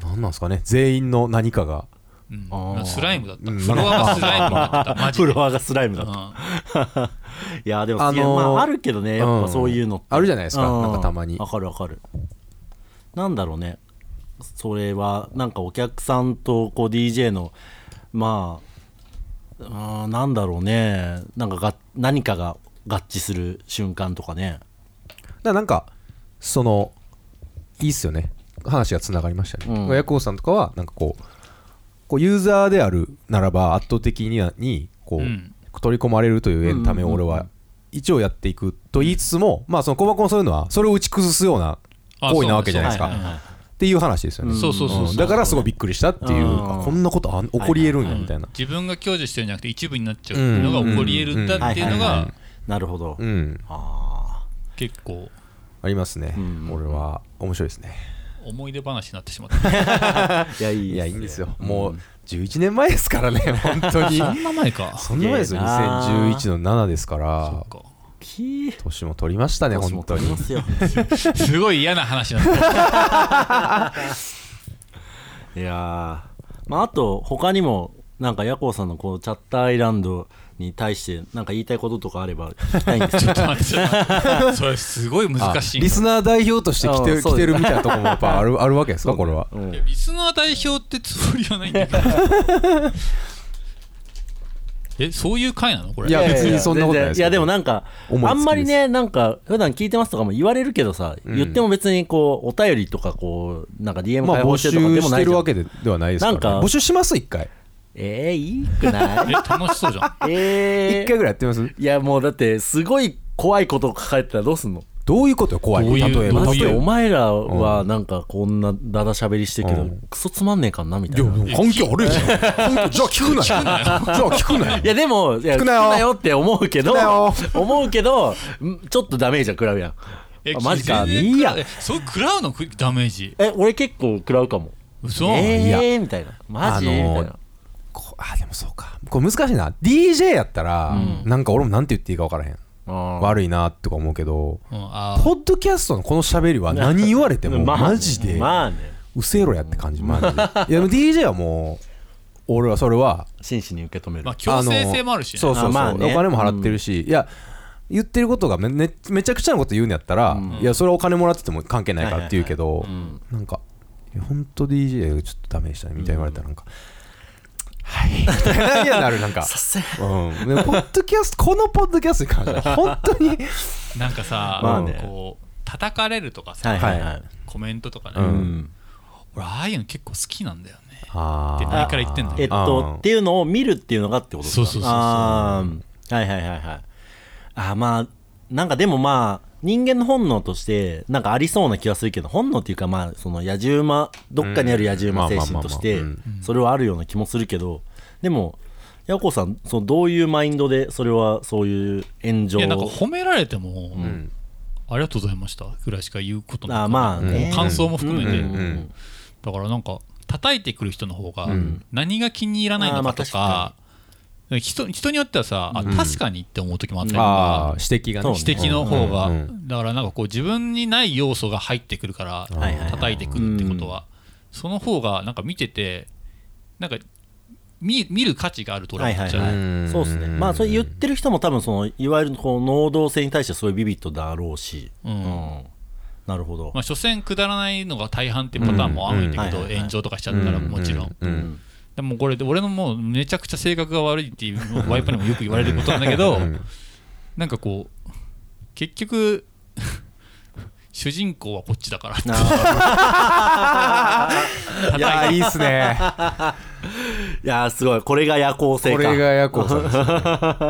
Speaker 1: なんなんですかね全員の何かが
Speaker 3: うん
Speaker 2: あー
Speaker 3: まあスライムだった。
Speaker 1: うん
Speaker 3: フロアがスライムだった。マジ
Speaker 2: フ
Speaker 3: で。
Speaker 2: ロアがスライムだった、い
Speaker 3: うん
Speaker 2: やでも、いや
Speaker 1: あのー
Speaker 2: まあ、あるけどねやっぱそういうのって、
Speaker 1: うんあるじゃないですか
Speaker 2: う
Speaker 1: なんかたまに
Speaker 2: わかるわかるなんだろうねそれはなんかお客さんとこう DJ のまああーなんだろうねなんかが何かが合致する瞬間とか
Speaker 1: だ
Speaker 2: ね
Speaker 1: からなんかそのいいっすよね話がつながりましたね、
Speaker 2: うん
Speaker 1: ヤコウさんとかはなんかこうこうユーザーであるならば圧倒的にはにこう、
Speaker 3: うん
Speaker 1: 取り込まれるというエンタメを俺
Speaker 2: うんうんう
Speaker 1: は一応やっていくと言いつつも、まあその小箱もそういうのはそれを打ち崩すような行為なわけじゃないですか、
Speaker 3: あそうね
Speaker 1: っ。ていう話ですよね、
Speaker 3: そうそうそう
Speaker 1: う
Speaker 3: そ
Speaker 1: ん
Speaker 3: う。
Speaker 1: だからすごいびっくりしたっていう、
Speaker 2: うん
Speaker 1: あこんなことあん起こりえるんやみたいな、
Speaker 3: 自分が享受してるんじゃなくて一部になっちゃうっていうのが起こり得るんだっていうの
Speaker 2: うんうんうん
Speaker 3: が
Speaker 2: なるほど、
Speaker 1: うん
Speaker 2: あ
Speaker 3: 結構
Speaker 1: ありますね、
Speaker 2: うん
Speaker 1: 俺は面白いですね
Speaker 3: 思い出話になってしまった。
Speaker 2: いやい
Speaker 1: いやいいんですすよもう11年前ですからね本当に
Speaker 3: そんな前か。
Speaker 1: そんな前ですよ
Speaker 2: すげえな
Speaker 1: 2011の7ですか
Speaker 3: そ
Speaker 1: ら
Speaker 3: っか
Speaker 2: きー
Speaker 1: 年も取りましたね本当
Speaker 2: 年
Speaker 1: に
Speaker 2: も取りますよ
Speaker 3: すごい嫌な話なんだ。
Speaker 2: いやーまああと他にもなんかヤコウさんのこうチャッターアイランドに対してなんか言いたいこととかあれば聞きたいんです
Speaker 3: ちょっと待ってちょっと待って。それすごい難しい
Speaker 1: あ
Speaker 3: な。
Speaker 1: リスナー代表として来
Speaker 2: あ
Speaker 1: て
Speaker 2: そう
Speaker 1: 来てるみたいなとこもやっぱあるあるわけですかこれは
Speaker 2: けど、うん
Speaker 3: いやリスナー代表ってつもりはないんだけど。 え、そういう回なのこれ。
Speaker 1: いや別にそんなことないですけど
Speaker 2: いやでもなんか
Speaker 1: 思いつきです
Speaker 2: あんまりねなんか普段聞いてますとかも言われるけどさ、言っても別にこうお便りとかこうなんか DM
Speaker 1: ま
Speaker 2: 開
Speaker 1: あ
Speaker 2: 放
Speaker 1: 募
Speaker 2: して
Speaker 1: 集
Speaker 2: るとかでも
Speaker 1: し
Speaker 2: な
Speaker 1: て
Speaker 2: いじ
Speaker 1: る
Speaker 2: ゃ
Speaker 1: わ
Speaker 2: ん
Speaker 1: けでではないですからね
Speaker 2: なんか
Speaker 1: 募集します一回
Speaker 2: えー、いいくな
Speaker 3: え、
Speaker 2: い
Speaker 3: 楽しそう じゃん。
Speaker 1: 一
Speaker 2: えー
Speaker 1: 回、ぐらいやってみます
Speaker 2: いやもうだってすごい怖いことを抱えてたらどうすんの
Speaker 1: どういうことよ怖い
Speaker 3: どういう
Speaker 1: 例えば
Speaker 3: ど
Speaker 2: だ
Speaker 3: う
Speaker 2: っ
Speaker 3: い
Speaker 2: て
Speaker 3: う
Speaker 2: お前らはなんかこんなだだしゃべりしてるけど、
Speaker 1: うん
Speaker 2: クソつまんねえかんなみたい
Speaker 1: い
Speaker 2: な。い
Speaker 1: や 関係あるじゃん関係じゃあ聞くなよじゃあ聞くなよ
Speaker 2: やでもいや聞
Speaker 1: くなよ
Speaker 2: って思うけど
Speaker 1: 聞くなよ
Speaker 2: 思うけどんちょっとダメージは食らうやん
Speaker 3: え
Speaker 2: あマジか
Speaker 3: 全然
Speaker 2: いいや
Speaker 3: 食らうえそう食らうのくダメージ。
Speaker 2: え俺結構食らうかも
Speaker 3: 嘘
Speaker 1: いや
Speaker 2: えーみたいなマジ、
Speaker 1: あのー
Speaker 2: みたいな
Speaker 1: こあでもそうかこれ難しいな DJ やったら、なんか俺もなんて言っていいか分からへん、
Speaker 2: あ
Speaker 1: 悪いなとか思うけど
Speaker 3: うんあー
Speaker 1: ポッドキャストのこの喋りは何言われても
Speaker 2: まあね
Speaker 1: マジで
Speaker 2: まあね
Speaker 1: うせろやって感じマジでいやでも DJ はもう俺はそれは
Speaker 2: 真摯に受け止める、
Speaker 3: まあ強制性もあるしね。
Speaker 1: そうそうそう、
Speaker 2: あまあね
Speaker 1: お金も払ってるし、いや言ってることがめ,、ね、めちゃくちゃなこと言うんやったら、いやそれはお金もらってても関係ないからって言うけど、なんか「いや本当 DJ ちょっとダメでしたね」みたいな言われたらなんか「はい」みたいな嫌になるなんか。
Speaker 2: せ
Speaker 1: うん、でもポッドキャストこのポッドキャストに関しては本当に
Speaker 3: なんかさ、
Speaker 2: まあね
Speaker 3: こう叩かれるとかさ、
Speaker 2: はいはいはい、
Speaker 3: コメントとかね、
Speaker 2: うん
Speaker 3: 俺ああいうの結構好きなんだよね。
Speaker 1: あ
Speaker 3: って前から言ってんだよ
Speaker 2: えっと、っていうのを見るっていうのがってことですか
Speaker 3: そうそうそうそう
Speaker 2: あーはいはいはいはい。あーまあ、なんかでもまあ、人間の本能として、なんかありそうな気がするけど、本能っていうかまあ、その野獣馬、どっかにある野獣馬
Speaker 1: うん
Speaker 2: 精神とし
Speaker 1: ま
Speaker 2: て
Speaker 1: あまあまあま、
Speaker 2: それはあるような気もするけど、でも、ヤコさん、そのどういうマインドで、それはそういう炎上
Speaker 3: いやなんか褒められても、ありがとうございましたぐらいしか言うことない
Speaker 2: あーまあね
Speaker 3: もう感想も含めて、
Speaker 1: うんうんうん
Speaker 3: だからなんか叩いてくる人の方が何が気に入らないのかと
Speaker 2: あーまあ
Speaker 3: か,、人人によってはさ、あ確かにって思う時もあったりとか、
Speaker 1: あー指摘がね
Speaker 2: そうね
Speaker 3: 指摘の方が、
Speaker 1: うんうんう
Speaker 3: だからなんかこう自分にない要素が入ってくるから
Speaker 2: いはい
Speaker 3: 叩いてくるってことは、その方がなんか見ててなんか見見る価値があると俺は思っちゃう、
Speaker 2: はいはいは
Speaker 1: う
Speaker 2: い
Speaker 1: ん
Speaker 2: そうですね。まあ、それ言ってる人も多分、その、いわゆるこう、能動性に対してすごいビビットだろうし、
Speaker 3: うん
Speaker 2: うんなるほど
Speaker 3: ま。あ所詮くだらないのが大半ってパターンもあるんだけど、
Speaker 2: うんうんはいはいはい
Speaker 3: 炎上とかしちゃったらもちろん、
Speaker 1: うん
Speaker 3: でもこれで俺のもうめちゃくちゃ性格が悪いっていうワイパーにもよく言われることなんだけどなんかこう結局 主人公はこっちだからって
Speaker 1: いやいいっす ね
Speaker 2: いやーすごいこれが夜行性か
Speaker 1: これがヤコウ さんです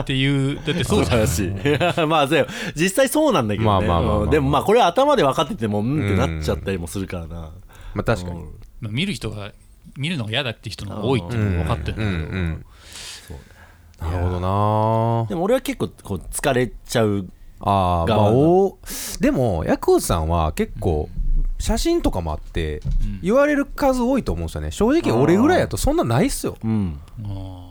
Speaker 3: っていうだってそ
Speaker 2: 素
Speaker 3: うじゃ
Speaker 2: 晴
Speaker 3: ん
Speaker 2: らしい まあそう実際そうなんだけどね
Speaker 1: まあまあまあまあ
Speaker 2: うんでもまあこれは頭で分かっててもうんってなっちゃったりもするからな
Speaker 1: まあ確かに
Speaker 3: まあ、見る人が見るのが嫌だって人の方が多いっていうのが分かってるんだけど、
Speaker 1: うんなるほどな
Speaker 2: でも俺は結構こう疲れちゃう
Speaker 1: あーまあ
Speaker 2: 側の
Speaker 1: おでもヤクオさんは結構写真とかもあって言われる数多いと思うんですよね正直俺ぐらいやとそんなないっすよ
Speaker 2: うん
Speaker 3: うん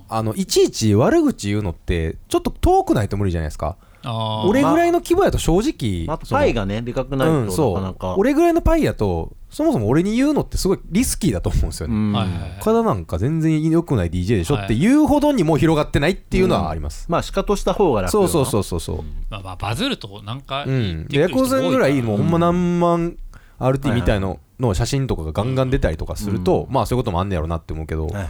Speaker 1: あのいちいち悪口言うのってちょっと遠くないと無理じゃないですか
Speaker 3: あー
Speaker 1: 俺ぐらいの規模やと正直
Speaker 2: まあ
Speaker 1: その
Speaker 2: パイがねでかくな
Speaker 1: う
Speaker 2: る
Speaker 1: ん
Speaker 2: と
Speaker 1: そ
Speaker 2: なかなか
Speaker 1: う俺ぐらいのパイやとそもそも俺に言うのってすごいリスキーだと思うんですよ
Speaker 2: う
Speaker 1: ね
Speaker 2: ん
Speaker 3: はいはいはい
Speaker 1: 岡田なんか全然良くない DJ でしょって言うほどにもう広がってないっていうのはあります
Speaker 2: まあシカとした方が楽
Speaker 1: そうそう
Speaker 2: う
Speaker 1: そうそうそう
Speaker 3: まあ、まあバズるとなんか
Speaker 1: うん、
Speaker 3: 言
Speaker 1: ヤ
Speaker 3: ってく
Speaker 1: コ
Speaker 3: る
Speaker 1: ウ
Speaker 3: 人
Speaker 1: さ
Speaker 3: が
Speaker 1: ん
Speaker 3: 多
Speaker 1: ぐ
Speaker 3: から
Speaker 1: いもうほんま何万 RT みたいのの写真とかがガンガン出たりとかすると、まあそういうこともあんねやろなって思うけど、うんね、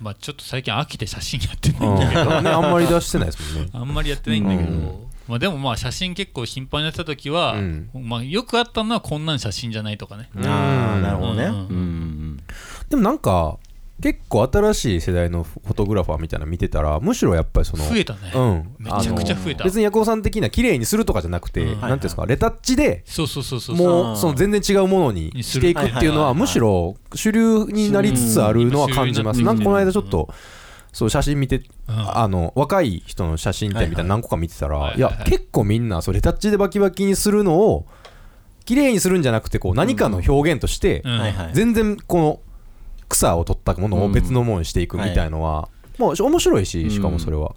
Speaker 3: まあ、ちょっと最近飽きて写真やってないんだけど、。
Speaker 1: あんまり出してないですもんね
Speaker 3: あんまりやってないんだけど、まあ、でもまあ写真結構頻繁にやってた時は、
Speaker 1: うん
Speaker 3: まあ、よくあったのはこんなん写真じゃないとかね、
Speaker 2: ああなるほどね
Speaker 3: う
Speaker 2: うんんうん
Speaker 1: でもなんか結構新しい世代のフォトグラファーみたいなの見てたらむしろやっぱりその
Speaker 3: 増えたね、
Speaker 1: うん
Speaker 3: めちゃくちゃ増えた
Speaker 1: 別にヤコウさん的な綺麗にするとかじゃなくて、
Speaker 3: う
Speaker 1: なん
Speaker 3: ん
Speaker 1: ていうんですかレタッチで
Speaker 3: そうそうそうそう
Speaker 1: もうその全然違うものに
Speaker 3: にす
Speaker 1: し
Speaker 3: る
Speaker 1: ていくっていうのは
Speaker 3: は
Speaker 1: い
Speaker 3: はいはい
Speaker 1: むしろ主流になりつつあるのは感じます
Speaker 3: うん
Speaker 1: なんかこの間ちょっとそう写真見て
Speaker 3: ん
Speaker 1: あの若い人の写真展みたいなの何個か見てた
Speaker 3: はい
Speaker 1: ら
Speaker 3: はい
Speaker 1: いや結構みんなそうレタッチでバキバキにするのを綺麗にするんじゃなくてこう何かの表現として
Speaker 3: うん
Speaker 2: はいはい
Speaker 1: 全然この草を取ったものを別のものにしていくみたいのはもう面白いししかもそれは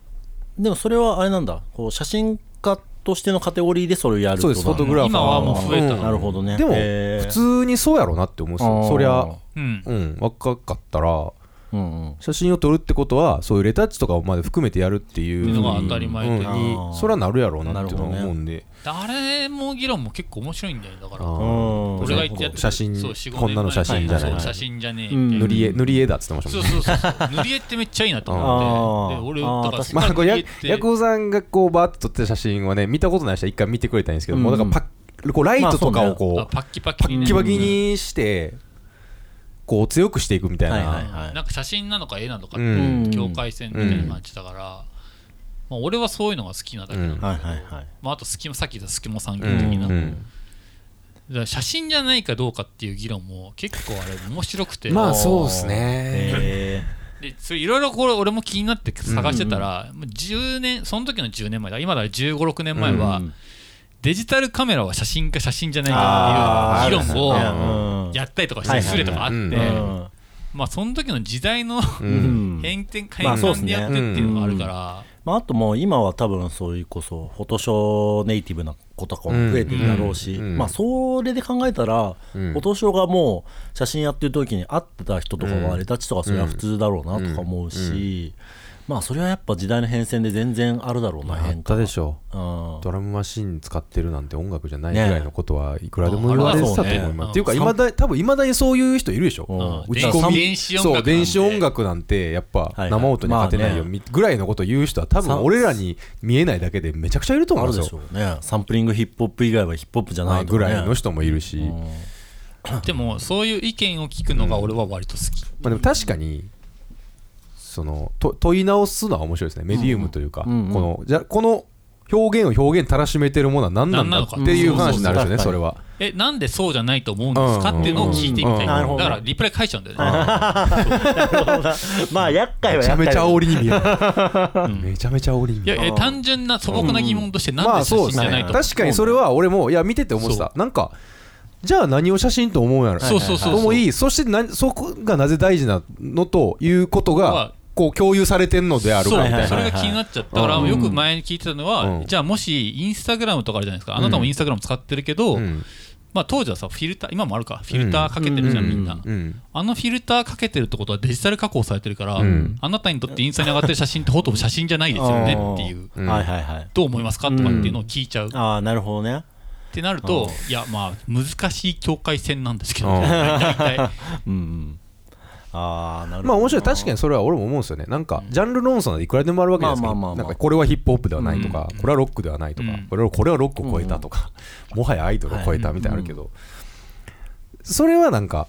Speaker 2: でもそれはあれなんだこう写真家としてのカテゴリーでそれをやる
Speaker 1: そうですフォトグラファー
Speaker 3: 今はもう増えた
Speaker 1: ん
Speaker 2: なるほどね
Speaker 1: でも
Speaker 2: へー
Speaker 1: 普通にそうやろなって思うんです
Speaker 2: あ
Speaker 1: よ
Speaker 2: ー
Speaker 1: そりゃ
Speaker 3: うん
Speaker 1: うん若かったら
Speaker 2: うんうん
Speaker 1: 写真を撮るってことはそういうレタッチとかまで含めてやるっていう
Speaker 3: のが当たり前といううん
Speaker 1: に
Speaker 2: あー
Speaker 1: そりゃなるやろうなっていうのは
Speaker 2: なるほどね
Speaker 1: 思うんで
Speaker 3: あれも議論も結構面白いんだよだか
Speaker 1: あ
Speaker 3: ら
Speaker 1: ー
Speaker 2: うん
Speaker 3: 俺が言ってやってる
Speaker 1: 写真
Speaker 3: そう4-5
Speaker 1: こんなの写真じゃない
Speaker 3: 年前そう写真じゃねえ
Speaker 2: うん
Speaker 3: み
Speaker 1: 塗
Speaker 3: たいな
Speaker 1: り絵塗り絵だっつってました
Speaker 3: そ
Speaker 1: も
Speaker 3: うん
Speaker 1: ね
Speaker 3: そうそうそう塗り絵ってめっちゃいいなと思って
Speaker 2: あー
Speaker 3: で俺
Speaker 2: あー
Speaker 3: だから
Speaker 2: 確
Speaker 1: まあ、こうや
Speaker 3: 塗り絵って
Speaker 1: ヤクオさんがこうバーッと撮ってた写真はね見たことない人は一回見てくれたんですけど、もうだからパッこうライトとかをこう,、
Speaker 3: あパッキパ
Speaker 1: パ
Speaker 3: キに
Speaker 1: ッ
Speaker 3: ね
Speaker 1: キバキにして、こう強くしていくみたいな、
Speaker 2: はいはい
Speaker 3: なんか写真なのか絵なのか
Speaker 1: う
Speaker 3: って
Speaker 1: ん
Speaker 3: 境界線みたいな感じだから、まあ、俺はそういうのが好きなだけなんだけど、
Speaker 2: はいはいはい
Speaker 3: まあ、あと隙間さっき言った隙間産
Speaker 1: う
Speaker 3: 業的
Speaker 1: ん
Speaker 3: な、
Speaker 1: う
Speaker 3: だか
Speaker 1: ん
Speaker 3: ら写真じゃないかどうかっていう議論も結構あれ面白くて、
Speaker 1: まあそうですね、
Speaker 2: へ
Speaker 3: でそれいろいろこれ俺も気になって探してたら、もう10年その時の10年前だ今だ1 5 6年前は、
Speaker 2: うん
Speaker 3: デジタルカメラは写真か写真じゃない
Speaker 1: あ
Speaker 3: かっていう議論
Speaker 1: ーあるね
Speaker 3: を
Speaker 2: を
Speaker 3: やったりとかし
Speaker 2: は
Speaker 3: て
Speaker 2: いはい
Speaker 3: すれとかあって、
Speaker 1: うん
Speaker 2: うん
Speaker 3: まあその時の時代の
Speaker 1: う
Speaker 2: うんん
Speaker 3: 変転変
Speaker 2: まあそうっ
Speaker 3: 換
Speaker 2: す
Speaker 3: で
Speaker 2: ね
Speaker 3: やってっていうのがあるから、
Speaker 2: まあ、あともう今は多分そういうこそフォトショーネイティブな子とかも増えてるだろうし、
Speaker 1: うんうん
Speaker 2: まあそれで考えたら、
Speaker 1: うん
Speaker 2: フォトショーがもう写真やってる時に会ってた人とかはレタッチとかそれは普通だろうなとか思うし、まあそれはやっぱ時代の変遷で全然あるだろうな
Speaker 1: あっ
Speaker 2: 変
Speaker 1: た
Speaker 2: 化
Speaker 1: でしょ
Speaker 2: うん
Speaker 1: ドラムマシン使ってるなんて音楽じゃないぐ
Speaker 2: ね
Speaker 1: らいのことはいくらでも言われてたと思い
Speaker 2: あ
Speaker 1: ます、
Speaker 3: そうね
Speaker 1: っていうかいまだ多分いまだにそういう人いるでしょ、
Speaker 2: うん
Speaker 1: 打ち込み
Speaker 3: 電子音楽
Speaker 1: そう
Speaker 3: なんて
Speaker 1: 電子音楽なんてやっぱ
Speaker 2: はい
Speaker 1: 生音に勝てないよ
Speaker 2: まあ
Speaker 1: みぐらいのこと言う人は多分
Speaker 2: さ
Speaker 1: 俺らに見えないだけでめちゃくちゃいると思
Speaker 2: あ
Speaker 1: うん
Speaker 2: る
Speaker 1: で
Speaker 2: ですし
Speaker 1: よ
Speaker 2: ょうねサンプリングヒップホップ以外はヒップホップじゃ
Speaker 1: ま
Speaker 2: な
Speaker 1: あ
Speaker 2: いと
Speaker 1: ぐ
Speaker 2: か、ね、
Speaker 1: らいの人もいるし、
Speaker 2: う
Speaker 1: ま
Speaker 2: ん
Speaker 3: でもそういう意見を聞くのが俺は割と好き、
Speaker 1: あ、でも確かにそのと問い直すのは面白いですねメディウムというか、
Speaker 2: うんうん
Speaker 1: このじゃこの表現を表現たらしめてるものは何なんだっていう話になるんですよねそ
Speaker 2: 何
Speaker 1: れ
Speaker 2: な
Speaker 1: は
Speaker 3: えなんでそうじゃないと思うんです
Speaker 1: うん
Speaker 3: かっていうのを聞いてみたい、
Speaker 1: うん
Speaker 2: なるほど
Speaker 3: だからリプライ返しちゃうんだよね、
Speaker 2: まあ厄介
Speaker 1: め
Speaker 2: は
Speaker 1: ちゃ
Speaker 2: 厄
Speaker 1: め
Speaker 2: 介
Speaker 1: ちゃ
Speaker 2: だ
Speaker 1: 煽りに見えるめちゃめちゃ煽りに見える
Speaker 3: いやいや単純な素朴な疑問としてなん
Speaker 1: ま
Speaker 3: で
Speaker 1: あ
Speaker 3: 写
Speaker 1: そうで
Speaker 3: 真じ
Speaker 1: す
Speaker 3: ゃない
Speaker 1: ね
Speaker 3: と、
Speaker 1: 確かにそれは俺もいや見てて思ってたなんかじゃあ何を写真と思うんやろ
Speaker 3: そうそうそうそう
Speaker 1: と思いそしてなそこがなぜ大事なのということ
Speaker 3: は
Speaker 1: がこう共有されてんのである
Speaker 3: そう
Speaker 1: かみ
Speaker 2: は
Speaker 1: た
Speaker 2: い
Speaker 1: い
Speaker 3: そ
Speaker 1: な
Speaker 3: れが気になっちゃったから、
Speaker 1: うん
Speaker 3: よく前に聞いてたのは、
Speaker 1: うん
Speaker 3: じゃあもしインスタグラムとかあるじゃないですかあなたもインスタグラム使ってるけど、
Speaker 1: うん
Speaker 3: まあ、当時はさフィルター今もあるかフィルターかけてるじゃん、
Speaker 2: うん
Speaker 3: みんな、
Speaker 1: うん
Speaker 3: あのフィルターかけてるってことはデジタル加工されてるから、
Speaker 1: うん
Speaker 3: あなたにとってインスタに上がってる写真ってほとんど写真じゃないですよねっていう
Speaker 1: うん
Speaker 2: はいはいはい
Speaker 3: どう思いますかとかっていうのを聞いちゃう、っ
Speaker 2: ああなるほどね
Speaker 3: てなると、いやまあ難しい境界線なんですけど、ね、
Speaker 1: うん
Speaker 3: 大体
Speaker 2: うんうんああなるほど
Speaker 1: まあ面白い確かにそれは俺も思うんですよねなんかジャンル論争なんていくらでもあるわけじゃないですか
Speaker 2: まあまあまあまあ
Speaker 1: なんかこれはヒップホップではないとかこれはロックではないとか
Speaker 3: うん
Speaker 1: これはこれはロックを超えたとかもはやアイドルを超えたみたいなのあるけどそれはなんか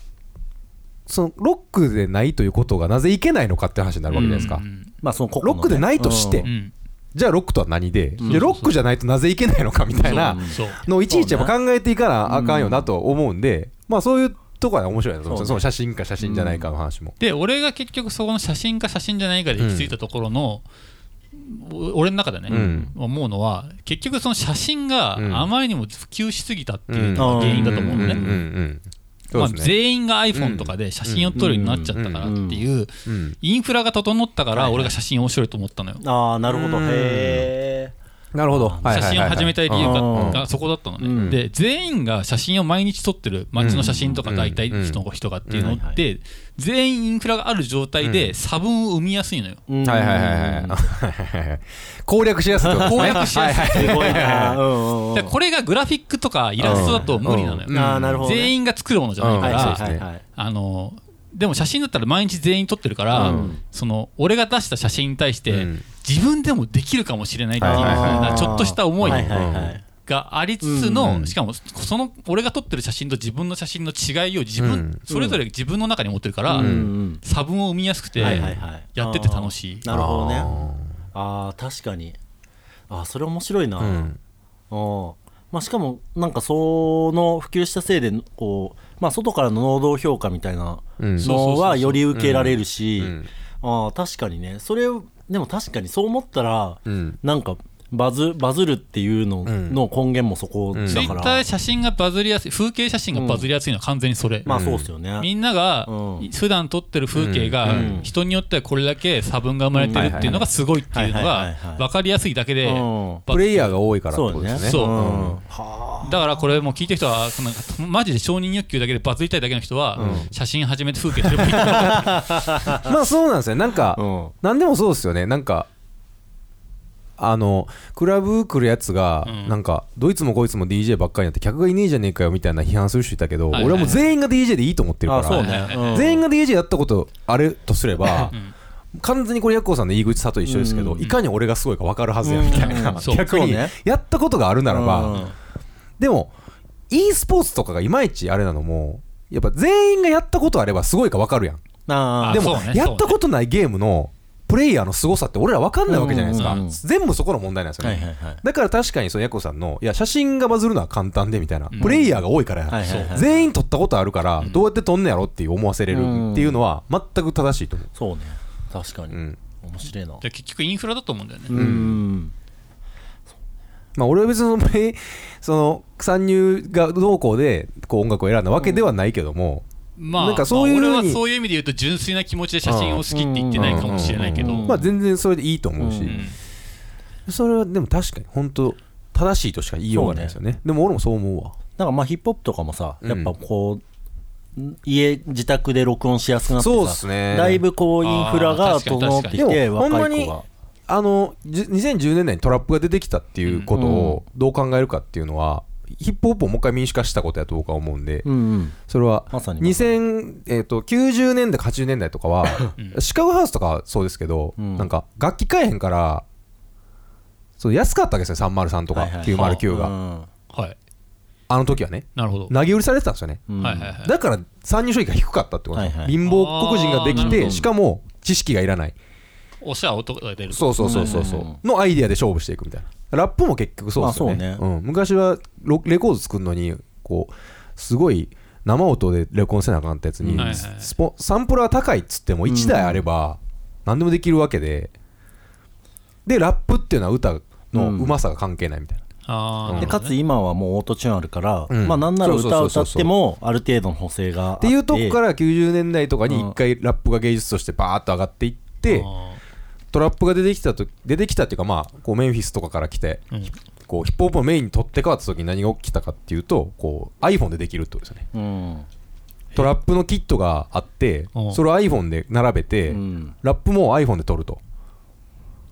Speaker 1: そのロックでないということがなぜいけないのかって話になるわけじゃないですか
Speaker 3: うん
Speaker 2: まあその個々
Speaker 1: ロ
Speaker 2: の
Speaker 1: ックでないとして
Speaker 3: うんうん
Speaker 1: じゃあロックとは何で
Speaker 3: ん
Speaker 1: じゃあロックじゃないとなぜいけないのかみたいな
Speaker 3: そう
Speaker 1: のをいちいちやっぱ考えていかなあかんよなと思うんでまあそういうとこは面白いなと思うんですよその写真か写真じゃないかの話も
Speaker 3: で俺が結局そこの写真か写真じゃないかで行き着いたところの、お俺の中でね、
Speaker 1: うん
Speaker 3: 思うのは結局その写真が
Speaker 1: うん
Speaker 3: あまりにも普及しすぎたっていうのが原因だと思うのね、
Speaker 1: んんんそ
Speaker 3: まあ、
Speaker 1: うですね
Speaker 3: 全員が iPhone とかで写真を撮るようになっちゃったからっていう
Speaker 1: うん
Speaker 3: インフラが整ったから俺が写真面白いと思ったのよ
Speaker 2: ああなるほど
Speaker 1: うん
Speaker 2: へえ
Speaker 1: なるほど
Speaker 3: 写真を始めたい理由
Speaker 2: うん
Speaker 3: ががそこだったのね、
Speaker 2: うん
Speaker 3: で全員が写真を毎日撮ってる街の写真とか大体
Speaker 1: うん
Speaker 3: 人の人がっていうの
Speaker 2: うん
Speaker 3: って、全員インフラがある状態で差分を生みやすいのよ
Speaker 2: はい
Speaker 1: はいはいはいはい攻略しやすいってことですね
Speaker 3: 攻略しやすい
Speaker 1: はは
Speaker 2: すごいな うんうんうん
Speaker 3: だからこれがグラフィックとかイラストだと無理なのよ、
Speaker 1: うん
Speaker 2: ああなるほどね
Speaker 3: 全員が作るものじゃないか
Speaker 2: はい
Speaker 3: ら、
Speaker 1: うん
Speaker 2: はいはいはい
Speaker 3: あのでも写真だったら毎日全員撮ってるから、
Speaker 1: うん
Speaker 3: その俺が出した写真に対して、
Speaker 1: うん
Speaker 3: 自分でもできるかもしれないっていうふう
Speaker 1: はいはい
Speaker 3: なちょっとした思い
Speaker 2: はいはいはい
Speaker 3: がありつつの、
Speaker 1: うん
Speaker 3: しかもその俺が撮ってる写真と自分の写真の違いを自分、
Speaker 1: うん
Speaker 3: それぞれ自分の中に持ってるから、
Speaker 1: う
Speaker 2: うんん
Speaker 3: 差分を生みやすくて、
Speaker 2: うんはいはいはい
Speaker 3: やってて楽しい
Speaker 2: あーなるほどねああ確かにああそれ面白いな
Speaker 1: あーうん
Speaker 2: うんまあ、しかもなんかその普及したせいでこう、まあ、外からの能動評価みたいな
Speaker 1: うん
Speaker 3: そう
Speaker 2: のはより受けられるし、
Speaker 1: うん
Speaker 2: ああ確かにねそれをでも確かにそう思ったら
Speaker 1: うん
Speaker 2: なんかバズバズるっていうの
Speaker 1: ん
Speaker 2: の根源もそこだ
Speaker 3: ツイ
Speaker 2: か
Speaker 3: ッター
Speaker 2: ら、
Speaker 3: で写真がバズりやすい風景写真がバズりやすいのは完全にそれ、
Speaker 2: まあそうっすよね、
Speaker 3: みんなが
Speaker 2: うん
Speaker 3: 普段撮ってる風景が
Speaker 2: うん
Speaker 3: 人によってはこれだけ差分が生まれてるっていうのがすごいっていうの
Speaker 2: はいはいはいは
Speaker 3: が
Speaker 2: い
Speaker 3: 分かりやすいだけで
Speaker 2: うん
Speaker 1: プレイヤーが多いからって
Speaker 2: そ
Speaker 1: こと
Speaker 2: う
Speaker 1: で
Speaker 2: だ
Speaker 1: すね
Speaker 2: ね
Speaker 3: そう
Speaker 2: うん
Speaker 1: うん
Speaker 3: だからこれもう聞いてる人はそのマジで承認欲求だけでバズりたいだけの人は写真始めて風景撮ればいいと思う
Speaker 1: まあそうなんですよなんか、
Speaker 2: うん
Speaker 1: なんでもそうですよねなんかあのクラブ来るやつが、
Speaker 3: うん
Speaker 1: なんかどいつもこいつも DJ ばっかりになって客がいねえじゃねえかよみたいな批判する人いたけど、
Speaker 3: はいはい
Speaker 1: 俺はもう全員が DJ でいいと思ってるか
Speaker 2: あ
Speaker 1: ら
Speaker 2: そうね、 うん
Speaker 1: 全員が DJ やったことあるとすれば、
Speaker 3: ん
Speaker 1: 完全にこれヤッコーさんの言い口さと一緒ですけど、
Speaker 2: うん
Speaker 1: いかに俺がすごいか分かるはずやみたいな、
Speaker 3: うんそう
Speaker 1: 逆
Speaker 2: そう
Speaker 1: に
Speaker 2: ね
Speaker 1: やったことがあるならば、
Speaker 2: うん
Speaker 1: でも e スポーツとかがいまいちあれなのもやっぱ全員がやったことあればすごいか分かるやん
Speaker 2: ああ
Speaker 1: で
Speaker 2: で
Speaker 1: も、
Speaker 3: そうね
Speaker 1: やったことないゲームのプレイヤーの凄さって俺ら分かんないわけじゃないですか、
Speaker 2: うんうんうん
Speaker 1: 全部そこの問題なんですよね、
Speaker 2: はいはいはい
Speaker 1: だから確かにそのヤコさんのいや写真がバズるのは簡単でみたいな、
Speaker 3: うん
Speaker 1: プレイヤーが多いからや、
Speaker 2: はいはいはい
Speaker 1: 全員撮ったことあるからどうやって撮んねやろっていう思わせれるっていうのは全く正しいと思う、
Speaker 2: そうね確かに、
Speaker 1: うん
Speaker 2: 面白いな
Speaker 3: じゃあ結局インフラだと思うんだよね、
Speaker 2: うん
Speaker 1: まあ、俺は別にその プレイその参入がどうこうでこう音楽を選んだわけではないけども、
Speaker 3: まあ
Speaker 1: なんかそういう
Speaker 3: ま
Speaker 1: ふうに
Speaker 3: あ俺はそういう意味で言うと純粋な気持ちで写真を好きって言ってないかもしれないけど、
Speaker 1: まあ、全然それでいいと思うし、
Speaker 3: うん
Speaker 1: それはでも確かに本当正しいとしか言いようがないですよねでも俺もそう思うわ
Speaker 2: なんかまあヒップホップとかもさ
Speaker 1: うん
Speaker 2: やっぱこう、家自宅で録音しやすくなってさ
Speaker 1: そうっすね
Speaker 2: だいぶこうインフラ
Speaker 3: あ
Speaker 2: が
Speaker 3: ー確かに
Speaker 2: 整ってき
Speaker 1: 確かに
Speaker 2: て
Speaker 1: でもほんま
Speaker 2: 若い
Speaker 1: に
Speaker 2: 子が
Speaker 1: あのじゅ2010年代にトラップが出てきたっていうことをどう考えるかっていうのは、ヒップホップをもう一回民主化したことやと僕は思うんで、
Speaker 2: うんうん
Speaker 1: それは
Speaker 2: まさに
Speaker 1: 2000、えー、と90年代か80年代とかはシカゴハウスとかはそうですけど、
Speaker 2: うん
Speaker 1: なんか楽器買えへんからそう安かったわけですよ303とか
Speaker 2: はいはい
Speaker 1: 909が、
Speaker 2: うん
Speaker 3: はい
Speaker 1: あの時はね
Speaker 3: なるほど、
Speaker 1: 投げ売りされてたんですよね、
Speaker 2: うん
Speaker 3: はいはいはい
Speaker 1: だから参入障壁が低かったってことですよ、
Speaker 2: はいはい
Speaker 1: 貧乏黒人ができ
Speaker 3: あーなる
Speaker 1: て
Speaker 3: ほど
Speaker 1: しかも知識がいらない
Speaker 3: おしゃ男が出ると
Speaker 1: そうそうそうそうそう、
Speaker 2: うん
Speaker 1: のアイデアで勝負していくみたいなラップも結局そうですよね,、
Speaker 2: まあそう
Speaker 1: うん、昔はロレコード作るのにこうすごい生音でレコードせなあかんったやつに、
Speaker 3: うんはいはい
Speaker 1: スポサンプラー高いっつっても1台あれば何でもできるわけででラップっていうのは歌のうまさが関係ないみたいな、
Speaker 3: あー
Speaker 2: でかつ今はもうオートチューンあるから、
Speaker 1: うん
Speaker 2: まあなんなら
Speaker 1: そうそうそ
Speaker 2: 歌
Speaker 1: う
Speaker 2: を
Speaker 1: そ
Speaker 2: 歌
Speaker 1: う
Speaker 2: ってもある程度の補正があっ
Speaker 1: っていうとこから90年代とかに
Speaker 2: うん
Speaker 1: 一回ラップが芸術としてバーッと上がっていって、
Speaker 3: あ
Speaker 1: トラップが出てきたと出てきたっていうかまあこうメンフィスとかから来て、
Speaker 3: ーうん
Speaker 1: こうヒップホップをメインに取って変わった時に何が起きたかっていうとこう iPhone でできるってことですよね
Speaker 2: うん
Speaker 1: トラップのキットがあって
Speaker 3: うん
Speaker 1: それを iPhone で並べて、
Speaker 2: うん
Speaker 1: ラップも iPhone で撮ると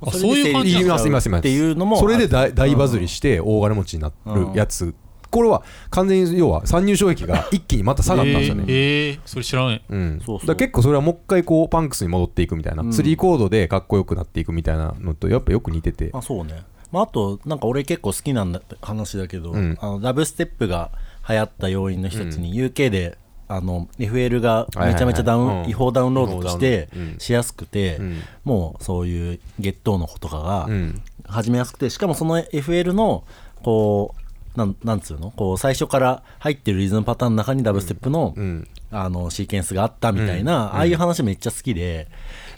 Speaker 3: あそういう感じ
Speaker 1: 言
Speaker 3: ないんだ
Speaker 1: ます言います言います
Speaker 2: っていうのも
Speaker 1: それで大大バズりして大金持ちになるやつ、これは完全に要は参入障壁が一気にまた下がったんですよね、
Speaker 3: えーえーそれ知らない
Speaker 1: うん、
Speaker 2: そうそ
Speaker 1: だ
Speaker 2: う
Speaker 1: から結構それはもう一回こうパンクスに戻っていくみたいな、
Speaker 2: うん
Speaker 1: スリーコードでかっこよくなっていくみたいなのとやっぱよく似てて
Speaker 2: あそうね、まあ、あとなんか俺結構好きなんだ話だけど、
Speaker 1: うん
Speaker 2: あのダブステップが流行った要因の一つに UK で、あの FL がめちゃめちゃダウ
Speaker 1: は
Speaker 2: ン、
Speaker 1: いはいはいうん
Speaker 2: 違法ダウンロードとして
Speaker 1: 違法ダウンうん
Speaker 2: しやすくて、
Speaker 1: ん
Speaker 2: もうそういう月頭の子とかが
Speaker 1: うん
Speaker 2: 始めやすくて、しかもその FL のこうなんなんつうのこう最初から入ってるリズムパターンの中にダブステップの,、
Speaker 1: うん
Speaker 2: あのシーケンスがあったみたいな、
Speaker 1: うん
Speaker 2: ああいう話めっちゃ好きで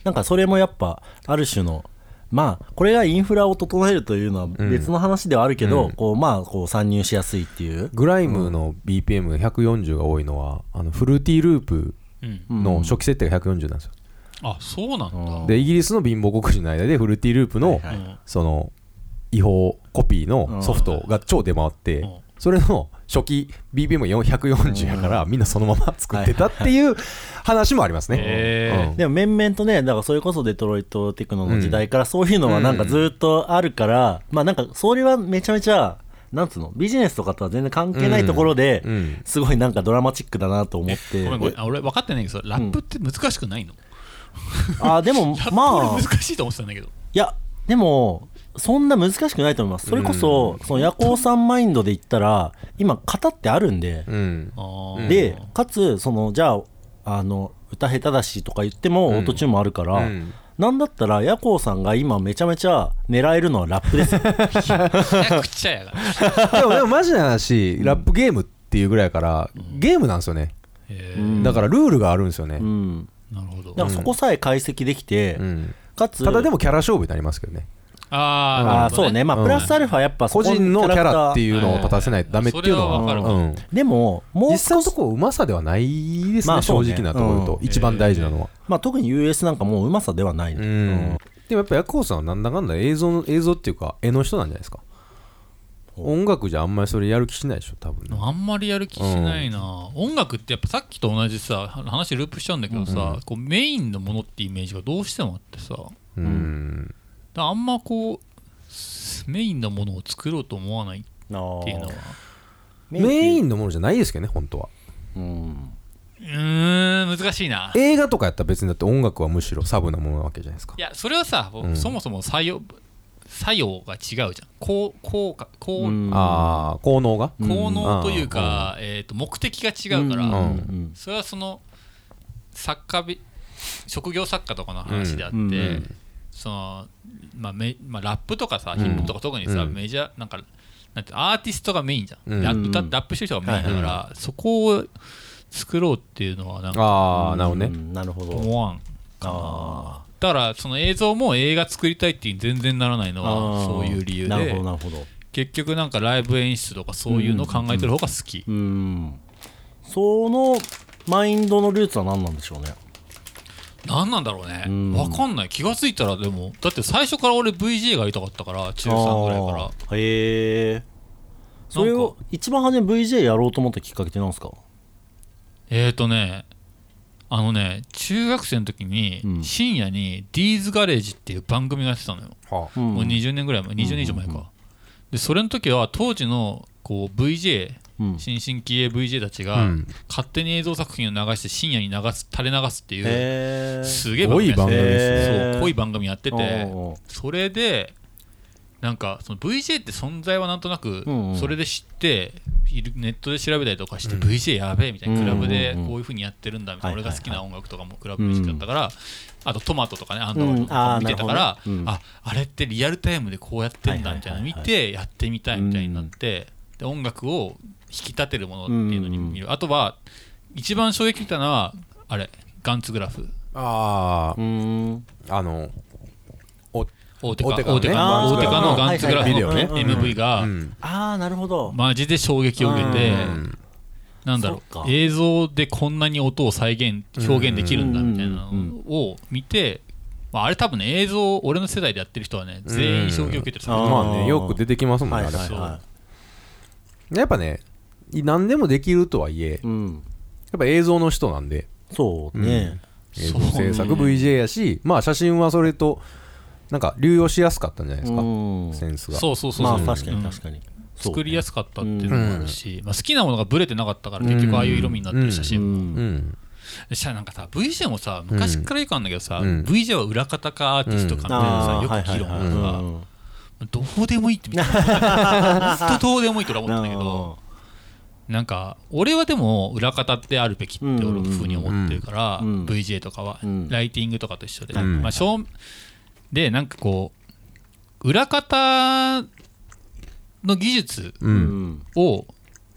Speaker 2: なんかそれもやっぱある種のまあこれがインフラを整えるというのは別の話ではあるけど、こうまあこう参入しやすいっていう、
Speaker 1: グライムの BPM140 が多いのは、あのフルーティーループ
Speaker 3: うん
Speaker 1: の初期設定が140なんですよ、
Speaker 3: あそうなんだ
Speaker 2: うん
Speaker 1: でイギリスの貧乏国人の間でフルーティーループの、
Speaker 2: はいはい
Speaker 1: その違法コピーのソフトが超出回って、
Speaker 3: うん
Speaker 1: それの初期 BPM440 やから、みんなそのまま作ってたっていう話もありますね、
Speaker 3: へー
Speaker 1: うん
Speaker 2: でも面々とねだからそれこそデトロイトテクノの時代からそういうのはなんかずっとあるから、まあなんかそれはめちゃめちゃなんつうのビジネスとかとは全然関係ないところで、
Speaker 1: うんうん
Speaker 2: すごいなんかドラマチックだなと思っ
Speaker 3: ご
Speaker 2: て
Speaker 3: めんごめんあ俺分かってないけどラップって難しくないの、
Speaker 2: あでも
Speaker 3: ラップ
Speaker 2: まあ
Speaker 3: 俺難しいと思ってたんだけど
Speaker 2: いやでもそんな難しくないと思いますそれこそ,、その夜行さんマインドで言ったら今型ってあるんで、
Speaker 1: うん
Speaker 3: あー
Speaker 2: でかつそのじゃああの歌下手だしとか言ってもオートチューンもあるから、
Speaker 1: うん
Speaker 2: なんだったら夜行さんが今めちゃめちゃ狙えるのはラップですよ
Speaker 3: めちゃくちゃやがら
Speaker 1: でもでもマジな話ラップゲームっていうぐらいやからゲームなんですよね、
Speaker 3: へ
Speaker 2: う
Speaker 3: ー
Speaker 2: ん
Speaker 1: だからルールがあるんですよね、
Speaker 2: うん
Speaker 3: なるほど
Speaker 2: だからそこさえ解析できて、
Speaker 1: うん
Speaker 2: かつ
Speaker 1: ただでもキャラ勝負になりますけどね
Speaker 3: あー
Speaker 1: あー
Speaker 3: な
Speaker 2: あ
Speaker 3: る
Speaker 2: ー
Speaker 3: ほど
Speaker 2: そうねまあ
Speaker 1: うん
Speaker 2: プラスアルファやっぱそ
Speaker 1: 個
Speaker 2: こ
Speaker 1: 人のキャラって
Speaker 2: う
Speaker 1: いうのを立たせないとダメっていうの
Speaker 3: それはわか
Speaker 1: は、
Speaker 3: る
Speaker 1: うん、
Speaker 2: でももう
Speaker 1: 実際のところうまさではないですね,、
Speaker 2: まあそ
Speaker 1: 正
Speaker 2: うね
Speaker 1: 直なところと、
Speaker 3: うん
Speaker 1: 一番大事なのは、
Speaker 2: まあ特に US なんかもううまさではないね、
Speaker 1: うんでもやっぱヤクオさんはなんだかんだ映像の映像っていうか絵の人なんじゃないですか音楽じゃあんまりそれやる気しないでしょ多分ね
Speaker 3: あんまりやる気しないな、音楽ってやっぱさっきと同じさ話ループしちゃうんだけどさ、こうメインのものってイメージがどうしてもあってさだか
Speaker 1: うん
Speaker 3: らあんまこうメインのものを作ろうと思わないっていうのは
Speaker 1: メイ
Speaker 2: ン、
Speaker 1: ンのものじゃないですけどね本当は
Speaker 2: うん、
Speaker 3: うーん難しいな
Speaker 1: 映画とかやったら別にだって音楽はむしろサブなものなわけじゃないですか
Speaker 3: いやそれはさ、
Speaker 1: ん
Speaker 3: そもそも作用作用が違うじゃん効効果効,、
Speaker 2: うん
Speaker 1: ああ効能が
Speaker 3: 効能というか、えー、と目的が違うから、
Speaker 2: うん
Speaker 1: ん
Speaker 2: うん
Speaker 3: それはその作家び職業作家とかの話であって、
Speaker 2: うんうん
Speaker 3: そのまあめまあ、ラップとかさヒップとか特にさ、
Speaker 1: うん
Speaker 3: メジャーなんかなんてアーティストがメインじゃん、
Speaker 1: うん
Speaker 3: ラップラップしてる人がメインだから、そこを作ろうっていうのはなんか
Speaker 1: ああなるほど
Speaker 2: う
Speaker 1: ね
Speaker 2: んなるほど
Speaker 3: 思わん
Speaker 2: あ
Speaker 3: だからその映像も映画作りたいっていうに全然ならないの
Speaker 2: ー
Speaker 3: はそういう理由
Speaker 2: なるほど
Speaker 3: で
Speaker 2: なるほど
Speaker 3: 結局なんかライブ演出とかそういうのを考えてる方が好き、
Speaker 2: うんそのマインドのルーツは何なんでしょうね
Speaker 3: なんなんだろうね、
Speaker 2: ん
Speaker 3: わかんない気がついたらでもだって最初から俺 VJ がやりたかったから中3ぐらいから
Speaker 2: らへえそれを一番初め VJ やろうと思ったきっかけって何ですか
Speaker 3: えーとねあのね中学生の時
Speaker 2: う
Speaker 3: に
Speaker 2: ん
Speaker 3: 深夜に「ディーズガレージ」っていう番組がやってたのよ、
Speaker 1: はあ
Speaker 3: もう20年ぐらい前20年以上前か、でそれの時は当時のこう VJ
Speaker 2: うん
Speaker 3: 新進気鋭 VJ たち
Speaker 1: う
Speaker 3: が
Speaker 1: ん
Speaker 3: 勝手に映像作品を流して深夜に流す垂れ流すっていう
Speaker 2: へえ
Speaker 3: すげえ番組やって
Speaker 1: 濃い番組
Speaker 2: ですね
Speaker 3: てそう濃い番組やってて
Speaker 2: おうおう
Speaker 3: それでなんかその VJ って存在はなんとなく
Speaker 2: うんうん
Speaker 3: それで知っているネットで調べたりとかして VJ やべえみたいなクラブで
Speaker 2: うんうんうん
Speaker 3: こういう風にやってるんだみたいな
Speaker 2: はい
Speaker 3: 俺
Speaker 2: はいは
Speaker 3: が
Speaker 2: い
Speaker 3: 好きな音楽とかもクラブで好きだったからあとトマトとかねアンド
Speaker 2: うん
Speaker 3: とか
Speaker 2: あー
Speaker 3: 見てたから
Speaker 2: なるほどねうん
Speaker 3: ああれってリアルタイムでこうやってんだみたいな
Speaker 2: はいはいはい
Speaker 3: 見
Speaker 2: はい
Speaker 3: てやってみたいみたいになってで音楽を引き立てるものっていうのに見るあとは一番衝撃的なのはあれガンツグラフ
Speaker 1: あ
Speaker 2: うーん
Speaker 1: ああのお
Speaker 3: 大手か
Speaker 1: 大手か
Speaker 3: 大手か
Speaker 1: ね
Speaker 3: 大手かのガンツグラ
Speaker 1: は
Speaker 3: フ
Speaker 1: いはい
Speaker 3: の
Speaker 1: はいビデオね
Speaker 3: MV が
Speaker 1: うん
Speaker 2: ああなるほど
Speaker 3: マジで衝撃を受けて
Speaker 1: うん
Speaker 3: なんだろう
Speaker 2: そっか
Speaker 3: 映像でこんなに音を再現表現できるんだみたい
Speaker 2: う
Speaker 3: な
Speaker 2: んうん
Speaker 3: のを見てまああれ多分ね映像俺の世代でやってる人はね全員衝撃を受けてる
Speaker 2: うん
Speaker 1: まあ
Speaker 2: あー
Speaker 1: ねよく出てきますもんね
Speaker 2: はい
Speaker 1: あ
Speaker 2: はい
Speaker 1: れ
Speaker 2: は
Speaker 1: やっぱね何でもできるとはいえや
Speaker 2: いうん
Speaker 1: っぱ映像の人なんで
Speaker 2: そうね
Speaker 1: 映像
Speaker 3: そうね
Speaker 1: 制作 VJ やしまあ写真はそれとなんか流用しやすかったんじゃないです
Speaker 2: う
Speaker 1: か
Speaker 2: ん
Speaker 1: センスが
Speaker 3: そうそうそう
Speaker 2: まあ
Speaker 3: そう
Speaker 2: 確か
Speaker 3: うん
Speaker 2: に確かに
Speaker 3: 作りや
Speaker 2: す
Speaker 3: すかったっていうのもあるしまあ好きなものがブレてなかったから結局ああいう色味になってる写
Speaker 2: う
Speaker 3: 真も
Speaker 2: ん
Speaker 1: うん
Speaker 3: したらなんかさ VJ もさ昔からよくあるんだけどさ
Speaker 1: うん
Speaker 3: VJ は裏方かアーティストかみたい
Speaker 2: あ
Speaker 3: な
Speaker 2: ー
Speaker 3: さよく議論
Speaker 2: は
Speaker 3: が
Speaker 2: いはいはい
Speaker 3: さ
Speaker 2: うん
Speaker 3: どうでもいいっ てみたいな本当どうでもいいと俺は思ったんだけどなんか俺はでも裏方ってあるべきって俺はふうに思ってるから、
Speaker 2: うんうんうん
Speaker 3: VJ とかは、
Speaker 2: うん
Speaker 3: ライティングとかと一緒で、
Speaker 1: ん
Speaker 3: まあ、正でなんかこう裏方の技術
Speaker 1: う
Speaker 2: うんん
Speaker 3: を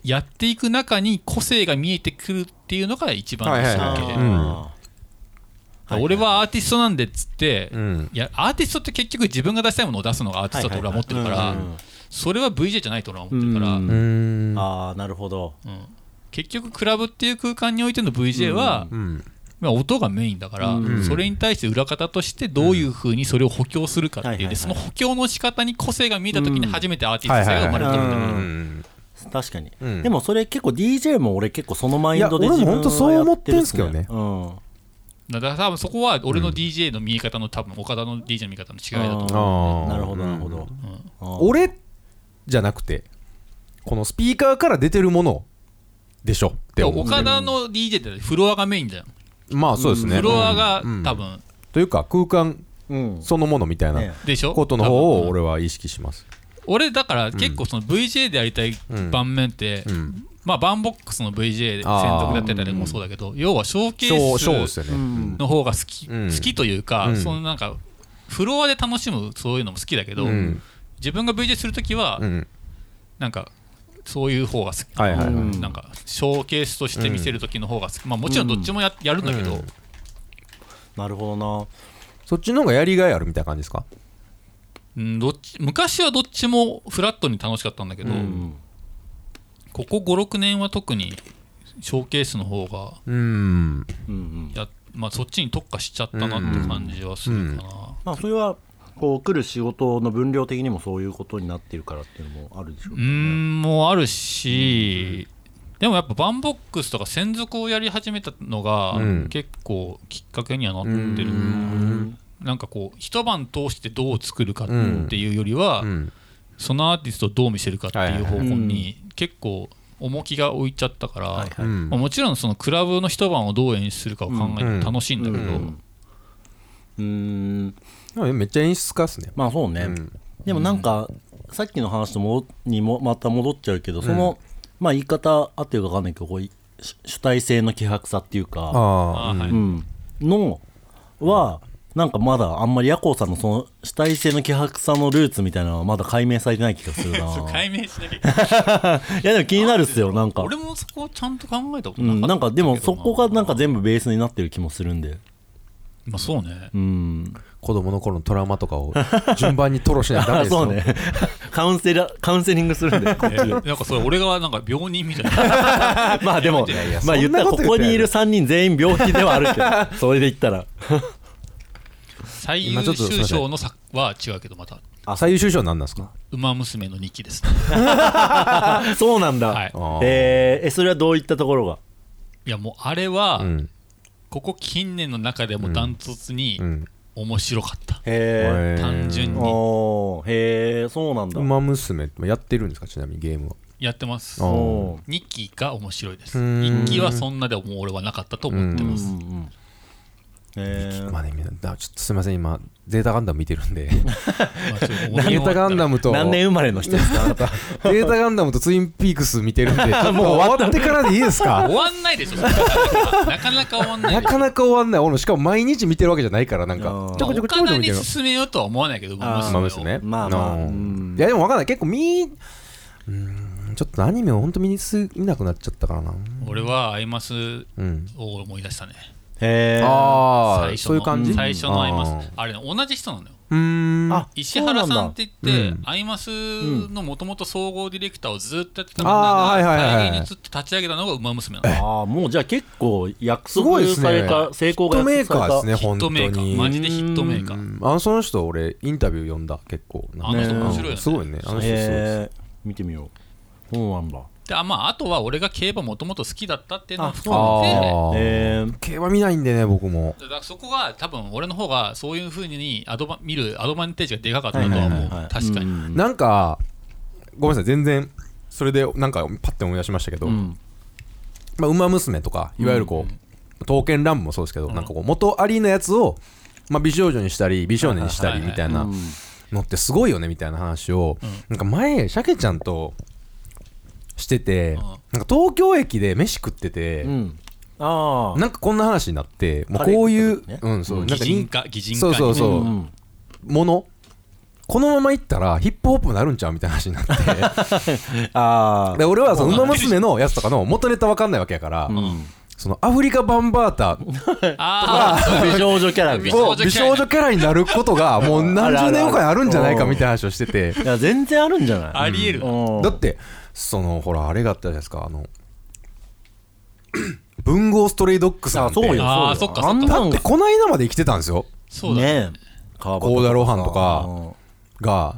Speaker 3: やっていく中に個性が見えてくるっていうのが一番
Speaker 1: はいはい
Speaker 3: 尊
Speaker 1: はい
Speaker 3: 敬
Speaker 1: う
Speaker 3: だ
Speaker 1: ん
Speaker 3: か
Speaker 2: あ
Speaker 3: ら俺はアーティストなんでっつって、
Speaker 1: うん
Speaker 3: いやアーティストって結局自分が出したいものを出すのがアーティストだと俺は思ってるから、
Speaker 2: はいはいはいうん
Speaker 3: それは VJ じゃないと俺は思ってるから、
Speaker 2: うん
Speaker 1: うん
Speaker 2: ーあーなるほど
Speaker 3: うん結局クラブっていう空間においての VJ は、
Speaker 1: うん
Speaker 3: まあ、音がメインだから、
Speaker 2: うん
Speaker 3: それに対して裏方としてどういうふうにそれを補強するかってい
Speaker 2: は
Speaker 3: う、
Speaker 2: いはいは
Speaker 3: で
Speaker 2: い
Speaker 3: その補強の仕方に個性が見えた時に
Speaker 2: うん
Speaker 3: 初めてアーティ
Speaker 1: はい
Speaker 3: スト性
Speaker 1: はい
Speaker 3: が生まれてくるんだ
Speaker 2: はい
Speaker 3: か
Speaker 2: は
Speaker 3: ら
Speaker 2: い
Speaker 1: うん
Speaker 2: 確かに
Speaker 1: うん
Speaker 2: でもそれ結構 DJ も俺結構そのマインド
Speaker 1: い
Speaker 2: で
Speaker 1: や俺
Speaker 2: 自
Speaker 1: も
Speaker 2: 分
Speaker 1: 本当そう思ってんすけどね
Speaker 2: は
Speaker 3: だから多分そこは俺の DJ の見え方の多分岡田の DJ の見え方の
Speaker 2: や
Speaker 3: 違い
Speaker 2: って
Speaker 3: だ
Speaker 2: る
Speaker 3: と
Speaker 2: ん
Speaker 3: 思
Speaker 2: ですねうんあー
Speaker 3: う
Speaker 2: なるほどなるほどうん
Speaker 1: 俺じゃなくてこのスピーカーから出てるものでしょって
Speaker 3: で
Speaker 1: 思う
Speaker 3: 岡田の DJ ってフロアがメインだよ、
Speaker 1: まあそうですね
Speaker 3: フロアが
Speaker 1: うん
Speaker 3: 多分、
Speaker 1: というか空間
Speaker 2: うん
Speaker 1: そのものみたい
Speaker 2: ね
Speaker 1: な
Speaker 3: でしょ
Speaker 1: ことの方
Speaker 3: 多
Speaker 1: を
Speaker 3: 分
Speaker 1: 俺は意識します
Speaker 3: 俺だから結構その VJ でやりたい盤面って、
Speaker 1: うん
Speaker 3: まあバンボックスの VJ 専属だったりとかもそうだけど要はショーケ
Speaker 1: ショーショー
Speaker 3: ー
Speaker 1: で
Speaker 3: ス
Speaker 1: すよね
Speaker 2: うん
Speaker 3: の方が好き、
Speaker 1: うん
Speaker 3: 好きというか、
Speaker 1: うん
Speaker 3: そのなんかフロアで楽しむそういうのも好きだけど、
Speaker 1: うん
Speaker 3: 自分が VJ するときは、
Speaker 1: うん
Speaker 3: なんかそういう方が好き、
Speaker 1: はいはいはい
Speaker 2: うん
Speaker 3: なんかショーケースとして見せるときの方が好き、まあもちろんどっちもややるんだけど、
Speaker 1: うん
Speaker 2: なるほどな
Speaker 1: そっちの方がやりがいあるみたいな感じですか
Speaker 3: うんどっち昔はどっちもフラットに楽しかったんだけど、
Speaker 1: うん
Speaker 3: ここ56年は特にショーケースの方が
Speaker 1: うん
Speaker 2: うんうん
Speaker 3: や、まあ、そっちに特化しちゃったなって感じはするかな、
Speaker 2: まあそれはこう来る仕事の分量的にもそういうことになってるからっていうのもあるでしょうけど
Speaker 3: うー
Speaker 2: ね
Speaker 3: んもうあるし、でもやっぱバンボックスとか専属をやり始めたのが
Speaker 1: うん
Speaker 3: 結構きっかけにはなって
Speaker 1: う
Speaker 3: る、
Speaker 1: ん
Speaker 3: なんかこう一晩通してどう作るかっていうよりは、
Speaker 1: うん
Speaker 3: そのアーティストをどう見せるかっていう方向
Speaker 2: はいはいは
Speaker 3: に結構重きが置いちゃったから、
Speaker 2: はいは
Speaker 1: う
Speaker 2: い
Speaker 1: ん
Speaker 3: まあもちろんそのクラブの一晩をどう演出するかを考え
Speaker 1: うん
Speaker 3: て楽しいんだけど、
Speaker 2: うんうん
Speaker 1: でもめっちゃ演出家っすね
Speaker 2: まあそうね、
Speaker 1: うん
Speaker 2: でもなんかさっきの話ともにもまた戻っちゃうけどその、まあ言い方合ってるか分かんないけどこうい主主体性の希薄さっていうか
Speaker 1: ああ
Speaker 3: あーはい
Speaker 2: うん、のはなんかまだあんまり夜行さんのその主体性の希薄さのルーツみたいなのはまだ解明されてない気がするな
Speaker 3: そう
Speaker 2: い
Speaker 3: 解明しなきゃいけない
Speaker 2: やでも気になるっすよなんか
Speaker 3: 俺もそこをちゃんと考えたこと
Speaker 2: う
Speaker 3: なかったけど
Speaker 2: ん、
Speaker 3: な、
Speaker 2: なんかでもそこがなんか全部ベースになってる気もするんで
Speaker 3: まあそうね
Speaker 2: うん
Speaker 1: 子供の頃のトラウマとかを順番に吐露しないとダメ
Speaker 2: あ
Speaker 1: です
Speaker 2: そ
Speaker 1: よ
Speaker 2: うねカウンセラーカウンセリングするんで
Speaker 3: えなんかそれ俺がなんか病人みたいな
Speaker 2: まあでも
Speaker 3: いや
Speaker 2: まあ
Speaker 1: そ
Speaker 2: 言っ
Speaker 1: んな
Speaker 2: たら
Speaker 1: こと
Speaker 2: ここにいる3人全員病気ではある けどそれで言ったら
Speaker 3: 最優秀賞の作は違うけどまた
Speaker 1: あ最優秀賞なんなんですか
Speaker 3: 「ウマ娘の日記」です、
Speaker 2: あそうなんだ、
Speaker 3: はい
Speaker 1: あー
Speaker 2: えーえそれはどういったところが
Speaker 3: いやもうあれは、
Speaker 1: うん
Speaker 3: ここ近年の中でもダントツに
Speaker 1: うん
Speaker 3: 面白かった、
Speaker 2: へえ
Speaker 3: 単純に
Speaker 2: おーへえそうなんだ
Speaker 1: ウマ娘ってやってるんですかちなみにゲームは
Speaker 3: やってます
Speaker 1: あー
Speaker 2: おー
Speaker 3: 2期が面白いです
Speaker 1: うーん
Speaker 3: 1期はそんなでもう俺はなかったと思ってます、
Speaker 2: うんうんうんえー
Speaker 1: まあねみんなだちょっとすみません今ゼータガンダム見てるんで
Speaker 3: まあちょっと
Speaker 1: ゼータガンダムと
Speaker 2: 何年生まれの人ですかあなた
Speaker 1: データガンダムとツインピークス見て るんで、ちょっと終わってからでいいですか
Speaker 3: 終わんないでしょそれなかなか終わんない
Speaker 1: な
Speaker 3: でしょ
Speaker 1: かなか終わんない。俺もしかも毎日見てるわけじゃないから、なん
Speaker 2: あ
Speaker 1: か
Speaker 2: ー、
Speaker 1: ちょこちょこちょ
Speaker 3: ま
Speaker 1: こ
Speaker 3: あ
Speaker 1: ちょこ
Speaker 3: お金
Speaker 1: 見て
Speaker 3: に
Speaker 1: る。
Speaker 3: 進めようとは思わないけど、
Speaker 2: あー
Speaker 1: まあ
Speaker 3: 娘を
Speaker 1: ですね。
Speaker 2: まあまあ
Speaker 1: うん
Speaker 2: うん
Speaker 1: いや、でもわかんない。結構見、うーん、ちょっとアニメを本当見にす見なくなっちゃったからな。
Speaker 3: 俺はアイマス
Speaker 1: うん。
Speaker 3: を思い出したね。
Speaker 2: へえ
Speaker 1: あ
Speaker 3: 最
Speaker 1: あ、
Speaker 3: 初の
Speaker 1: そういう感じ
Speaker 3: 最初のアイマ
Speaker 1: あ
Speaker 3: ス
Speaker 1: ー。
Speaker 3: あれね、同じ人なのよ。
Speaker 1: うーん。
Speaker 2: あ
Speaker 3: 石原
Speaker 2: そう
Speaker 3: さ
Speaker 2: なんん
Speaker 3: っ
Speaker 2: だ
Speaker 3: て言っ
Speaker 1: う
Speaker 3: て
Speaker 1: ん、
Speaker 3: アイマスのもともと総合ディレクターをずっとやってたの
Speaker 1: あーはいはいはいはい
Speaker 3: が、にずっと立ち上げたのがウマ娘なの。
Speaker 2: ああもうじゃあ結構約
Speaker 1: すご
Speaker 2: 束
Speaker 1: いですね
Speaker 2: された、成功
Speaker 1: ヒッ
Speaker 2: が
Speaker 1: トメー
Speaker 2: 約
Speaker 1: カ
Speaker 2: 束
Speaker 1: ーです
Speaker 2: され
Speaker 1: ね、
Speaker 3: ヒッ
Speaker 1: 本当
Speaker 3: トメーカー、マ
Speaker 1: に。
Speaker 3: ジでヒットメーカー。
Speaker 1: うんあのその人、俺、インタビュー読んだ、結構。なんか
Speaker 3: あの人
Speaker 2: ね
Speaker 3: 面白いよね。
Speaker 1: すごいね。あの人、
Speaker 2: た
Speaker 1: すごいです。
Speaker 2: へえ見てみようそうなんだ
Speaker 3: で、あまあ、あとは俺が競馬もともと好きだったっていうのを含めて、
Speaker 1: ああ。
Speaker 2: えー
Speaker 1: 競馬見ないんでね、僕も。
Speaker 3: だからそこが多分俺の方がそういうふうにアドバ見るアドバンテージがでかかったとは思う。確かに。
Speaker 2: に
Speaker 1: なんかごめんなさい全然それでなんかパッて思い出しましたけど「まあ、ウマ娘」とかいわゆるこう「刀剣乱舞」もそうですけど、なんかこう元ありのやつを、まあ、美少女にしたり美少年にしたりみたいなのってすごいよねみたいな話を、なんか前シャケちゃんとしてて、なんか東京駅で飯食ってて、
Speaker 2: うんああ
Speaker 1: なんかこんな話になってもう
Speaker 2: カレー
Speaker 1: こういう、
Speaker 2: 食った時
Speaker 1: うんそうなん
Speaker 3: 擬
Speaker 1: か
Speaker 3: 人化、擬人化。
Speaker 1: そうそうそう、
Speaker 2: ん
Speaker 1: ものこのままいったらヒップホップになるんちゃうみたいな話になって
Speaker 2: あ
Speaker 1: で俺はその馬娘のやつとかの元ネタわかんないわけやから、
Speaker 2: あうん
Speaker 1: そのアフリカバンバータ
Speaker 3: ああ、
Speaker 2: 美少女キャラみたいな
Speaker 1: を美少女キャラになることがもう何十年後かにあるんじゃないかみたいな話をしてて
Speaker 2: いや全然あるんじゃない
Speaker 3: ありえるな。
Speaker 2: うん
Speaker 1: だってそのほらあれがあったじゃないですかあの 文豪ストレイドッグさん
Speaker 2: あ
Speaker 1: って
Speaker 2: そうよそうよ
Speaker 3: あーそっかそっか
Speaker 2: あん
Speaker 1: だ
Speaker 2: な
Speaker 1: っ
Speaker 2: ん
Speaker 1: てこないだまで生きてたんですよ
Speaker 3: そうだね。
Speaker 2: ね高
Speaker 1: 幸田露伴とか が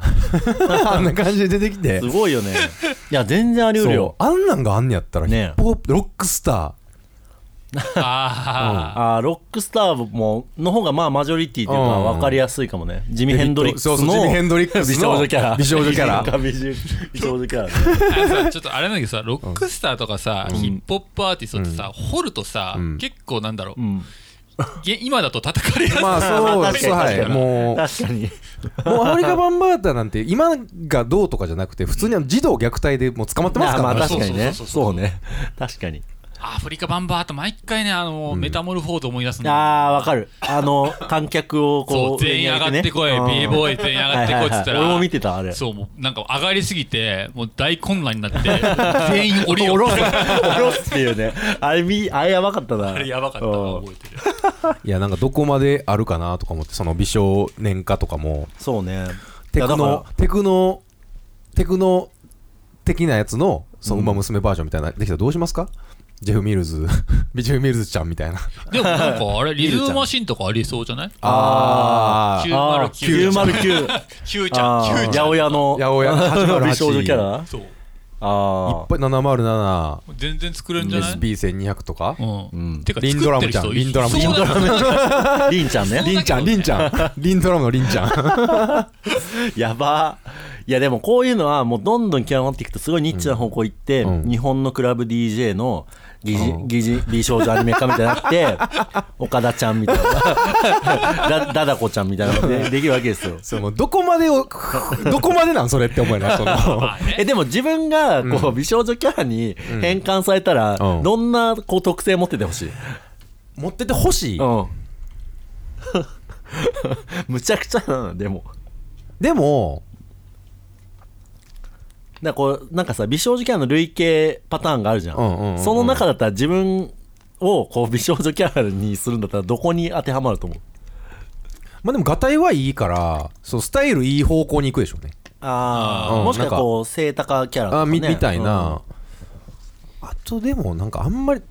Speaker 1: あんな感じで出てきて
Speaker 2: すごいよね いや全然ありうる
Speaker 1: そう
Speaker 2: よ
Speaker 1: あんなんがあんねやったらヒ
Speaker 2: ね
Speaker 1: ップホップロックスタ
Speaker 3: あ
Speaker 2: あーロックスターもの方がまあマジョリティというか
Speaker 1: うん
Speaker 2: 分かりやすいかもねジミ
Speaker 1: ー
Speaker 2: ー・ヘンドリックス
Speaker 1: そうそうジミーヘン
Speaker 2: の
Speaker 1: ドリックスの
Speaker 2: 美少女キャラ
Speaker 1: 美少女キャラ
Speaker 2: 美少女 美少女キャラね
Speaker 3: ーあのさちょっとあれなんだけどさ、ロックスターとかさ、ヒップホップアーティストってさ、掘るとさ、結構なんだろう
Speaker 2: う、ん
Speaker 3: げ今だと叩かれやすい。
Speaker 1: まあそう
Speaker 2: まあ
Speaker 1: で
Speaker 2: 確
Speaker 1: す
Speaker 2: かに
Speaker 1: はい
Speaker 2: 確かに
Speaker 1: もう
Speaker 2: 確かに
Speaker 1: もうアフリカバンバータなんて今がどうとかじゃなくて普通にあの児童虐待でもう捕まってます
Speaker 2: ま
Speaker 1: からね
Speaker 2: あ確かにね
Speaker 3: そうそうそうそ
Speaker 2: そ
Speaker 3: う
Speaker 2: うね確かに
Speaker 3: アフリカバンバーと毎回ね、あの、メタモルフォード思い出すの。
Speaker 2: あーわかるあの観客を
Speaker 3: そ
Speaker 2: こ
Speaker 3: う、
Speaker 2: う
Speaker 3: 全員上がってこい、
Speaker 2: うん
Speaker 3: b ボーイ全員上がってこいっつった
Speaker 2: はいはいは
Speaker 3: ら。
Speaker 2: い俺も見てたあれ
Speaker 3: そう、もうなんか上がりすぎて、もう大混乱に なって、全員降りよ
Speaker 2: お
Speaker 3: う
Speaker 2: ろす、おろすっていうね。あれ、み、あれやばかったな。
Speaker 3: あれやばかった
Speaker 2: う
Speaker 3: なん覚えてる。
Speaker 1: いやなんかどこまであるかなとか思ってその美少年化とかも
Speaker 2: そうね。
Speaker 1: テク
Speaker 2: いやだ
Speaker 1: ノ
Speaker 2: か
Speaker 1: テクノテクノ的なやつのその馬娘バージョンみたいな、できたらどうしますかジェフ・ミルズ ジェフ・ミルズちゃんみたいな
Speaker 3: でもなんかあれ、
Speaker 2: リル
Speaker 3: リ
Speaker 2: ちゃ
Speaker 3: ズ
Speaker 2: ん
Speaker 3: ムマシンとかありそうじゃない
Speaker 2: あ
Speaker 3: ー
Speaker 2: あー
Speaker 3: 909
Speaker 2: 909
Speaker 3: ?Q ちゃん、
Speaker 2: あ
Speaker 3: Q
Speaker 2: ー
Speaker 3: ち
Speaker 2: 八
Speaker 3: ゃん。
Speaker 2: 百屋の
Speaker 1: 八百屋808
Speaker 2: 美少女キャラ
Speaker 3: そう。も
Speaker 2: ああ
Speaker 1: 707
Speaker 3: う全然作れるんじゃない
Speaker 1: SB1200 とか
Speaker 2: う
Speaker 3: う。
Speaker 2: んん
Speaker 3: てか、
Speaker 1: リンド
Speaker 3: 作
Speaker 1: ラ
Speaker 3: って
Speaker 1: ム
Speaker 3: る
Speaker 1: ちゃん
Speaker 3: 人
Speaker 1: リンドラムちゃん
Speaker 3: そうだよね
Speaker 2: リンちゃんね
Speaker 3: リンちゃん
Speaker 1: リンちゃん リンドラムのリンちゃん
Speaker 2: やばいやでもこういうのはもうどんどん極まっていくとすごいニッチな方向行って、
Speaker 1: うん
Speaker 2: 日本のクラブ DJ の疑
Speaker 1: うん
Speaker 2: 似疑似美少女アニメ化みたいになって岡田ちゃんみたいなだだだこちゃんみたいなのでできるわけですよ
Speaker 1: そのどこまでを どこまでなんそれって思えないその
Speaker 3: まあね
Speaker 2: えでも自分がこう美少女キャラに変換されたら、
Speaker 1: うん
Speaker 2: どんなこう特性持っててほしい、
Speaker 1: 持っててほしい、
Speaker 2: うん、むちゃくちゃだなでも
Speaker 1: でも
Speaker 2: だからこうなんかさ美少女キャラの累計パターンがあるじゃん,、
Speaker 1: うんうんうんうん
Speaker 2: その中だったら自分をこう美少女キャラにするんだったらどこに当てはまると思う
Speaker 1: まあでもガタイはいいからそうスタイルいい方向に行くでしょうね
Speaker 2: あ
Speaker 1: ーうん
Speaker 2: もしかしたらこう背高キャラと
Speaker 1: あ
Speaker 2: か、ね、
Speaker 1: みみたいな、あとでもなんかあんまり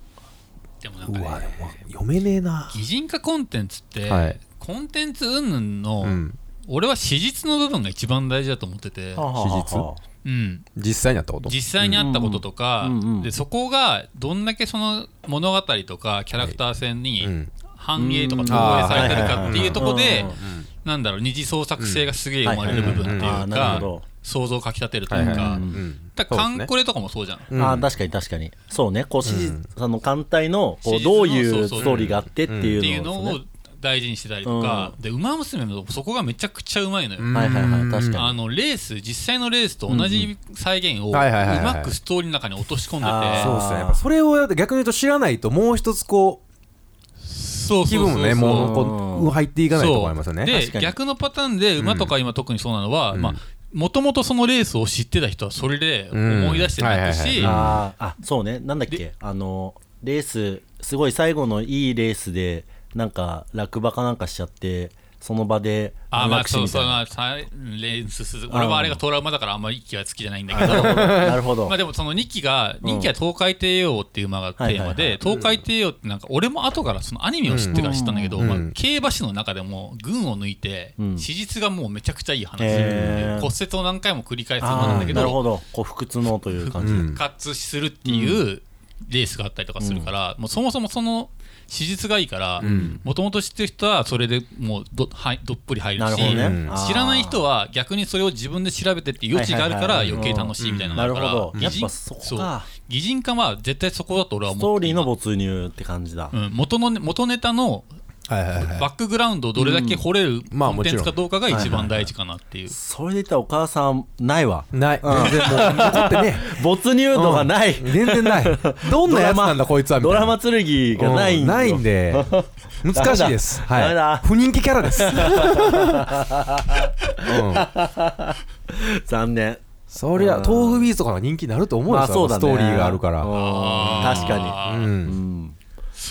Speaker 3: でもな
Speaker 1: うん
Speaker 3: か
Speaker 1: わ
Speaker 3: ね、
Speaker 1: 読めねえな
Speaker 3: 擬人化コンテンツって、
Speaker 1: はい
Speaker 3: コンテンツ云々の、
Speaker 1: うん
Speaker 3: 俺は史実の部分が一番大事だと思ってて、
Speaker 2: はあはあはあ
Speaker 1: 史実
Speaker 3: うん、
Speaker 1: 実際にあったこと
Speaker 3: 実際にあったこととか、
Speaker 2: うんうんうん
Speaker 3: でそこがどんだけその物語とかキャラクター性
Speaker 1: う
Speaker 3: に
Speaker 1: ん
Speaker 3: 反映とか投影されてるかっていうところで
Speaker 2: うんはいはいはい
Speaker 3: なんだろう二次創作性がすげえ生まれる部分っていう
Speaker 2: はいはいはいうんあーなる
Speaker 3: か
Speaker 2: ほど
Speaker 3: 想像をかきたてると
Speaker 1: はいいうはい
Speaker 3: か
Speaker 1: うん
Speaker 3: だからカンコレとかもそうじゃん。
Speaker 1: うん
Speaker 2: あー確かに確かにそうねこう史実さんの艦隊のこう
Speaker 3: 史実の
Speaker 2: どうい
Speaker 3: そうう
Speaker 2: ス
Speaker 3: そう
Speaker 2: トーリーがあってって
Speaker 3: ってい
Speaker 2: いううの
Speaker 3: の
Speaker 2: をです
Speaker 3: を
Speaker 2: ね
Speaker 3: 大事にしてたりとか、で馬娘もそこがめちゃくちゃうまいのよ、
Speaker 1: うん
Speaker 2: はいはいはい確か
Speaker 3: あ
Speaker 2: に
Speaker 3: のレース実際のレースと同じ再現をう
Speaker 1: はいはいはいはい
Speaker 3: まくストーリーの中に落とし込んで
Speaker 2: あ
Speaker 1: そう
Speaker 3: て
Speaker 1: ですねやっぱそれを逆に言うと知らないともう一つこ
Speaker 3: そう
Speaker 1: う気
Speaker 3: そう
Speaker 1: 分
Speaker 3: そ
Speaker 1: も
Speaker 3: う
Speaker 1: ねもう
Speaker 2: そう
Speaker 1: こう入っていかないとこありますよね
Speaker 3: で
Speaker 2: 確かに
Speaker 3: 逆のパターンで馬とか今特にそうなのは、
Speaker 1: ん
Speaker 3: まあもともとそのレースを知ってた人はそれで思い出して泣くし、
Speaker 1: うんはいはいはい
Speaker 2: あーあそうねなんだっけあのレースすごい最後のいいレースでなんか落馬かなんかしちゃってその場で
Speaker 3: あまあそうそう
Speaker 2: な
Speaker 3: まあさレースす俺はあれがトラウマだからあんまり1期は好きじゃないんだけど
Speaker 2: なるほど
Speaker 3: まあでもその2期が2期は東海帝王っていう馬がテーマ
Speaker 2: はいはいはい
Speaker 3: で東海帝王ってなんか俺も後からそのアニメを知ってから知ったんだけど、
Speaker 1: うん
Speaker 3: まあ
Speaker 1: うん
Speaker 3: 競馬史の中でも群を抜いて
Speaker 2: うん
Speaker 3: 史実がもうめちゃくちゃいい話
Speaker 2: へー
Speaker 3: 骨折を何回も繰り返す馬
Speaker 2: あ
Speaker 3: な
Speaker 2: ー
Speaker 3: んだけ
Speaker 2: なる
Speaker 3: ど
Speaker 2: ほどこう不屈のという感じ、
Speaker 1: うん
Speaker 3: 復活するっていうレースがあったりとかするから、もうそもそもその史実がいいから
Speaker 1: ん
Speaker 3: もともと知ってる人はそれでもうどはいどっぷり入る
Speaker 2: なる
Speaker 3: し
Speaker 2: ほどね、
Speaker 1: うん
Speaker 2: あー
Speaker 3: 知らない人は逆にそれを自分で調べてっていう余地があるか
Speaker 2: は
Speaker 3: ら
Speaker 2: いはいはい
Speaker 3: 余計楽しいみたいなのがあるから、
Speaker 2: なるほど
Speaker 3: 擬人
Speaker 2: やっぱそこか
Speaker 3: そう擬人化は絶対そこだと俺は
Speaker 2: ス
Speaker 3: 思
Speaker 2: ト
Speaker 3: う
Speaker 2: ーリーの没入って感じだ、
Speaker 3: うん、元のね元ネタの
Speaker 1: はいはいはい
Speaker 3: バックグラウンドをどれだけ掘れる
Speaker 1: まあ
Speaker 3: コンテンツかどうかが一番大事かなっていう、
Speaker 2: それで言ったらお母さんないわ
Speaker 1: ない全然もう残ってね
Speaker 2: 没入度がない、
Speaker 1: 全然ないどんなやつなんだこいつはみ
Speaker 2: ド
Speaker 1: たい
Speaker 2: ラ
Speaker 1: な
Speaker 2: マ剣がない
Speaker 1: う
Speaker 2: んよ
Speaker 1: んないんで難しいです
Speaker 2: ダメだ
Speaker 1: はい不人気キャラですうん
Speaker 2: 残念
Speaker 1: そりゃ豆腐ビーツとかが人気になると思うよ
Speaker 2: まあそうだ
Speaker 1: ス
Speaker 2: ね
Speaker 1: トーリーがあるから
Speaker 2: うん確か
Speaker 3: あ
Speaker 1: う
Speaker 2: に、
Speaker 3: ー
Speaker 2: うんん、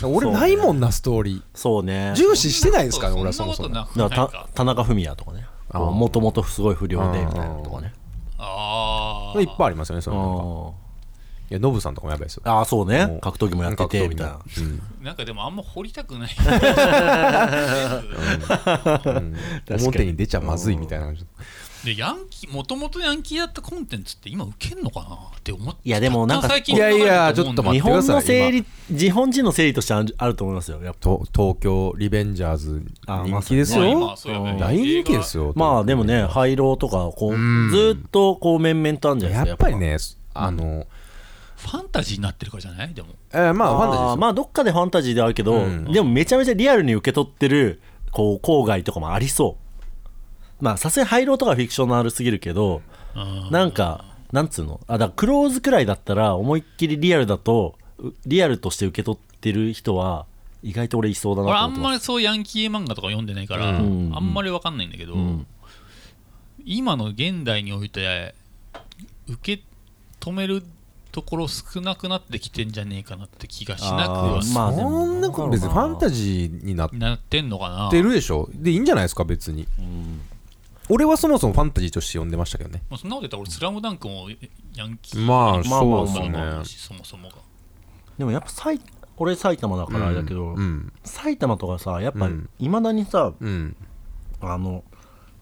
Speaker 1: 俺ないもんなストーリ
Speaker 2: そうね
Speaker 1: ー重視してないですからね俺はそ
Speaker 3: そん
Speaker 1: も
Speaker 3: なこ
Speaker 1: そ
Speaker 3: と
Speaker 1: も
Speaker 3: なく
Speaker 2: だ
Speaker 3: ない
Speaker 2: から
Speaker 3: か
Speaker 2: た田中文也とかね
Speaker 1: あー
Speaker 2: もともとすごい不良でみたいなとかね
Speaker 3: ああ
Speaker 1: いっぱいありますよねそ
Speaker 2: あ
Speaker 1: の
Speaker 2: ー
Speaker 1: いやノブさんとかもやばいですよ
Speaker 2: あーそう
Speaker 1: も
Speaker 2: ね
Speaker 1: う
Speaker 2: 格闘技もやっててみたいな
Speaker 1: 格闘技も
Speaker 3: なんかでもあんま掘りたくない
Speaker 1: うん
Speaker 2: に
Speaker 1: 表に出ちゃまずいみたいな
Speaker 3: でヤンキーもともとヤンキーだったコンテンツって今受けんのかなって思って
Speaker 2: いやでもなんか
Speaker 3: 最近
Speaker 1: いやいや
Speaker 3: 考えてると思うんだよ
Speaker 1: 待っ
Speaker 2: 日
Speaker 3: ね
Speaker 1: てくだ
Speaker 2: 本
Speaker 1: さい
Speaker 2: の整理日本人の整理としてあるあると思いますよやっぱ
Speaker 1: と東京リベンジャーズ
Speaker 2: あ
Speaker 1: 人気です
Speaker 3: まあ
Speaker 1: よ
Speaker 3: 今そうやね
Speaker 1: 大人気ですよ
Speaker 2: まあでもね廃炉とかこうずーっとこう面々とあるんじゃない
Speaker 1: や
Speaker 2: です
Speaker 1: っ
Speaker 2: か
Speaker 1: ぱりねあの
Speaker 3: ファンタジーになってるからじゃないでも
Speaker 1: えーまあファンタジーです
Speaker 2: あー
Speaker 1: よ
Speaker 2: まあどっかでファンタジーではあるけど、
Speaker 1: ん
Speaker 2: でもめちゃめちゃリアルに受け取ってるこう郊外とかもありそうまあさすがに廃炉とかはフィクショナルすぎるけど
Speaker 3: うん
Speaker 2: なんかなんつうのあだからクローズくらいだったら思いっきりリアルだとうリアルとして受け取ってる人は意外と俺いそうだな
Speaker 3: 俺
Speaker 2: と
Speaker 3: あ
Speaker 2: 思って
Speaker 3: ん
Speaker 2: ま
Speaker 3: ますりそうヤンキー漫画とか読んでないから、
Speaker 2: ん
Speaker 3: あんまりわかんないんだけど、
Speaker 2: ん
Speaker 3: 今の現代において受け止めるところ少なくなってきてんじゃねえかなって気がしなくは
Speaker 2: あーまあでも
Speaker 1: そんなこと別にファンタジーになっ
Speaker 3: なってんのかな
Speaker 1: てるでしょでいいんじゃないですか別に俺はそもそもファンタジーとして読んでましたけどね
Speaker 3: まあ、そんなこと言ったら俺スラムダンクもヤンキー
Speaker 1: まあ
Speaker 2: まあま
Speaker 1: そ
Speaker 2: あ
Speaker 1: うですね、
Speaker 3: まあそもそもが
Speaker 2: でもやっぱ埼俺埼玉だからあれだけど、
Speaker 1: うん
Speaker 2: 埼玉とかさやっ
Speaker 1: う
Speaker 2: ぱ
Speaker 1: ん
Speaker 2: いまだにさ、
Speaker 1: うん
Speaker 2: あの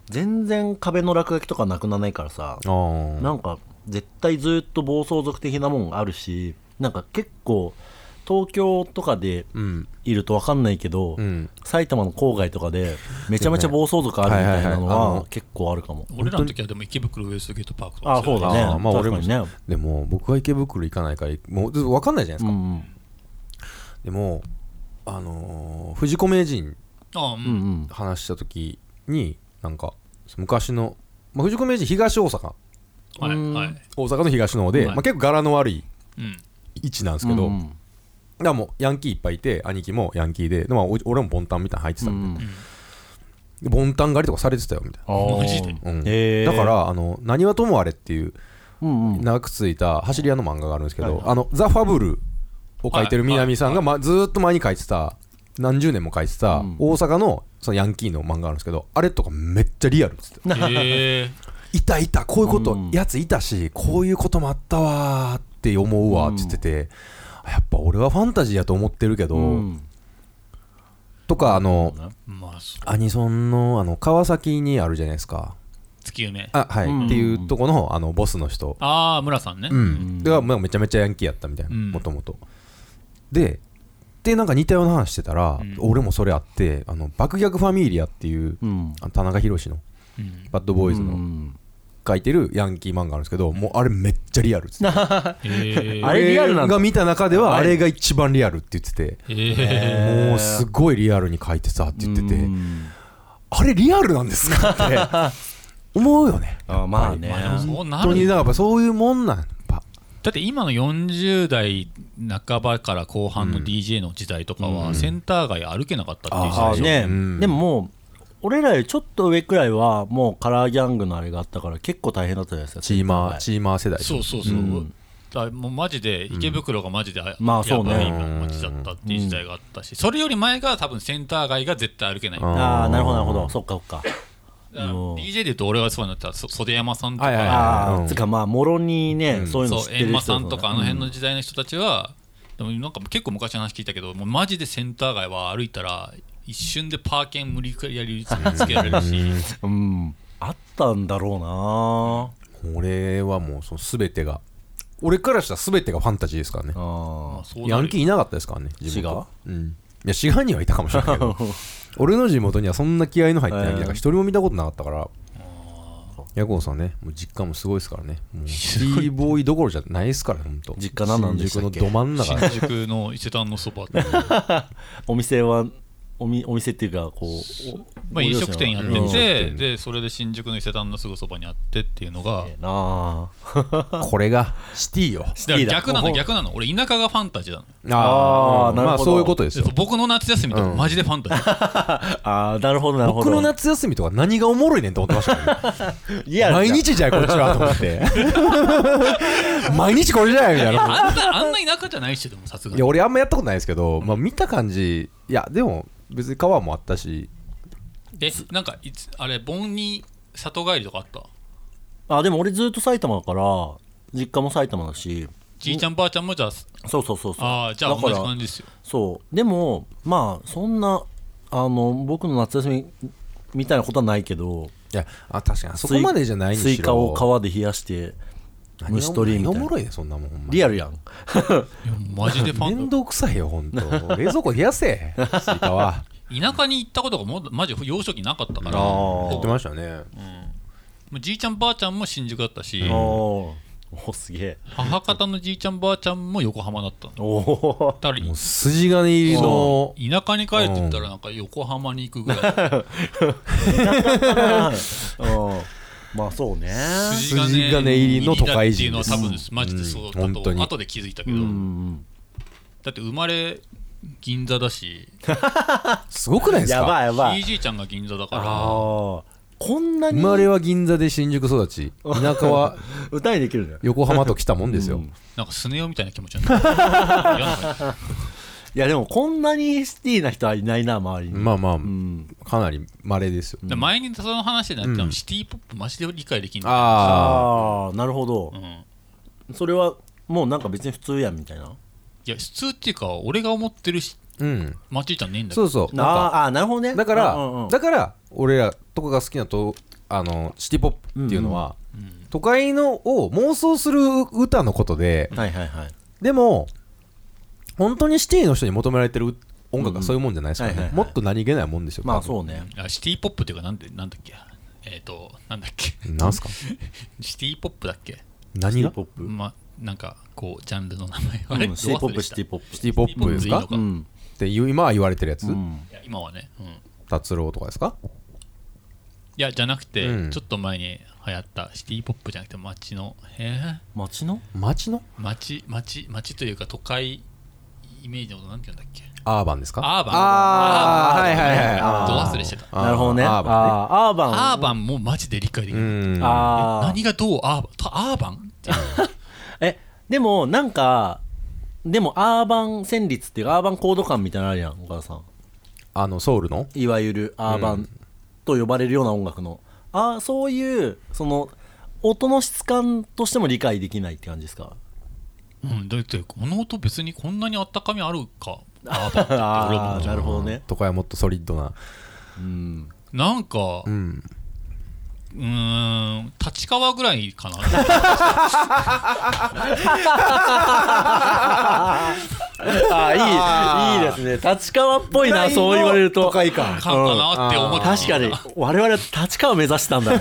Speaker 2: 全然壁の落書きとかなくならないからさ
Speaker 1: あー
Speaker 2: なんか絶対ずっと暴走族的なもんあるしなんか結構東京とかで
Speaker 1: うん
Speaker 2: いるとわかんないけど、
Speaker 1: うん
Speaker 2: 埼玉の郊外とかでめちゃめちゃ暴走族あるみたいなの
Speaker 1: はいはいはいあ
Speaker 2: は
Speaker 1: の
Speaker 2: 結構あるかも。
Speaker 3: 俺らの時はでも池袋ウエストゲートパークとか
Speaker 2: あそうだね
Speaker 1: あーまあ
Speaker 2: 確か
Speaker 1: 俺も
Speaker 2: にね。
Speaker 1: でも僕は池袋行かないからもう分かんないじゃないです
Speaker 2: うん
Speaker 1: か、
Speaker 2: うん
Speaker 1: でもあのー藤子名人
Speaker 3: ああうん、
Speaker 2: うんうん
Speaker 1: 話した時になんか昔の、まあ、藤子名人東大阪
Speaker 3: はいはい
Speaker 1: 大阪の東の方で、
Speaker 3: はい
Speaker 1: まあ、結構柄の悪い
Speaker 3: うん
Speaker 1: 位置なんですけど、
Speaker 2: うん
Speaker 1: だからもうヤンキーいっぱいいて兄貴もヤンキーでで、まあ、お俺もボンタンみたいなの入って
Speaker 2: う
Speaker 1: たみたいな、
Speaker 2: ん
Speaker 1: でボンタン狩りとかされてたよみたい
Speaker 3: マジで
Speaker 1: な、うん
Speaker 2: へー
Speaker 1: だからあの「なにわともあれ」っていう
Speaker 2: うんうん
Speaker 1: 長くついた走り屋の漫画があるんですけど、
Speaker 2: はい
Speaker 1: あの「ザ・ファブル」を書いてる南さんが、ま、ずーっと前に書いてた何十年も書いてた
Speaker 2: うん
Speaker 1: 大阪のそのヤンキーの漫画あるんですけどあれとかめっちゃリアルっつって
Speaker 3: へえ
Speaker 1: いたいたこういうこと、
Speaker 2: うん
Speaker 1: やついたしこういうこともあったわーって思うわっつってて、やっぱ俺はファンタジーやと思ってるけど、
Speaker 2: うん
Speaker 1: とかあの
Speaker 3: まあそう
Speaker 1: アニソンのあの川崎にあるじゃないですか
Speaker 3: 月夜ね
Speaker 1: あはい、
Speaker 2: うん
Speaker 1: っていうとこのあのボスの人
Speaker 3: ああ村さんね、
Speaker 1: うん、だからまあめちゃめちゃヤンキーやったみたいな
Speaker 3: うん
Speaker 1: もともとででなんか似たような話してたら、
Speaker 3: うん
Speaker 1: 俺もそれあってあの爆逆ファミリアっていう
Speaker 2: うん
Speaker 1: あの田中宏の
Speaker 3: うん
Speaker 1: バッドボーイズ
Speaker 2: う
Speaker 1: の
Speaker 2: ん
Speaker 1: 書いてるヤンキー漫画あるんですけど、もうあれめっちゃリアルっつって
Speaker 3: へえ
Speaker 2: あれリアルなんだ
Speaker 1: 俺が見た中では
Speaker 2: あ
Speaker 1: あ
Speaker 2: れ
Speaker 1: れが一番リアルって言ってて、
Speaker 3: へえ
Speaker 1: もうすごいリアルに書いてさって言ってて、
Speaker 2: うん
Speaker 1: あれリアルなんですかって思うよ ね
Speaker 2: あまあね
Speaker 3: まあでもそうな
Speaker 1: 本当に
Speaker 3: る
Speaker 1: だからやっぱそういうもんなんやっぱ
Speaker 3: だって今の40代半ばから後半の DJ の時代とかはセンター街歩けなかったっていう時
Speaker 2: あー
Speaker 3: 代でしょ
Speaker 2: ね、
Speaker 1: うん
Speaker 2: でももう俺らよりちょっと上くらいはもうカラーギャングのあれがあったから結構大変だったじゃないですか
Speaker 1: チーマーチーマー世代
Speaker 3: そうそうそう、だもうマジで池袋がマジで、あ
Speaker 2: まあそうね
Speaker 3: やばい街だったっていう時代があったし、それより前が多分センター街が絶対歩けない、だか
Speaker 2: ああなるほどなるほどそっかそっからうん
Speaker 3: DJ で言うと俺がそうなったらそ袖山さんとか、
Speaker 1: はいはいはい
Speaker 2: あ
Speaker 1: う
Speaker 2: あ
Speaker 1: ん
Speaker 2: つうかまあもろにね、そういうの知
Speaker 3: そ
Speaker 2: っ
Speaker 3: う
Speaker 2: て
Speaker 3: 閻
Speaker 2: る
Speaker 3: 魔
Speaker 2: 人
Speaker 3: さんとかあの辺の時代の人たちは、でもなんか結構昔の話聞いたけどもうマジでセンター街は歩いたら一瞬でパーケン無理やりつけられるし、
Speaker 2: うんあったんだろうな
Speaker 1: 俺はもうその全てが俺からしたら全てがファンタジーですからね
Speaker 2: あ
Speaker 3: まあそうなるよ
Speaker 1: ヤンキーいなかったですからね自分
Speaker 2: 滋
Speaker 1: うんいや滋賀にはいたかもしれないけ ど俺の地元にはそんな気合いの入ってない
Speaker 2: えー
Speaker 1: だから一人も見たことなかったからヤコウさんねもう実家もすごいですからねもうティーボーイどころじゃないですからほんと
Speaker 2: 実家何なんでしたっけ
Speaker 1: 新宿のど真ん中
Speaker 3: 新宿の伊勢丹の そばっていう
Speaker 2: お店はおみお店っていうかこうお
Speaker 3: まあ飲食店やって
Speaker 2: ご両親は
Speaker 3: て、でそれで新宿の伊勢丹のすぐそばにあってっていうのが
Speaker 2: うんええなあ
Speaker 1: これがシティよ
Speaker 3: だから
Speaker 2: いいだ
Speaker 3: 逆なの逆なの俺田舎がファンタジーなの
Speaker 2: あ
Speaker 1: ー
Speaker 2: ーなるほど
Speaker 1: まあそういうことです
Speaker 3: で
Speaker 1: よ
Speaker 3: そう僕の夏休みとかマジでファンタジー、
Speaker 2: ああなるほどなるほど
Speaker 1: 僕の夏休みとか何がおもろいねんと思ってましたからね
Speaker 2: リアル
Speaker 1: 毎日じゃいこっちはと思って 毎日これじゃいみたいな
Speaker 3: あんなあんな田舎じゃないしでもさすが
Speaker 1: い
Speaker 3: に
Speaker 1: や俺あんまやったことないですけど、まあ、見た感じいやでも別に川もあったし
Speaker 3: でなんかいつあれ盆に里帰りとかあった
Speaker 2: あでも俺ずっと埼玉だから実家も埼玉だし
Speaker 3: じいちゃんばあちゃんもじゃあ
Speaker 2: そうそうそうそう
Speaker 3: あーじゃ
Speaker 2: だ
Speaker 3: あ
Speaker 2: か
Speaker 3: 同
Speaker 2: ら
Speaker 3: じ感じですよ
Speaker 2: そうでもまあそんなあの僕の夏休みみたいなことはないけど
Speaker 1: いやあ確かにあそこまでじゃないにしろ
Speaker 2: スイカを皮で冷やして
Speaker 1: 何が
Speaker 2: 蒸し取りみ
Speaker 1: 何
Speaker 2: た
Speaker 1: がお
Speaker 2: い
Speaker 1: も
Speaker 2: な
Speaker 1: ろいねそんなもんほんま
Speaker 2: リアルやん
Speaker 3: いやマジでファ
Speaker 1: 面
Speaker 3: ンタ
Speaker 1: 倒くさいよほんと 冷蔵庫冷やせスイカは
Speaker 3: 田舎に行ったことがもうマジ幼少期なかったから
Speaker 2: あ
Speaker 1: 言ってましたね
Speaker 3: もうじいちゃんばあちゃんも新宿だったし、
Speaker 2: おおーすげえ
Speaker 3: 母方のじいちゃんばあちゃんも横浜だったの
Speaker 2: お お
Speaker 3: だから
Speaker 1: もう筋金入りの
Speaker 3: 田舎に帰って言ったらなんか横浜に行くぐらい
Speaker 2: まあそうね
Speaker 1: 筋金入りの都会
Speaker 3: っていう
Speaker 1: 人
Speaker 3: のは
Speaker 1: です
Speaker 3: 多分マジでそう
Speaker 1: う
Speaker 3: だ
Speaker 1: ん本
Speaker 3: と
Speaker 1: 当に
Speaker 3: 後で気づいたけ
Speaker 2: う
Speaker 3: ど、
Speaker 2: ん
Speaker 3: だって生まれ銀座だし
Speaker 1: すごくないです
Speaker 2: やば
Speaker 1: か
Speaker 2: いやば
Speaker 3: ひい
Speaker 2: い
Speaker 3: じいちゃんが銀座だか
Speaker 2: ああこんな
Speaker 1: 生
Speaker 2: に
Speaker 1: まれは銀座で新宿育ち田舎は
Speaker 2: 歌にできるんだよ
Speaker 1: 横浜と来たもんですよ、
Speaker 3: らなんかスネ夫みたいな気持ちになる嫌な感
Speaker 2: いやでもこんなにシティな人はいないな周りに、
Speaker 1: まあまあ、
Speaker 2: うん、
Speaker 1: かなり稀ですよ、
Speaker 3: だから前にその話でなった
Speaker 1: う
Speaker 3: の
Speaker 1: ん
Speaker 3: シティ・ポップマジで理解できんの
Speaker 1: ああ
Speaker 2: ああなるほど
Speaker 3: う、ん
Speaker 2: それはもうなんか別に普通やんみたいない
Speaker 3: や普通っていうか俺が思ってるし
Speaker 1: うん
Speaker 3: 街じゃねえんだけ
Speaker 1: そ
Speaker 3: ど
Speaker 1: うそうなんか
Speaker 2: ああーなるほどね
Speaker 1: だから、
Speaker 2: うんうんうん
Speaker 1: だから俺らとかが好きなとあのシティ・ポップっていうのは、
Speaker 3: うん
Speaker 1: 都会のを妄想する歌のことで、
Speaker 2: はいはいはい
Speaker 1: でも本当にシティの人に求められてる音楽はそういうもんじゃないですからね、
Speaker 2: うんはいはいはい
Speaker 1: もっと何気ないもんですよ
Speaker 2: まあ
Speaker 1: 多分
Speaker 2: そうね
Speaker 3: あシティ・ポップっていうかなんでなんだっけえっ、となんだっけ
Speaker 1: なんすか
Speaker 3: シティ・ポップだっけ
Speaker 1: 何が
Speaker 2: シティポップ、
Speaker 3: まなんかこうジャンルの名前
Speaker 2: う
Speaker 3: あれ、
Speaker 2: んシティポップシティ
Speaker 3: ポ
Speaker 2: ポップ
Speaker 1: シティ・ポップです
Speaker 3: シティポ
Speaker 1: かう
Speaker 3: ップでいいのか
Speaker 1: ん
Speaker 2: う
Speaker 1: っ
Speaker 2: ん、
Speaker 1: ていう今は言われてるやつ、
Speaker 2: うん、
Speaker 3: ップ今はね、うん、い
Speaker 1: 達郎とかですか
Speaker 3: やじゃなくて、
Speaker 1: うん
Speaker 3: ちょっと前に流行ったシティ・ポップじゃなくて街のえー、
Speaker 2: 街の
Speaker 1: 街の
Speaker 3: 町町町というか都会イメージのことなんて言うんだっけ
Speaker 1: アーバンですか
Speaker 3: アーバン
Speaker 1: あー
Speaker 3: アーバン
Speaker 1: はいはいはい
Speaker 2: あー
Speaker 3: ど忘れしてた
Speaker 1: あー
Speaker 2: なるほどね
Speaker 1: アーバンね
Speaker 2: あーアーバン
Speaker 3: アーバンもマジで理解でき
Speaker 1: う
Speaker 3: ない、
Speaker 1: ん
Speaker 2: あー
Speaker 3: 何がどうアーバンたアーバンって
Speaker 2: えでもなんかでもアーバン旋律っていうかアーバンコード感みたいなのあるやんお母さん
Speaker 1: あのソウルの
Speaker 2: いわゆるアーバンと呼ばれるような音楽の、ああそういうその音の質感としても理解できないって感じですか
Speaker 3: うんだってこの音別にこんなにあったかみあるかアーバンってって俺も
Speaker 2: あ
Speaker 3: 思
Speaker 2: あ
Speaker 3: っちゃ
Speaker 2: な
Speaker 3: う
Speaker 2: るほどね
Speaker 1: 都会はもっとソリッドな
Speaker 2: うん
Speaker 3: なんかう
Speaker 1: うん
Speaker 3: ーん立川ぐらいか な
Speaker 2: ああいいいいですね立川っぽいなそう言われると
Speaker 1: 都会感
Speaker 3: かんかなって思って
Speaker 2: 確かに我々は立川を目指してたんだ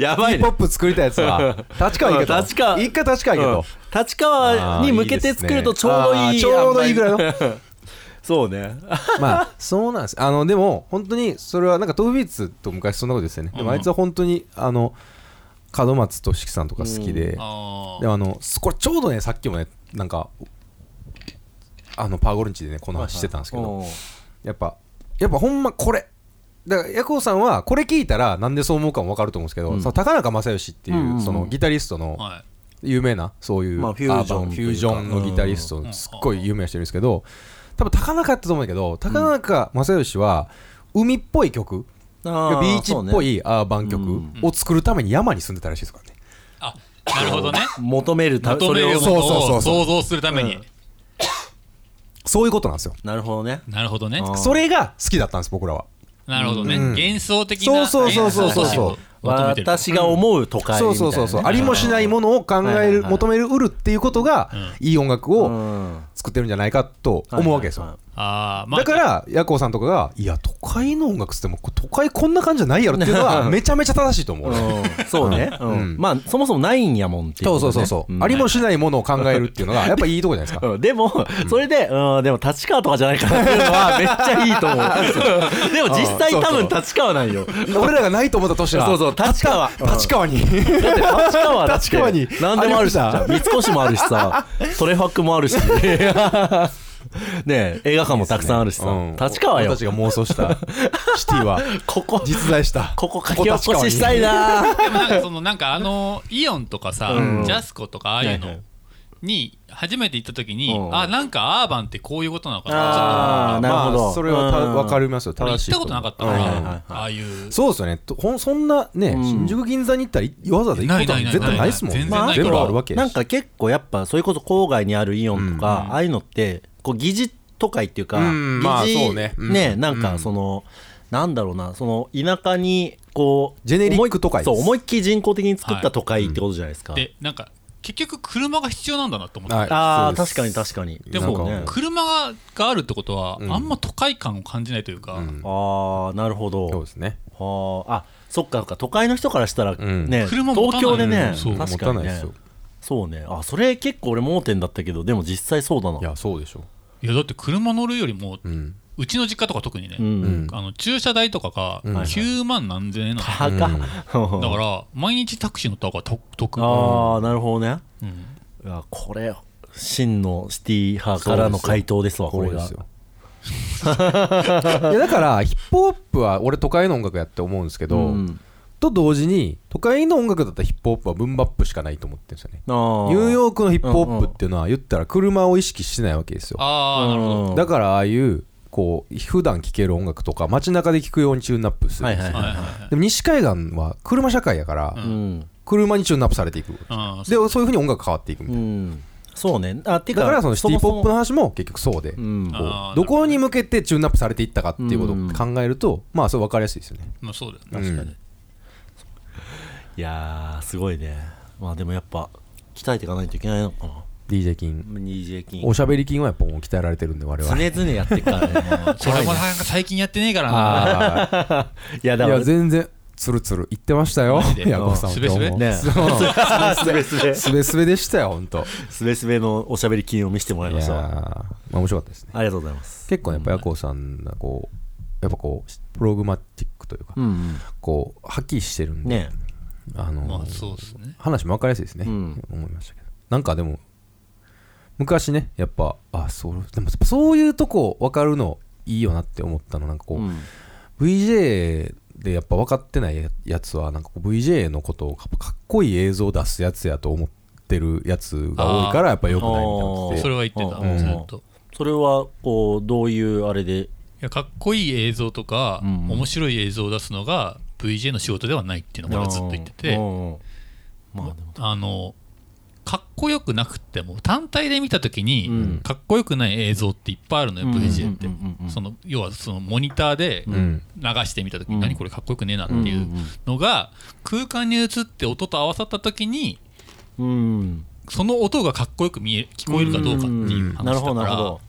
Speaker 2: やば
Speaker 1: ヒップ
Speaker 2: いね
Speaker 1: ホップ作りたいやつは立川行けと
Speaker 2: 立川
Speaker 1: 一回立川行けと
Speaker 2: うん立川に向けて作るとちょうど
Speaker 1: あー
Speaker 2: い
Speaker 1: い
Speaker 2: い
Speaker 1: いですねあーちょうどいいぐらいの
Speaker 2: のそうね
Speaker 1: まあそうなんですあのでも本当にそれはなんかトーフビーツと昔そんなことですよねでもあいつは本当にあの門松俊樹さんとか好きで
Speaker 3: あ
Speaker 1: でもあのすこれちょうどねさっきもねなんかあのパーゴルンチでねこの話してたんですけど
Speaker 2: おう
Speaker 1: やっぱやっぱほんまこれだからヤコウさんはこれ聞いたらなんでそう思うかも分かると思うんですけど、
Speaker 2: うん
Speaker 1: その高中正義っていう,、
Speaker 2: うんうんうん
Speaker 1: そのギタリストの、
Speaker 3: あはい
Speaker 1: 有名なそういう
Speaker 2: ま
Speaker 1: ア
Speaker 2: あ
Speaker 1: ー
Speaker 2: フュージョン
Speaker 1: バン
Speaker 2: と
Speaker 1: フ
Speaker 2: い
Speaker 1: ュ
Speaker 2: うか
Speaker 1: ージョンのギタリス
Speaker 3: う
Speaker 1: ト
Speaker 3: ん
Speaker 1: すっごい有名な人いるんですけど多分高中ってと思うんだけど高中正義は海っぽい曲
Speaker 2: あ
Speaker 1: ビーチ
Speaker 2: そう
Speaker 1: っ
Speaker 2: ね
Speaker 1: ぽいアーバン
Speaker 2: う
Speaker 1: 曲
Speaker 2: ん
Speaker 1: を作るために山に住んでたらしいですからね
Speaker 3: あなるほどね
Speaker 2: 求めるた
Speaker 3: 求めるも
Speaker 2: それを
Speaker 1: うそ
Speaker 3: の
Speaker 1: うそう
Speaker 3: を
Speaker 1: そう
Speaker 3: 想像するために、
Speaker 2: うん
Speaker 1: そういうことなんですよ
Speaker 2: なるほどね
Speaker 3: なるほどね
Speaker 2: あー
Speaker 1: それが好きだったんです僕らは
Speaker 3: なるほどね、
Speaker 1: うん
Speaker 3: 幻想的な
Speaker 1: そうそうそうそうそう
Speaker 3: 幻想都市を求めてると
Speaker 2: 私が思う都会みたいな
Speaker 1: そ
Speaker 2: ね
Speaker 1: うそうそうそうありもしないものを考
Speaker 2: は
Speaker 1: え
Speaker 2: いはい
Speaker 1: る
Speaker 2: はい
Speaker 1: 求めるうるっていうことがいい音楽
Speaker 2: う
Speaker 1: を
Speaker 2: ん
Speaker 1: 作ってるんじゃないかと思うわけです
Speaker 2: はい
Speaker 1: よ
Speaker 2: はい
Speaker 3: ああまあ
Speaker 1: だからヤコウさんとかがいや都会の音楽っつっても都会こんな感じじゃないやろっていうの はめちゃめちゃ正しいと思う俺
Speaker 2: はいうんそうねうん
Speaker 1: うん
Speaker 2: まあそもそもないんやもんってい
Speaker 1: そうそ
Speaker 2: こと
Speaker 1: う
Speaker 2: ね
Speaker 1: そうそう、
Speaker 2: ん
Speaker 1: ありもしないものを考えるっていうのがやっぱいいとこじゃないですか
Speaker 2: うんでも、それで、うん、でも立川とかじゃないかなっていうの は、めっちゃいいと思う。でも実際
Speaker 1: そうそう
Speaker 2: 多分立川なんよ。だ
Speaker 1: 俺らがないと思った年は
Speaker 2: そうそう立川
Speaker 1: 立川に
Speaker 2: って立川だって、
Speaker 1: 立川に
Speaker 2: 何でもあるし
Speaker 1: あ
Speaker 2: さ、三越もある しさ、トレファックもあるし、ねえ映画館もたくさんあるしさ、
Speaker 1: うん
Speaker 2: 立川よ
Speaker 1: 俺たち。が妄想したシティは
Speaker 2: ここ、
Speaker 1: 実在した
Speaker 2: ここ書き起こししたいな
Speaker 3: でもなんかそのなんかあのイオンとかさ、
Speaker 2: うん
Speaker 3: ジャスコとかああいう
Speaker 2: はいは
Speaker 3: の
Speaker 2: い
Speaker 3: に初めて行った時に、
Speaker 2: うん
Speaker 3: あなんかアーバンってこういうことなのか
Speaker 2: あ
Speaker 3: な
Speaker 2: ー
Speaker 3: ちょっ
Speaker 2: なる
Speaker 3: と
Speaker 2: ほど
Speaker 1: まあそれはた
Speaker 2: うん
Speaker 1: わかりますよ
Speaker 3: 俺
Speaker 1: 正
Speaker 3: 行
Speaker 1: し
Speaker 3: っ
Speaker 1: い
Speaker 3: たことなかったか
Speaker 1: う
Speaker 3: ら、
Speaker 1: ん
Speaker 2: はいはいはい
Speaker 3: ああいう
Speaker 1: そうですよねとほんそんなね、
Speaker 2: ん
Speaker 1: 新宿銀座に行ったらいわざわざ行くことは
Speaker 3: ないないない
Speaker 1: 絶対ないですもんね
Speaker 3: 全然
Speaker 2: まあ、あ
Speaker 3: ない
Speaker 1: 全部
Speaker 3: から
Speaker 1: あるわ
Speaker 2: と
Speaker 1: け
Speaker 2: な
Speaker 1: や
Speaker 2: ん
Speaker 1: し
Speaker 2: か結構やっぱそれこそ郊外にあるイオンとか、ああいうのってこう疑似都会っていうか、
Speaker 1: うんまあ
Speaker 2: 疑似
Speaker 1: そうねうん
Speaker 2: なんかその、なんだろうなその田舎にこう
Speaker 1: ジェネリック都会です
Speaker 2: 思いそう思いっきり人工的に作った都会ってことじゃないですか、
Speaker 3: でなんか結局車が必要なんだなと思って、
Speaker 1: はい
Speaker 2: ああ
Speaker 1: そう
Speaker 2: 確かに確かに
Speaker 3: で
Speaker 1: な
Speaker 3: も、
Speaker 1: んか
Speaker 2: ね
Speaker 3: 車ががあるってことは、
Speaker 1: うん
Speaker 3: あんま都会感を感じないというか、
Speaker 1: うん
Speaker 2: ああなるほ
Speaker 1: そう
Speaker 2: ど
Speaker 1: ですね
Speaker 2: はああそっかそっか都会の人からしたら
Speaker 1: ん
Speaker 2: ね、
Speaker 3: 車持たな
Speaker 2: 東
Speaker 3: い
Speaker 2: 京でね、
Speaker 3: うんそう
Speaker 2: 確
Speaker 1: 持
Speaker 2: か
Speaker 1: たな
Speaker 2: に
Speaker 1: いで
Speaker 2: ね
Speaker 1: すよ
Speaker 2: そうねあそれ結構俺盲点だったけどでも実際そうだない
Speaker 1: やそうでしょ
Speaker 3: いやだって車乗るよりも、
Speaker 1: う、うん、
Speaker 3: うちの実家とか特にね、
Speaker 2: うん、
Speaker 1: うん
Speaker 3: あの駐車代とかが
Speaker 1: うん
Speaker 3: 9万何千円なの、
Speaker 2: 高っ、
Speaker 3: だから毎日タクシー乗った方がと得
Speaker 2: ああなるほどね
Speaker 3: うん
Speaker 2: いやこれ真のシティ派からの回答ですわこ
Speaker 1: そう
Speaker 2: れ
Speaker 1: で
Speaker 2: が
Speaker 1: すよ いやだからヒップホップは俺都会の音楽やって思うんですけど、
Speaker 2: うん
Speaker 1: と同時に都会の音楽だったらヒップホップはブンバップしかないと思ってるんですよね
Speaker 2: ニュ
Speaker 1: ニューヨークのヒップホップっていうのは言ったら車を意識してないわけですよ
Speaker 3: ああなるほど
Speaker 1: だからああいうこう普段聴ける音楽とか街中で聴くようにチューンナップするんで
Speaker 2: はい
Speaker 1: すよ、
Speaker 2: はい
Speaker 3: はい
Speaker 2: は
Speaker 3: はい
Speaker 2: い
Speaker 3: はい
Speaker 1: でも西海岸は車社会やから、
Speaker 3: うん
Speaker 2: うん
Speaker 1: 車にチューンナップされていくで
Speaker 3: ああ
Speaker 1: そういうふうに音楽変わっていくみたい
Speaker 2: うんそうねあて
Speaker 1: なだからそのシティ・ポップ
Speaker 2: の
Speaker 1: の話も結局そうで、
Speaker 2: うん
Speaker 1: こう
Speaker 3: あー
Speaker 1: どこに向けてチューンナップされていったかっていうこと
Speaker 2: うん
Speaker 1: を考えると、まあそれ分かりやすいですよね
Speaker 3: まあそうだよね
Speaker 1: 確かに
Speaker 2: いやーすごいねまあでもやっぱ鍛えていかないといけないのかな
Speaker 1: DJ 金
Speaker 2: DJ 金
Speaker 1: おしゃべり金はやっぱもう鍛えられてるんで我
Speaker 2: 常
Speaker 1: 々
Speaker 2: 々やってるから ねもう
Speaker 3: それ
Speaker 2: 怖
Speaker 3: も
Speaker 2: いね
Speaker 3: なんか最近やってねえからな
Speaker 1: あー
Speaker 2: いやだ
Speaker 1: い
Speaker 2: か
Speaker 1: や
Speaker 2: ら
Speaker 1: 全然つるつる言ってましたよ
Speaker 3: マジで
Speaker 1: ヤコさん
Speaker 3: うんすべすべ
Speaker 1: 今日も
Speaker 2: ね すべす べ
Speaker 1: すべすべでしたよ本 当
Speaker 2: すべすべのおしゃべり金を見せてもらい
Speaker 1: い
Speaker 2: ま
Speaker 1: や
Speaker 2: し
Speaker 1: ー
Speaker 2: たわ
Speaker 1: まあ面白かったですね
Speaker 2: ありがとうございます
Speaker 1: 結構ねやっぱヤコさんがこうやっぱこうプログマティックというか
Speaker 2: うん
Speaker 1: こう破棄してるんで、
Speaker 2: ね
Speaker 1: あのー
Speaker 3: まあそうですね
Speaker 1: 話も分かりやすいですね、
Speaker 2: うん
Speaker 1: 思いましたけどなんかでも昔ねやっぱあそうでもやっぱそういうとこ分かるのいいよなって思ったのなんかこう、
Speaker 2: うん
Speaker 1: VJ でやっぱ分かってないやつはなんかこう VJ のことをかっこいい映像を出すやつやと思ってるやつが多いからやっぱ良くないみたいになって
Speaker 2: あー
Speaker 1: て
Speaker 3: それは言ってた
Speaker 2: うん
Speaker 3: ずっとい
Speaker 2: それはこうどういうあれで
Speaker 3: やかっこいい映像とか
Speaker 2: うん
Speaker 3: 面白い映像を出すのが VJ の仕事ではないっていうのを俺はずっと言ってて
Speaker 2: うんうんまあでも
Speaker 3: あのかっこよくなくっても単体で見た時に、
Speaker 2: うん
Speaker 3: かっこよくない映像っていっぱいあるのよ VJ って
Speaker 2: うんうんうんうん
Speaker 3: その要はそのモニターで
Speaker 1: う
Speaker 3: 流
Speaker 1: ん
Speaker 3: してみた時
Speaker 2: う
Speaker 3: に
Speaker 2: ん
Speaker 3: 何これかっこよくねえなっていうのが空間に映って音と合わさった時に
Speaker 2: うん
Speaker 3: その音がかっこよく見え聞こえるかどうかっていう
Speaker 2: なる
Speaker 3: 話
Speaker 2: ほど
Speaker 3: だか
Speaker 2: なるほ
Speaker 3: ら
Speaker 2: ど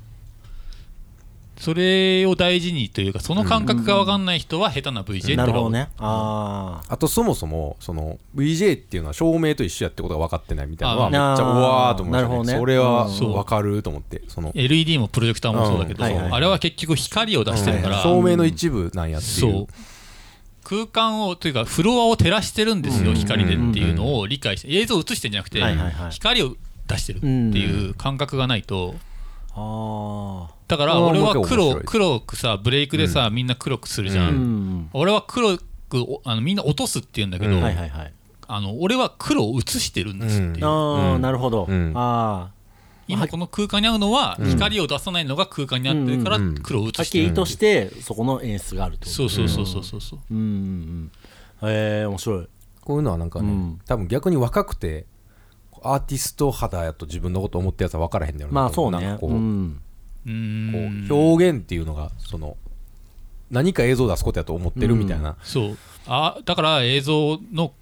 Speaker 3: それを大事にというかその感覚が分かんない人は下手な VJ って
Speaker 2: なるほど
Speaker 3: のが
Speaker 2: ねああ
Speaker 1: あとそもそもその VJ っていうのは照明と一緒やってことが分かってないみたいなのは
Speaker 3: あ
Speaker 1: めっちゃ
Speaker 2: あー
Speaker 1: うわーと思いまし
Speaker 2: なる
Speaker 1: た
Speaker 2: ほど
Speaker 1: ね
Speaker 2: ね
Speaker 1: それは
Speaker 2: うん
Speaker 1: 分かると思ってその
Speaker 3: LED もプロジェクターもそうだけど
Speaker 2: うんはいはい
Speaker 3: あれは結局光を出してるから
Speaker 1: 照明の一部なんやってい
Speaker 3: そうう空間をというかフロアを照らしてるんですよ、
Speaker 1: うん
Speaker 3: 光でっていうのを理解して映像を映してんじゃなくて、
Speaker 2: はいはいはい
Speaker 3: 光を出してるっていう感覚がないと
Speaker 2: ああ
Speaker 3: だから
Speaker 1: うん
Speaker 3: 俺は
Speaker 1: もう一回面白い
Speaker 3: 黒黒くさブレイクでさ、みんな黒くするじゃん、
Speaker 2: うん
Speaker 3: 俺は黒くおあのみんな落とすって言うんだけど、
Speaker 1: うん
Speaker 2: はいはいはい
Speaker 3: あの俺は黒を映してるんですっていう、
Speaker 2: あ
Speaker 1: う
Speaker 2: あ
Speaker 1: ん
Speaker 2: なるほど
Speaker 1: うん
Speaker 2: ああ
Speaker 3: 今この空間に合うのは
Speaker 1: うん
Speaker 3: 光を出さないのが空間に合ってるから
Speaker 1: うん
Speaker 3: 黒を映
Speaker 2: はっ
Speaker 3: し
Speaker 2: き
Speaker 3: てる、
Speaker 2: りとしてそこの演出があるってこと
Speaker 3: そうそうそうそうそうそう
Speaker 2: うんうんうんへえ面白い
Speaker 1: こういうのはなんかね、
Speaker 2: うん
Speaker 1: 多分逆に若くてアーティスト肌やと自分のこと思ったやつは分からへんだよ
Speaker 2: まあそうね
Speaker 1: んか
Speaker 2: う
Speaker 1: こう、
Speaker 2: ん
Speaker 3: うーん
Speaker 1: こう表現っていうのがその何か映像を出すことやと思ってるみたいな、
Speaker 3: そうあだから映像の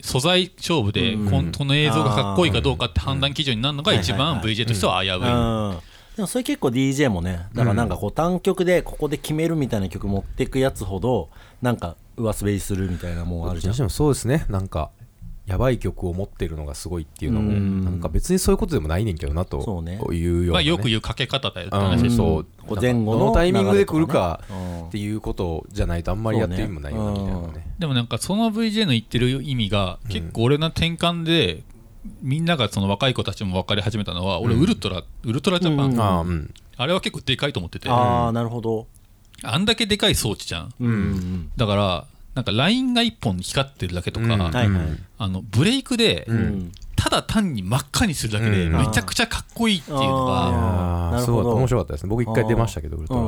Speaker 3: 素材勝負で、こんこの映像がかっこいいかどうかって判断基準になるのが一
Speaker 2: うん
Speaker 3: 番
Speaker 2: はいはい
Speaker 3: VJ としては危うい、
Speaker 2: うんでもそれ結構 DJ もねだからなんかこう単曲でここで決めるみたいな曲持ってくやつほどなんか上滑りするみたいなもんあるじゃん
Speaker 1: 私もそうですねなんかやばい曲を持ってるのがすごいっていうのも、
Speaker 2: うん
Speaker 1: なんか別にそういうことでもないねんけどなと
Speaker 2: そうね
Speaker 1: いうようなね、
Speaker 3: まあ、よく言うかけ方だよって
Speaker 1: うん
Speaker 3: 話です、
Speaker 1: そう
Speaker 2: こう前後の
Speaker 1: どのタイミングで来るか
Speaker 2: 流れとかね
Speaker 1: っていうことじゃないとあんまりやってる意味もないよなみたいなね
Speaker 3: でもなんかその VJ の言ってる意味が結構俺の転換で、みんながその若い子たちも分かり始めたのは俺ウルトラ、ウルトラジャパン、
Speaker 2: うん
Speaker 1: ああうん
Speaker 3: あれは結構でかいと思っててあ
Speaker 2: ああなるほど
Speaker 3: んだけでかい装置じゃん
Speaker 2: うんうん
Speaker 3: だからなんかラインが1本光ってるだけとか、
Speaker 1: うん
Speaker 2: はいはい
Speaker 3: あのブレイクで、
Speaker 1: うん
Speaker 2: うん
Speaker 3: ただ単に真っ赤にするだけで
Speaker 1: うん
Speaker 3: めちゃくちゃかっこいいっていうの
Speaker 1: い
Speaker 3: が、
Speaker 1: やー
Speaker 2: なる
Speaker 1: す
Speaker 2: ほ
Speaker 1: ご
Speaker 2: ど
Speaker 1: い面白かったですね僕一回出ましたけどウルトラ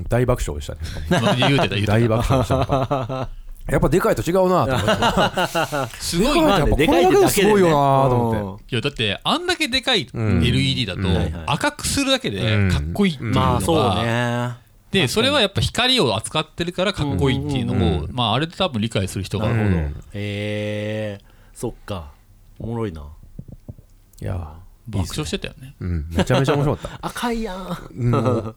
Speaker 2: うん
Speaker 1: 大爆笑でしたねしかも
Speaker 3: まあ言うてた 言うてた
Speaker 1: 大爆笑でしたやっぱやっぱでかいと違うなと思って
Speaker 3: すごい
Speaker 1: ま
Speaker 3: な
Speaker 1: あ
Speaker 3: い
Speaker 1: ね
Speaker 2: でかいっ
Speaker 1: こ
Speaker 2: てだけでね
Speaker 1: れだけですごいよなと思って
Speaker 3: やだってあんだけでかい
Speaker 1: うん
Speaker 3: LED だと
Speaker 2: はいはい
Speaker 3: 赤くするだけでかっこいいっていう
Speaker 2: うん
Speaker 3: の
Speaker 2: まあそう
Speaker 3: が
Speaker 2: ね
Speaker 3: でそれはやっぱ光を扱ってるからかっこいいっていうのをまああれで多分理解する人が
Speaker 1: うん
Speaker 2: へえそっかおもろいない
Speaker 1: やーいいっ
Speaker 3: 爆
Speaker 1: す
Speaker 3: 笑してたよね
Speaker 1: うんめちゃめちゃ面白かった
Speaker 2: 赤いやん
Speaker 1: うん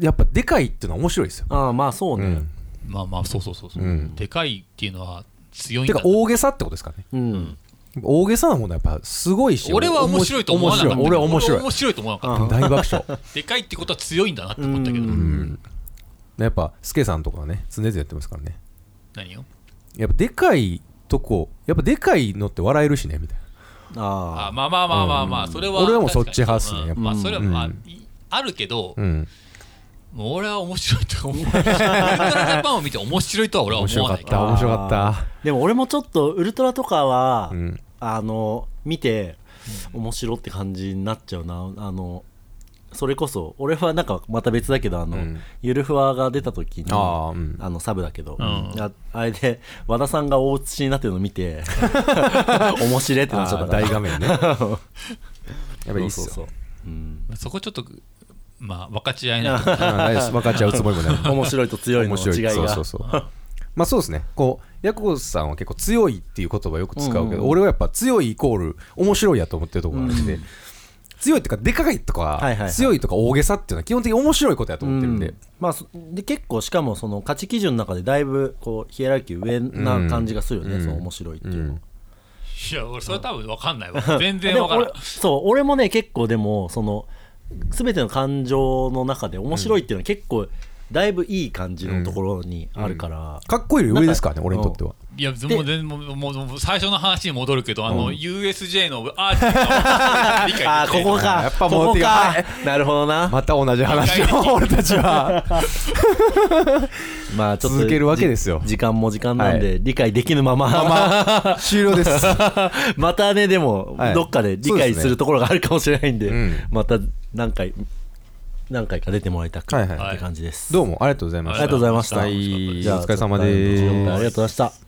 Speaker 1: やっぱでかいっていうのは面白いですよ
Speaker 2: ああまあそうね
Speaker 3: まあまあそうそうそうそう
Speaker 1: うん
Speaker 3: でかいっていうのは強いん
Speaker 1: て
Speaker 3: だ
Speaker 1: か大げさってことですかね
Speaker 2: うん
Speaker 1: 大げさなものはやっぱすごいし
Speaker 3: 俺は面白いと思わなかった
Speaker 1: 面白い俺は面白
Speaker 3: 俺
Speaker 1: い
Speaker 3: 面白いと思わなかっ
Speaker 1: 大爆笑
Speaker 3: たでかいってことは強いんだなって思ったけど
Speaker 1: うんやっぱスケさんとかはね常々やってますからね
Speaker 3: 何よ
Speaker 1: やっぱでかいとこやっぱでかいのって笑えるしねみたいな
Speaker 2: あ
Speaker 3: あ
Speaker 2: あ
Speaker 3: まあまあまあまあまあそれは
Speaker 1: 俺はもうそっち派っ
Speaker 3: 確
Speaker 1: す
Speaker 3: か
Speaker 1: ね
Speaker 3: に
Speaker 1: やっぱ
Speaker 3: まあそれはまあ
Speaker 1: うん
Speaker 3: いあるけど
Speaker 1: うん
Speaker 3: もう俺は面白い と思うウルトラジャパンを見て面白いとは俺は
Speaker 1: 面
Speaker 3: 思
Speaker 1: 白
Speaker 3: わ
Speaker 1: か
Speaker 3: な
Speaker 1: っ
Speaker 3: いけど
Speaker 1: た面白かった
Speaker 2: でも俺もちょっとウルトラとかは、
Speaker 1: うん
Speaker 2: あの見て面白って感じになっちゃうなあのそれこそ俺はなんかまた別だけどあの、
Speaker 1: うん
Speaker 2: ゆるふわが出た時に
Speaker 1: あーうん
Speaker 2: あのサブだけど、
Speaker 3: うん
Speaker 2: ああれで和田さんが大写しになってるの見 て面白いってなっちゃ
Speaker 1: あー
Speaker 2: ったか
Speaker 1: 大
Speaker 2: ら
Speaker 1: 画 面ねやっぱりいいっ
Speaker 2: そう
Speaker 1: す
Speaker 2: そ
Speaker 1: よ
Speaker 2: うそう、うん、
Speaker 3: そこちょっとまあ分かち合えない
Speaker 1: うん大丈夫です分かっちゃうつもりもない
Speaker 2: 面白いと強いの
Speaker 1: 面白
Speaker 2: 違い
Speaker 1: い
Speaker 2: が
Speaker 1: そうそうそうまあそうですねこうヤクゴさんは結構強いっていう言葉をよく使うけど、俺はやっぱ強いイコール面白いやと思ってるところがあるんで、強いっていうかでかいとか、
Speaker 2: いはいはい
Speaker 1: 強いとか大げさっていうのは基本的に面白いことやと思ってるんで、
Speaker 2: うんまあ、そで結構しかもその価値基準の中でだいぶこうヒエラルキー上な感じがするよね、
Speaker 1: うん
Speaker 2: その面白いっていうのは、
Speaker 1: うん
Speaker 3: いや俺それ多分分かんな いわ全然
Speaker 2: でも
Speaker 3: 分からん
Speaker 2: 俺そう俺もね結構でもその全ての感情の中で面白いっていうのは結構だいぶいい感じのところにあるから、
Speaker 1: かっこいいより上ですからね俺にとっては、
Speaker 3: いやもう全もうもうもう最初の話に戻るけどあの、USJ のアーティス トの理解できて
Speaker 2: あーここか
Speaker 1: やっぱもう
Speaker 2: ここか
Speaker 1: て
Speaker 2: なるほどなま
Speaker 1: また同じ話
Speaker 3: 意外
Speaker 1: を俺たちは
Speaker 2: あちょっと
Speaker 1: 続けるわけですよ
Speaker 2: じ時間も時間なんで、理解できぬまま
Speaker 1: 終了です
Speaker 2: またねでも、
Speaker 1: はい
Speaker 2: どっかで理
Speaker 1: そうで
Speaker 2: 解
Speaker 1: すね
Speaker 2: するところがあるかもしれないんで
Speaker 1: うん
Speaker 2: また何回何回か出てもらいたく
Speaker 1: はいはい
Speaker 2: って感じです、
Speaker 1: どうもありがとうございま
Speaker 2: あ
Speaker 1: し
Speaker 2: り
Speaker 1: た
Speaker 2: がとうございました
Speaker 1: はい
Speaker 3: ありがとうございました
Speaker 1: じゃあお疲れ様です
Speaker 2: ありがとうございました